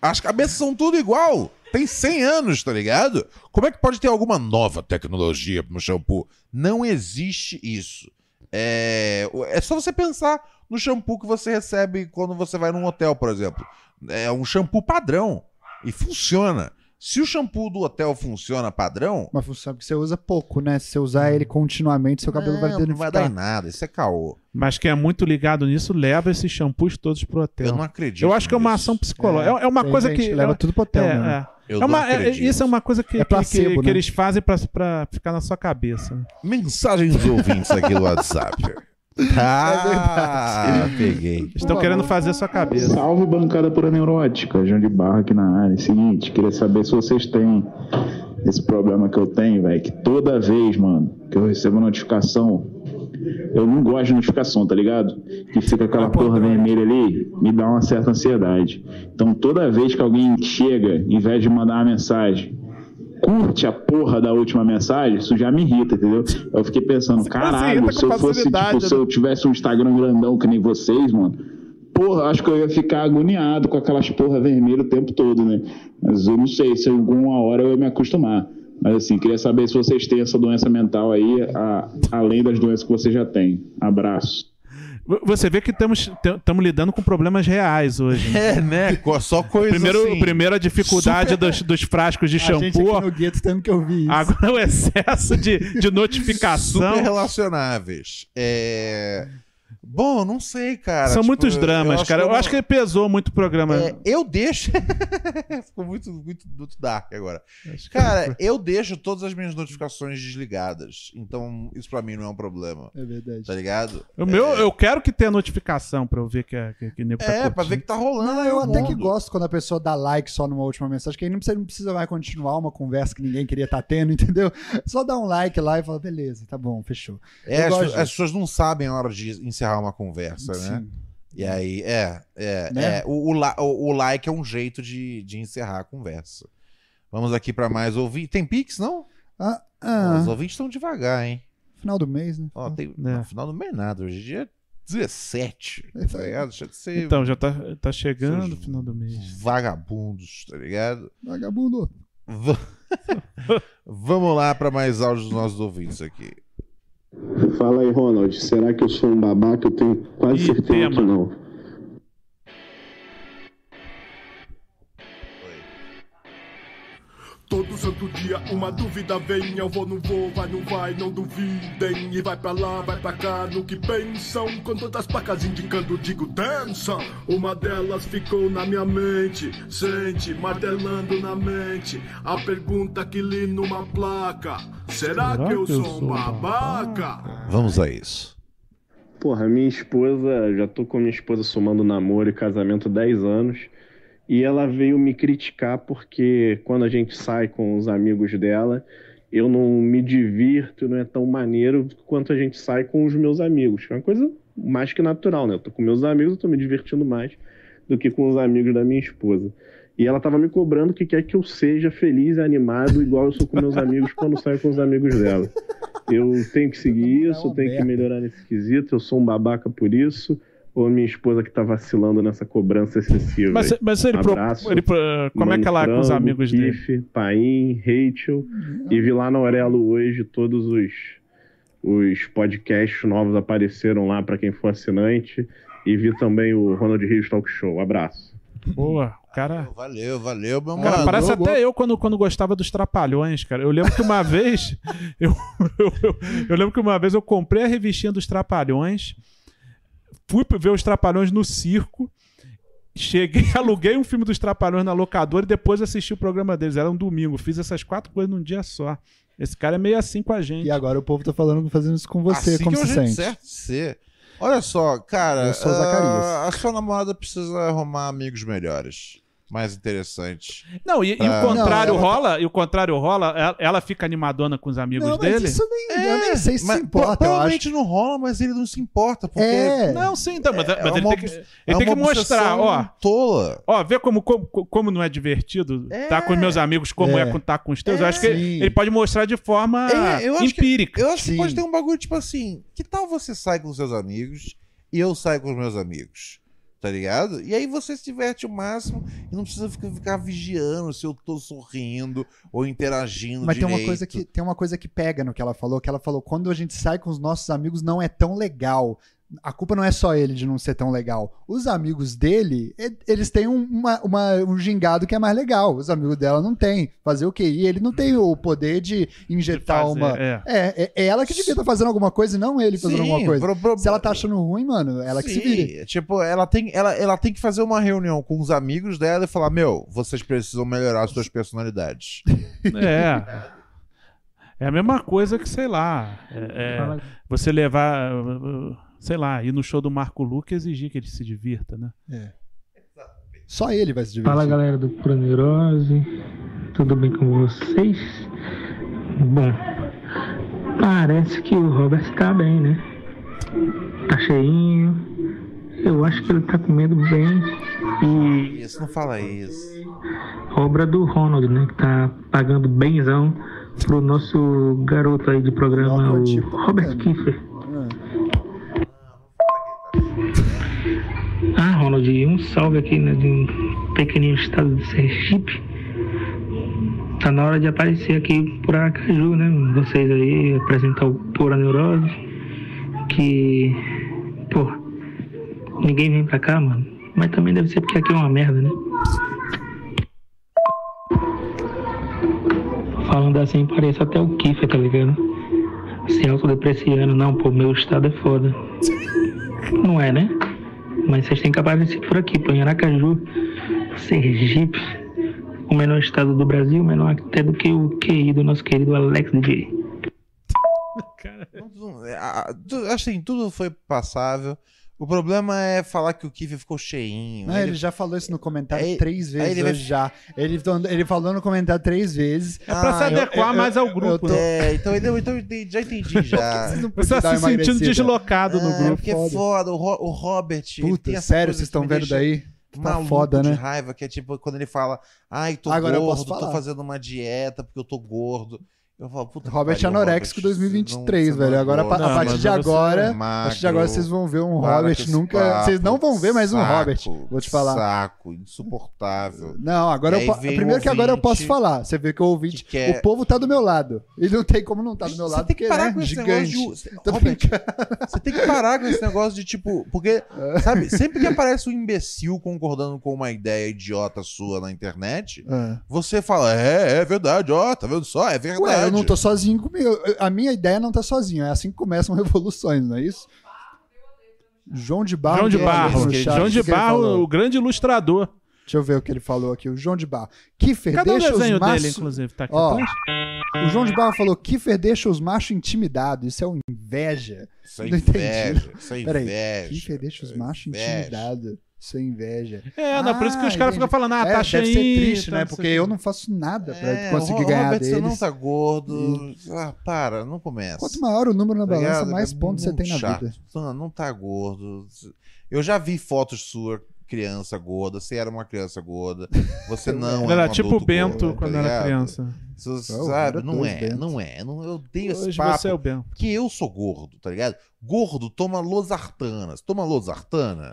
As cabeças são tudo igual. Tem 100 anos, tá ligado? Como é que pode ter alguma nova tecnologia no shampoo? Não existe isso. É, é só você pensar no shampoo que você recebe quando você vai num hotel, por exemplo. É um shampoo padrão e funciona. Se o shampoo do hotel funciona padrão, Mas funciona porque você usa pouco, né? Se você usar ele continuamente, seu cabelo vai Hum. não, não vai danificar. dar em nada. Isso é caô. Mas quem é muito ligado nisso leva esses shampoos todos pro hotel. Eu não acredito. Eu acho que é uma nisso. ação psicológica. É, é uma Tem coisa gente que. leva é- tudo pro hotel, é, né? é. Eu É não uma- é- acredito. isso é uma coisa que, É que- que- placebo, que né? eles fazem pra, pra ficar na sua cabeça. Mensagens dos ouvintes aqui do WhatsApp. É Tá, peguei. Estão querendo fazer a sua cabeça. Salve bancada pura neurótica, João de Barra aqui na área. Seguinte, queria saber se vocês têm esse problema que eu tenho, velho, que toda vez, mano, que eu recebo notificação, eu não gosto de notificação, tá ligado? Que fica aquela porra é. vermelha ali, me dá uma certa ansiedade. Então toda vez que alguém chega, em vez de mandar uma mensagem, curte a porra da última mensagem, isso já me irrita, entendeu? Eu fiquei pensando, irrita caralho, com se eu fosse, facilidade, né? tipo, se eu tivesse um Instagram grandão que nem vocês, mano, porra, acho que eu ia ficar agoniado com aquelas porra vermelha o tempo todo, né? Mas eu não sei se alguma hora eu ia me acostumar. Mas assim, queria saber se vocês têm essa doença mental aí, a- além das doenças que vocês já têm. Abraço. V- Você vê que estamos lidando com problemas reais hoje. né? É, né? Co- Só coisa Primeiro, assim. primeiro a dificuldade dos, dos frascos de A gente aqui shampoo. no gueto tendo que ouvir isso. Agora o excesso de, de Super notificação. relacionáveis. É, Bom, eu não sei, cara. São Tipo, muitos eu- dramas, cara. eu não- acho que pesou muito o programa. É, eu deixo. Ficou muito, muito, muito dark agora. Cara, eu deixo todas as minhas notificações desligadas. Então, isso pra mim não é um problema. É verdade. Tá ligado? O meu, eu quero que tenha notificação pra eu ver que, é- que, que o nego tá É, pra curtindo. ver que tá rolando. Ah, eu aí o até que mundo. gosto quando a pessoa dá like só numa última mensagem, que aí não precisa, não precisa mais continuar uma conversa que ninguém queria estar tendo, entendeu? Só dá um like lá e fala, beleza, tá bom, fechou. É, Eu as, gosto pe- as disso. pessoas não sabem a hora de encerrar uma conversa, né? Sim. E aí, é, é, Né? é. O, o la- o- o like é um jeito de, de encerrar a conversa. Vamos aqui pra mais ouvir. Tem Pix, não? Ah, Os ah, ouvintes estão devagar, hein? final do mês, né? Ó, tem, né? No final não é nada. Hoje é dia 17. Tá ligado? Deixa de ser Então, já tá, tá chegando o Seus- final do mês. vagabundos, tá ligado? Vagabundo. Va- Vamos lá pra mais áudios dos nossos ouvintes aqui. Fala aí, Ronald. Será que eu sou um babaca? Eu tenho quase Ih, certeza tema. que não. Todo santo dia uma dúvida vem, eu vou, não vou, vai, não vai, não duvidem. E vai pra lá, vai pra cá, no que pensam. Com todas as placas indicando, digo, dança. Uma delas ficou na minha mente, sente, martelando na mente. A pergunta que li numa placa: Será, que eu sou um babaca? Vamos a isso. Porra, minha esposa, já tô com minha esposa somando namoro e casamento 10 anos, e ela veio me criticar porque quando a gente sai com os amigos dela, eu não me divirto, não é tão maneiro quanto a gente sai com os meus amigos. É uma coisa mais que natural, né? Eu tô com meus amigos, eu tô me divertindo mais do que com os amigos da minha esposa. E ela tava me cobrando que quer que eu seja feliz e animado, igual eu sou com meus amigos quando saio com os amigos dela. Eu tenho que seguir mundo é isso, eu uma tenho que merda. melhorar nesse quesito, eu sou um babaca por isso, ou a minha esposa que tá vacilando nessa cobrança excessiva. Mas, aí? mas ele, pro- Abraço, ele pro- como é Mano que ela é com os Frango, amigos dele? Kiff, Paim, Rachel, e vi lá na Aurelo hoje todos os, os podcasts novos apareceram lá pra quem for assinante, e vi também o Ronald Rios Talk Show. Abraço. Boa, o cara. Valeu, valeu, meu Cara, mano. parece boa. até eu quando, quando gostava dos Trapalhões, cara. Eu lembro que uma vez. Eu, eu, eu- eu lembro que uma vez eu comprei a revistinha dos Trapalhões, fui ver os Trapalhões no circo, cheguei, aluguei um filme dos Trapalhões na locadora e depois assisti o programa deles. Era um domingo. Fiz essas quatro coisas num dia só. Esse cara é meio assim com a gente. E agora o povo tá falando, fazendo isso com você, assim como que um é se o jeito sente? certo de ser. Olha só, cara. Eu sou o ah, Zacarias. a sua namorada precisa arrumar amigos melhores, mais interessantes. Não, e, e Ah. o contrário Não, é- ela- rola, e o contrário rola, ela, ela fica animadona com os amigos Não, mas dele. isso nem, eu nem sei se É, mas se importa, pro- eu acho. Provavelmente não rola, mas ele não se importa. Porque É. Não, sim, então, mas, mas é ele uma tem que, obs- ele é tem que uma mostrar, obsessão né? ó. Tola. Ó, vê como, como, como não é divertido É. tá com os meus amigos, como é, É. com tá com os teus. eu acho que Sim. ele, ele pode mostrar de forma É, eu acho que- empírica. Eu acho que Sim. pode ter um bagulho tipo assim: que tal você sai com seus amigos e eu saio com os meus amigos? Tá ligado? E aí você se diverte o máximo e não precisa ficar, ficar vigiando se eu tô sorrindo ou interagindo. Mas tem uma, direito. coisa que, tem uma coisa que pega no que ela falou, que ela falou, quando a gente sai com os nossos amigos não é tão legal. A culpa não é só ele de não ser tão legal. Os amigos dele, e- eles têm um, uma- uma- um gingado que é mais legal. Os amigos dela não têm. Fazer o quê? E ele não tem o poder de de injetar fazer, uma... é. É, é, é ela que devia estar fazendo alguma coisa e não ele fazendo alguma coisa. pro- pro- Se ela tá achando ruim, mano, ela é que Sim, se vire. Tipo, ela tem, ela, ela tem que fazer uma reunião com os amigos dela e falar: Meu, vocês precisam melhorar suas personalidades. É. É a mesma coisa que, sei lá, é- é você levar, uh, uh, sei lá, ir no show do Marco Luque e exigir que ele se divirta, né? É. Só ele vai se divertir. Fala galera do Pura Neurose, tudo bem com vocês? Bom, parece que o Robert tá bem, né? Tá cheinho, eu acho que ele tá comendo bem e Isso, não fala isso. obra do Ronald, né? Que tá pagando benzão pro nosso garoto aí de programa, Não, o tipo, Robert mano. Kiefer. Ah, Ronald, e um salve aqui né, de um pequenino estado de Sergipe. Tá na hora de aparecer aqui por Aracaju, né? Vocês aí, apresentar o Pura Neurose. Que. Pô, ninguém vem pra cá, mano. Mas também deve ser porque aqui é uma merda, né? Falando assim, parece até o Assim, Kiffer, tá ligado? Se autodepreciando, não, pô, meu estado é foda. Não é, né? Mas vocês têm que aparecer por aqui, pô, em Aracaju, Sergipe, o menor estado do Brasil, menor até do que o QI do nosso querido Alex DJ. Ah, tu- Assim, tudo foi passável. O problema é falar que o Kiff ficou cheinho. É, Não, ele... já falou isso no comentário Aí- três aí vezes ele vai- hoje já. Ele, ele falou no comentário três vezes. É pra se adequar mais ao grupo, tô- né? É, então, então, eu entendi- já entendi já. Vocês não Você tá podem dar se uma sentindo emagrecida. deslocado no É, grupo. porque é foda, o, Ro- o Robert. ele Puta, tem essa sério, coisa vocês que estão me vendo deixa daí? Tá maluco foda, de né? raiva, que é tipo quando ele fala, ai, tô Agora eu gordo, posso falar. tô fazendo uma dieta porque eu tô gordo. Eu falo, puta que Robert pariu, anoréxico 2023, velho. Agora, a pa- Não, a partir mas de você é agora, magro. a partir de agora vocês vão ver um Para Robert com esse nunca. papo, vocês não vão ver mais um saco, Robert, vou te falar. Saco, insuportável. Não, agora E eu aí po- vem um primeiro que agora eu posso ouvinte falar. Você vê que o ouvinte, quer- o povo tá do meu lado. Ele não tem como não tá do meu lado, tem que porque parar né, com esse gigante. negócio de- Tô Robert, brincando. É. Você tem que parar com esse negócio de tipo. Porque, sabe, sempre que aparece um imbecil concordando com uma ideia idiota sua na internet, É. você fala, é, é verdade, ó, tá vendo só? É verdade. Ué, eu não tô sozinho comigo. Eu- A minha ideia não tá sozinha. É assim que começam revoluções, não é isso? João de João Barro. de que é Barro. no chat, João o de que que ele falou? Barro, o grande ilustrador. Deixa eu ver o que ele falou aqui. O João de Barro. Kiffer, Cadê o deixa desenho os machos... dele, inclusive? Tá aqui Ó, atrás? o João de Barro falou, Kiffer deixa os machos intimidados. Isso é um inveja. Isso é Não entendi. inveja, isso é Peraí, inveja, Kiffer deixa os machos inveja. intimidados. Isso é inveja. É, não, por isso que os caras entendi. ficam falando, ah, é, tá deve ser cheinho, triste, tá né? não sei Porque o quê. eu não faço nada pra É, conseguir Ro- ganhar Robert, deles. você não tá gordo. Ah, para, não começa. Quanto maior o número na Tá balança, ligado? mais É pontos você muito tem na chato. vida. Não, não tá gordo. Eu já vi fotos sua criança gorda. Você era uma criança gorda. Você não Ele era era um tipo o adulto Bento gordo, tá quando era ligado? criança. Então, Você Eu sabe, era não dois é, Bento. não é, não Eu odeio esse Hoje papo. você é o Bento. Porque eu sou gordo, tá ligado? Gordo toma losartana. Você toma losartana?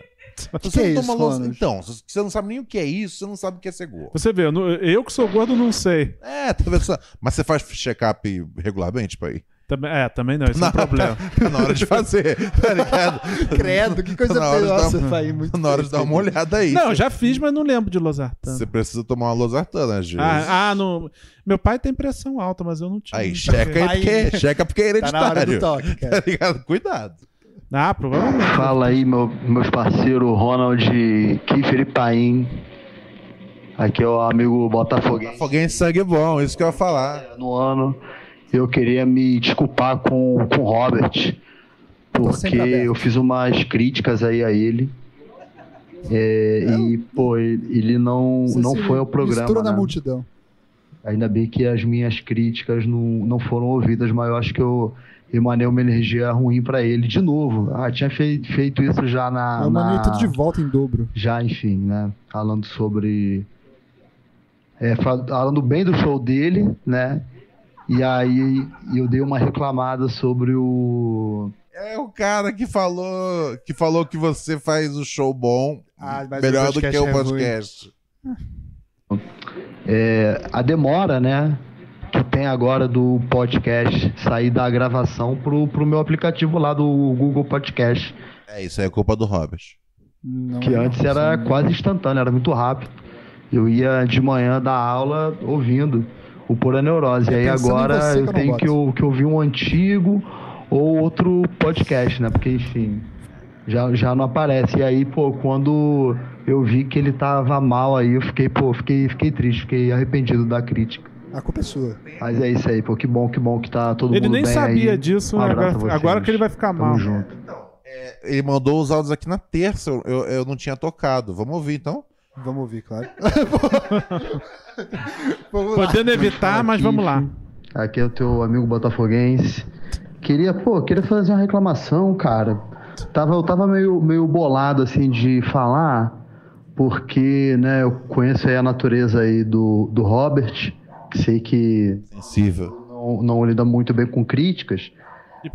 você Que que é não isso, toma los- Ronald? Então, se você não sabe nem o que é isso, você não sabe o que é ser gordo. Você vê, eu não- eu que sou gordo não sei. É, tá vendo só? Mas você faz check-up regularmente pra ir? Também, é, também não, isso é um problema. Tá na hora de fazer, tá ligado? Credo, que coisa Tá na hora de dar- feia. Nossa, tá aí muito Na hora de dar uma olhada aí. Não, eu já fiz, mas não lembro de Tá. losartana. Você precisa tomar uma losartana, às vezes. Ah, ah, no... meu pai tem pressão alta, mas eu não tinha. Aí checa aí porque, checa porque é Tá hereditário. Tá ligado? Cuidado. Ah, provavelmente. Fala aí, meu- meus parceiros Ronald Kiefer e Paim. Aqui é o amigo Botafoguense. Botafoguense sangue é bom, isso que eu ia falar. No ano, eu queria me desculpar com, com o Robert, porque eu fiz umas críticas aí a ele. É, e, pô, ele ele não, não se foi ao Mistura programa. na né? multidão. Ainda bem que as minhas críticas não, não foram ouvidas, mas eu acho que eu emanei uma energia ruim pra ele de novo. Ah, tinha fei- feito isso já na. eu mandei na- tudo É de volta em dobro. já, enfim, né? Falando sobre. é, fa- falando bem do show dele, né? E aí eu dei uma reclamada sobre o. É o cara que falou que, falou que você faz o show bom Ah, mas melhor o do que podcast o é ruim. podcast. é, a demora, né? Que tem agora do podcast sair da gravação pro, pro meu aplicativo lá do Google Podcast. É, isso aí é culpa do Robert. que antes era quase instantâneo, era muito rápido. Eu ia de manhã da aula ouvindo o Pura Neurose. É, E aí pensando em agora você que eu eu não tenho que, boto. ou- que ouvir um antigo ou outro podcast, né? Porque, enfim, já, já não aparece. E aí, pô, quando eu vi que ele tava mal aí, eu fiquei, pô, fiquei, fiquei triste, fiquei arrependido da crítica. A culpa é sua. Mas é isso aí, pô, que bom, que bom que tá todo Ele mundo nem bem sabia aí. disso, Um né? abraço a agora, vocês. agora que ele vai ficar mal. Então, é, Ele mandou os áudios aqui na terça, eu, eu- eu não tinha tocado. Vamos ouvir então? Vamos ouvir, claro. Podendo evitar, mas vamos lá. Aqui é o teu amigo botafoguense. Queria, pô, queria fazer uma reclamação, cara. Tava, eu tava meio, meio bolado, assim, de falar, porque, né, eu conheço aí a natureza aí do, do Robert, que sei que... Sensível. Não, não lida muito bem com críticas.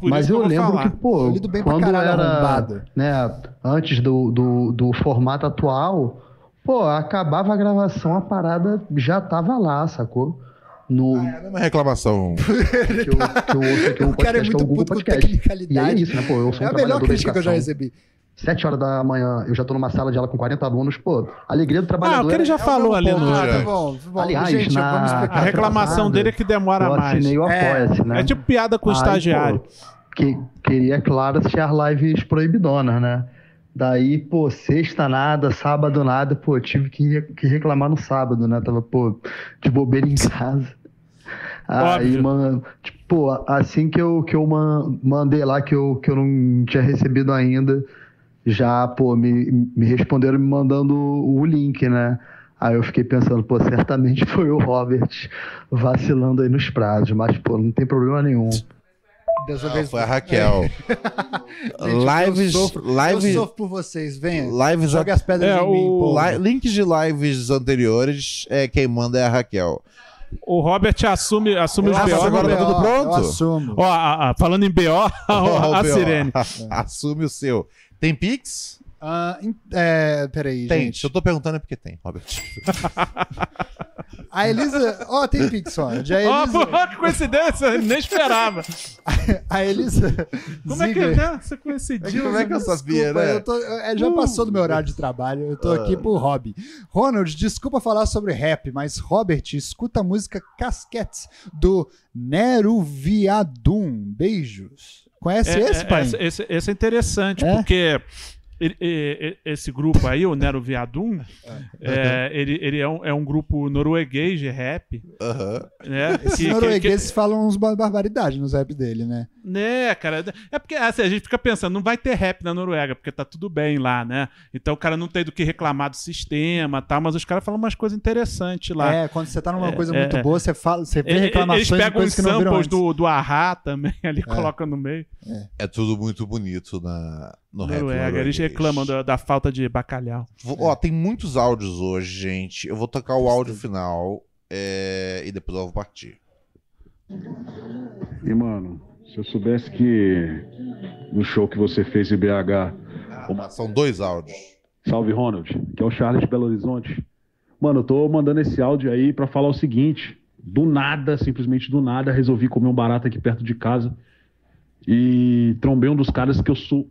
Mas eu, lembro que, pô, eu lido bem quando pra caralho arrombado. era, né, antes do, do, do formato atual, pô, acabava a gravação, a parada já tava lá, sacou? No, Uma é reclamação. que eu, que eu ouço aqui no O cara é podcast, que é o muito Google puto com Podcast. E é tecnicalidade. isso, né, pô? Eu sou É um a melhor trabalhador da crítica que eu já educação. recebi. Sete horas da manhã, eu já tô numa sala de aula com 40 alunos, pô, alegria do trabalhador. Ah, o que ele já é falou meu ali ponto, no- cara. Ah, tá bom, tá bom. Aliás, Gente, na... vamos explicar. A reclamação dele é que demora eu mais. Assinei o É, Apoia-se, né? é tipo piada com Aí, estagiário. pô, que queria, é claro, assistir as lives proibidonas, né? Daí, pô, sexta nada, sábado nada, pô, tive que, re- que reclamar no sábado, né? Tava, pô, de bobeira em casa. Aí, Óbvio. mano, tipo, pô, assim que eu, que eu man- mandei lá, que eu, que eu não tinha recebido ainda, já, pô, me, me responderam me mandando o link, né? Aí eu fiquei pensando, pô, certamente foi o Robert vacilando aí nos prazos, mas, pô, não tem problema nenhum. Dessa Não, vez foi a Raquel. lives, É. eu sofro, lives, eu sofro por vocês, venha. lives Joga as pedras é, em mim, o- pô. li- Links de lives anteriores, é, quem manda é a Raquel. O Robert assume, assume Eu os assumo BO. agora, tá tudo pronto? Eu assumo. Ó, a- a- falando em BO, a, Ó, o a B.O. Sirene. Assume o seu. Tem Pix? Ah, em- é, peraí, Tem. gente. Se eu tô perguntando é porque tem, Robert. A Elisa. Ó, tem Pix, ó. Já a Ó, Elisa. pô, que coincidência, eu nem esperava. a Elisa. Como é que Ziegler- né, você coincidiu? Como é que eu sabia, Desculpa, né? eu tô- é, já passou do meu horário de trabalho, eu tô Ah. aqui pro hobby. Ronald, desculpa falar sobre rap, mas Robert, escuta a música Casquetes, do Nero Viadum. Beijos. Conhece esse, pai? Esse, É, esse- esse é interessante, É? porque ele- e- e- esse grupo aí, o Nero Viadum, é, ele, ele é, um, é um grupo norueguês de rap. É. né, Esses que- que- noruegueses que- falam uns bar- barbaridades nos rap dele, né? Né, cara? É porque assim, a gente fica pensando, não vai ter rap na Noruega, porque tá tudo bem lá, né? Então o cara não tem do que reclamar do sistema tal, mas os caras falam umas coisas interessantes lá. É, quando você tá numa É, coisa é, muito é. boa, você fala, você vê E- e- Eles reclamações de pegam coisas os que não viram samples antes. do, do Arra também ali, colocam no meio. É tudo muito bonito na, no rap. Noruega, eles norueguês. reclamam da, da falta de bacalhau. É. Vou- Ó, tem muitos áudios hoje, gente. Eu vou tocar o áudio final é, e depois eu vou partir. E, mano, se eu soubesse que no show que você fez em BH. Ah, São dois áudios. Salve, Ronald, que é o Charles de Belo Horizonte. Mano, eu tô mandando esse áudio aí pra falar o seguinte. Do nada, simplesmente do nada, resolvi comer um barato aqui perto de casa. E trombei um dos caras que eu sou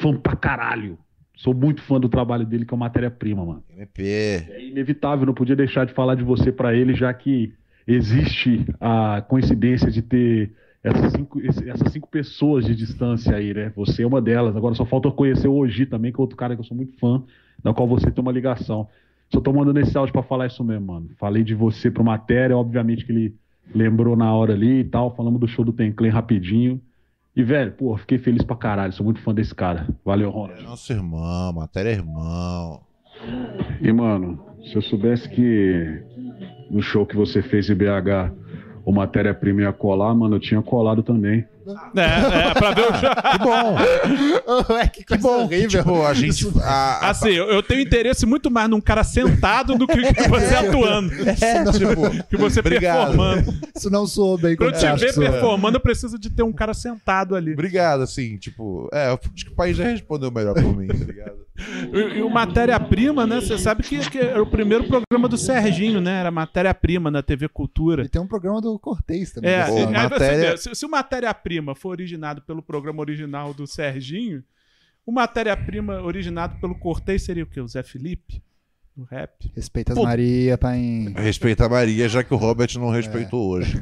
fã pra caralho. Sou muito fã do trabalho dele, que é o Matéria-Prima, mano. MP. É inevitável, não podia deixar de falar de você pra ele, já que existe a coincidência de ter essas cinco, esse- essas cinco pessoas de distância aí, né? Você é uma delas. Agora só falta eu conhecer o Oji também, que é outro cara que eu sou muito fã, na qual você tem uma ligação. Só tô mandando esse áudio pra falar isso mesmo, mano. Falei de você pro Matéria, obviamente que ele lembrou na hora ali e tal. Falamos do show do Tenclen rapidinho. E, velho, pô, fiquei feliz pra caralho. Sou muito fã desse cara. Valeu, Ronald. É nosso irmão, matéria é irmão. E, mano, se eu soubesse que no show que você fez em BH o Matéria-Prima ia colar, mano, eu tinha colado também. É, é, pra ver o jogo. Que bom. é, que coisa bom, horrível. Tipo, a gente. A, Assim, eu, eu tenho interesse muito mais num cara sentado do que, que você atuando. É, tipo, que você obrigado. performando. Isso não soou É, bem Pra eu quando te eu acho ver que soou. performando, eu preciso de ter um cara sentado ali. Obrigado, assim, tipo. É, eu acho que o país já respondeu melhor por mim, tá ligado? E, e o Matéria-Prima, né? Você sabe que, que era o primeiro programa do Serginho, né? Era Matéria-Prima na TV Cultura. E tem um programa do Cortez também. né? É, dessa se, época. aí você vê, se, se o Matéria-Prima for originado pelo programa original do Serginho, o Matéria-Prima originado pelo Cortez seria o quê? O Zé Felipe? O rap? Respeita as Pô. Maria, tá pai. Respeita a Maria, já que o Robert não respeitou hoje.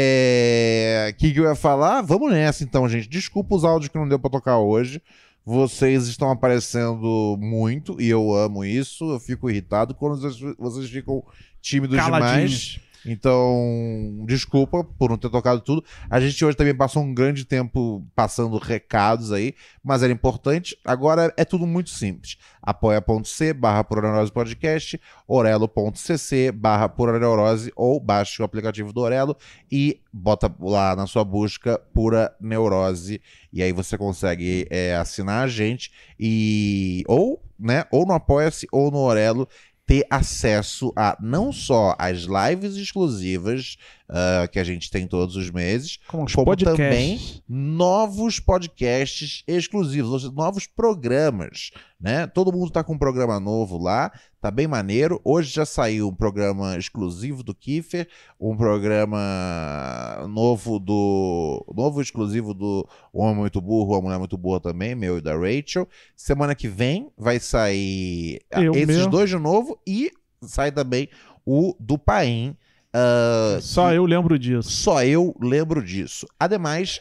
É. O que, que eu ia falar? Vamos nessa então, gente. Desculpa os áudios que não deu pra tocar hoje. Vocês estão aparecendo muito e eu amo isso. Eu fico irritado quando vocês- vocês ficam tímidos Caladinhos. demais. Então, desculpa por não ter tocado tudo. A gente hoje também passou um grande tempo passando recados aí, mas era importante. Agora é tudo muito simples. apoia.c barra Puraneurose Podcast, orelo.cc barra Puraneurose ou baixe o aplicativo do Orelo e bota lá na sua busca Pura Neurose. E aí você consegue é, assinar a gente e... ou, né, ou no Apoia-se ou no Orelo ter acesso a não só as lives exclusivas ah, que a gente tem todos os meses, Como os podcasts. também novos podcasts exclusivos, ou seja, novos programas, né? Todo mundo tá com um programa novo lá, tá bem maneiro. Hoje já saiu um programa exclusivo do Kiefer, um programa novo do novo exclusivo do Homem Muito Burro, a Mulher Muito Burra também, meu e da Rachel. Semana que vem vai sair ah, Eu, esses meu. dois de novo e sai também o do Paim. ah, Só eu lembro disso. Só eu lembro disso. Ademais,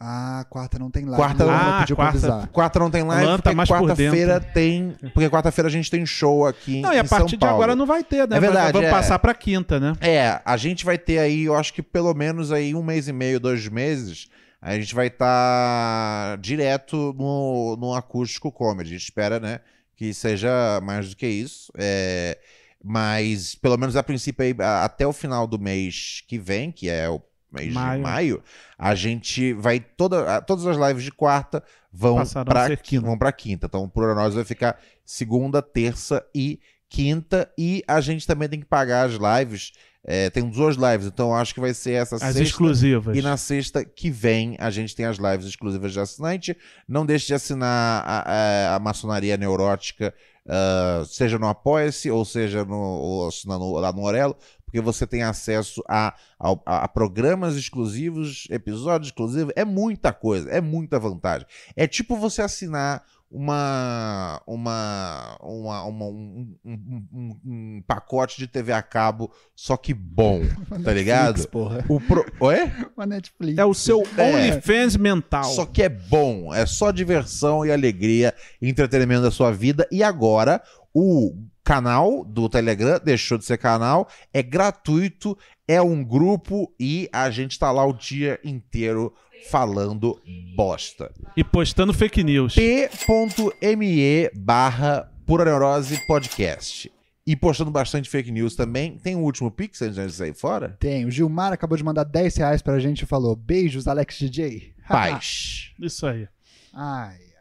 Ah, quarta não tem live. Quarta, Luan ah, pediu pra quarta, avisar. quarta não tem live, Luan tá porque mais por quarta-feira dentro. tem. Porque quarta-feira a gente tem show aqui. Não, e a em São partir de Paulo. agora não vai ter, né? É verdade. Vamos é. passar pra quinta, né? É, a gente vai ter aí, eu acho que pelo menos aí um mês e meio, dois meses, a gente vai estar direto no, no acústico comedy. A gente espera, né? Que seja mais do que isso. É, mas pelo menos a princípio aí, a- até o final do mês que vem, que é o mês Maio. de maio, a gente vai toda, a- todas as lives de quarta vão Passarão a para ser vão para quinta. Então, por nós vai ficar segunda, terça e quinta e a gente também tem que pagar as lives. É, tem duas lives, então eu acho que vai ser essa As sexta exclusivas. e na sexta que vem a gente tem as lives exclusivas de assinante. Não deixe de assinar a, a- a maçonaria neurótica, ah, seja no Apoia-se ou seja no, ou assinando lá no Orelo, porque você tem acesso a, ao- a- a programas exclusivos, episódios exclusivos. É muita coisa, é muita vantagem. É tipo você assinar uma uma, uma, uma- um, um- um- um- um pacote de TV a cabo só que bom tá ligado porra. o pro... Oi? Uma Netflix. É o seu É. OnlyFans mental. Só que é bom, é só diversão e alegria, entretenimento da sua vida. E agora, o canal do Telegram deixou de ser canal, é gratuito, é um grupo e a gente tá lá o dia inteiro falando bosta. E postando fake news. T.me barra Pura Neurose Podcast. E postando bastante fake news também. Tem o último Pix antes de sair fora? Tem. O Gilmar acabou de mandar 10 reais pra gente e falou: Beijos, Alex DJ. Paz. Isso aí. Ai,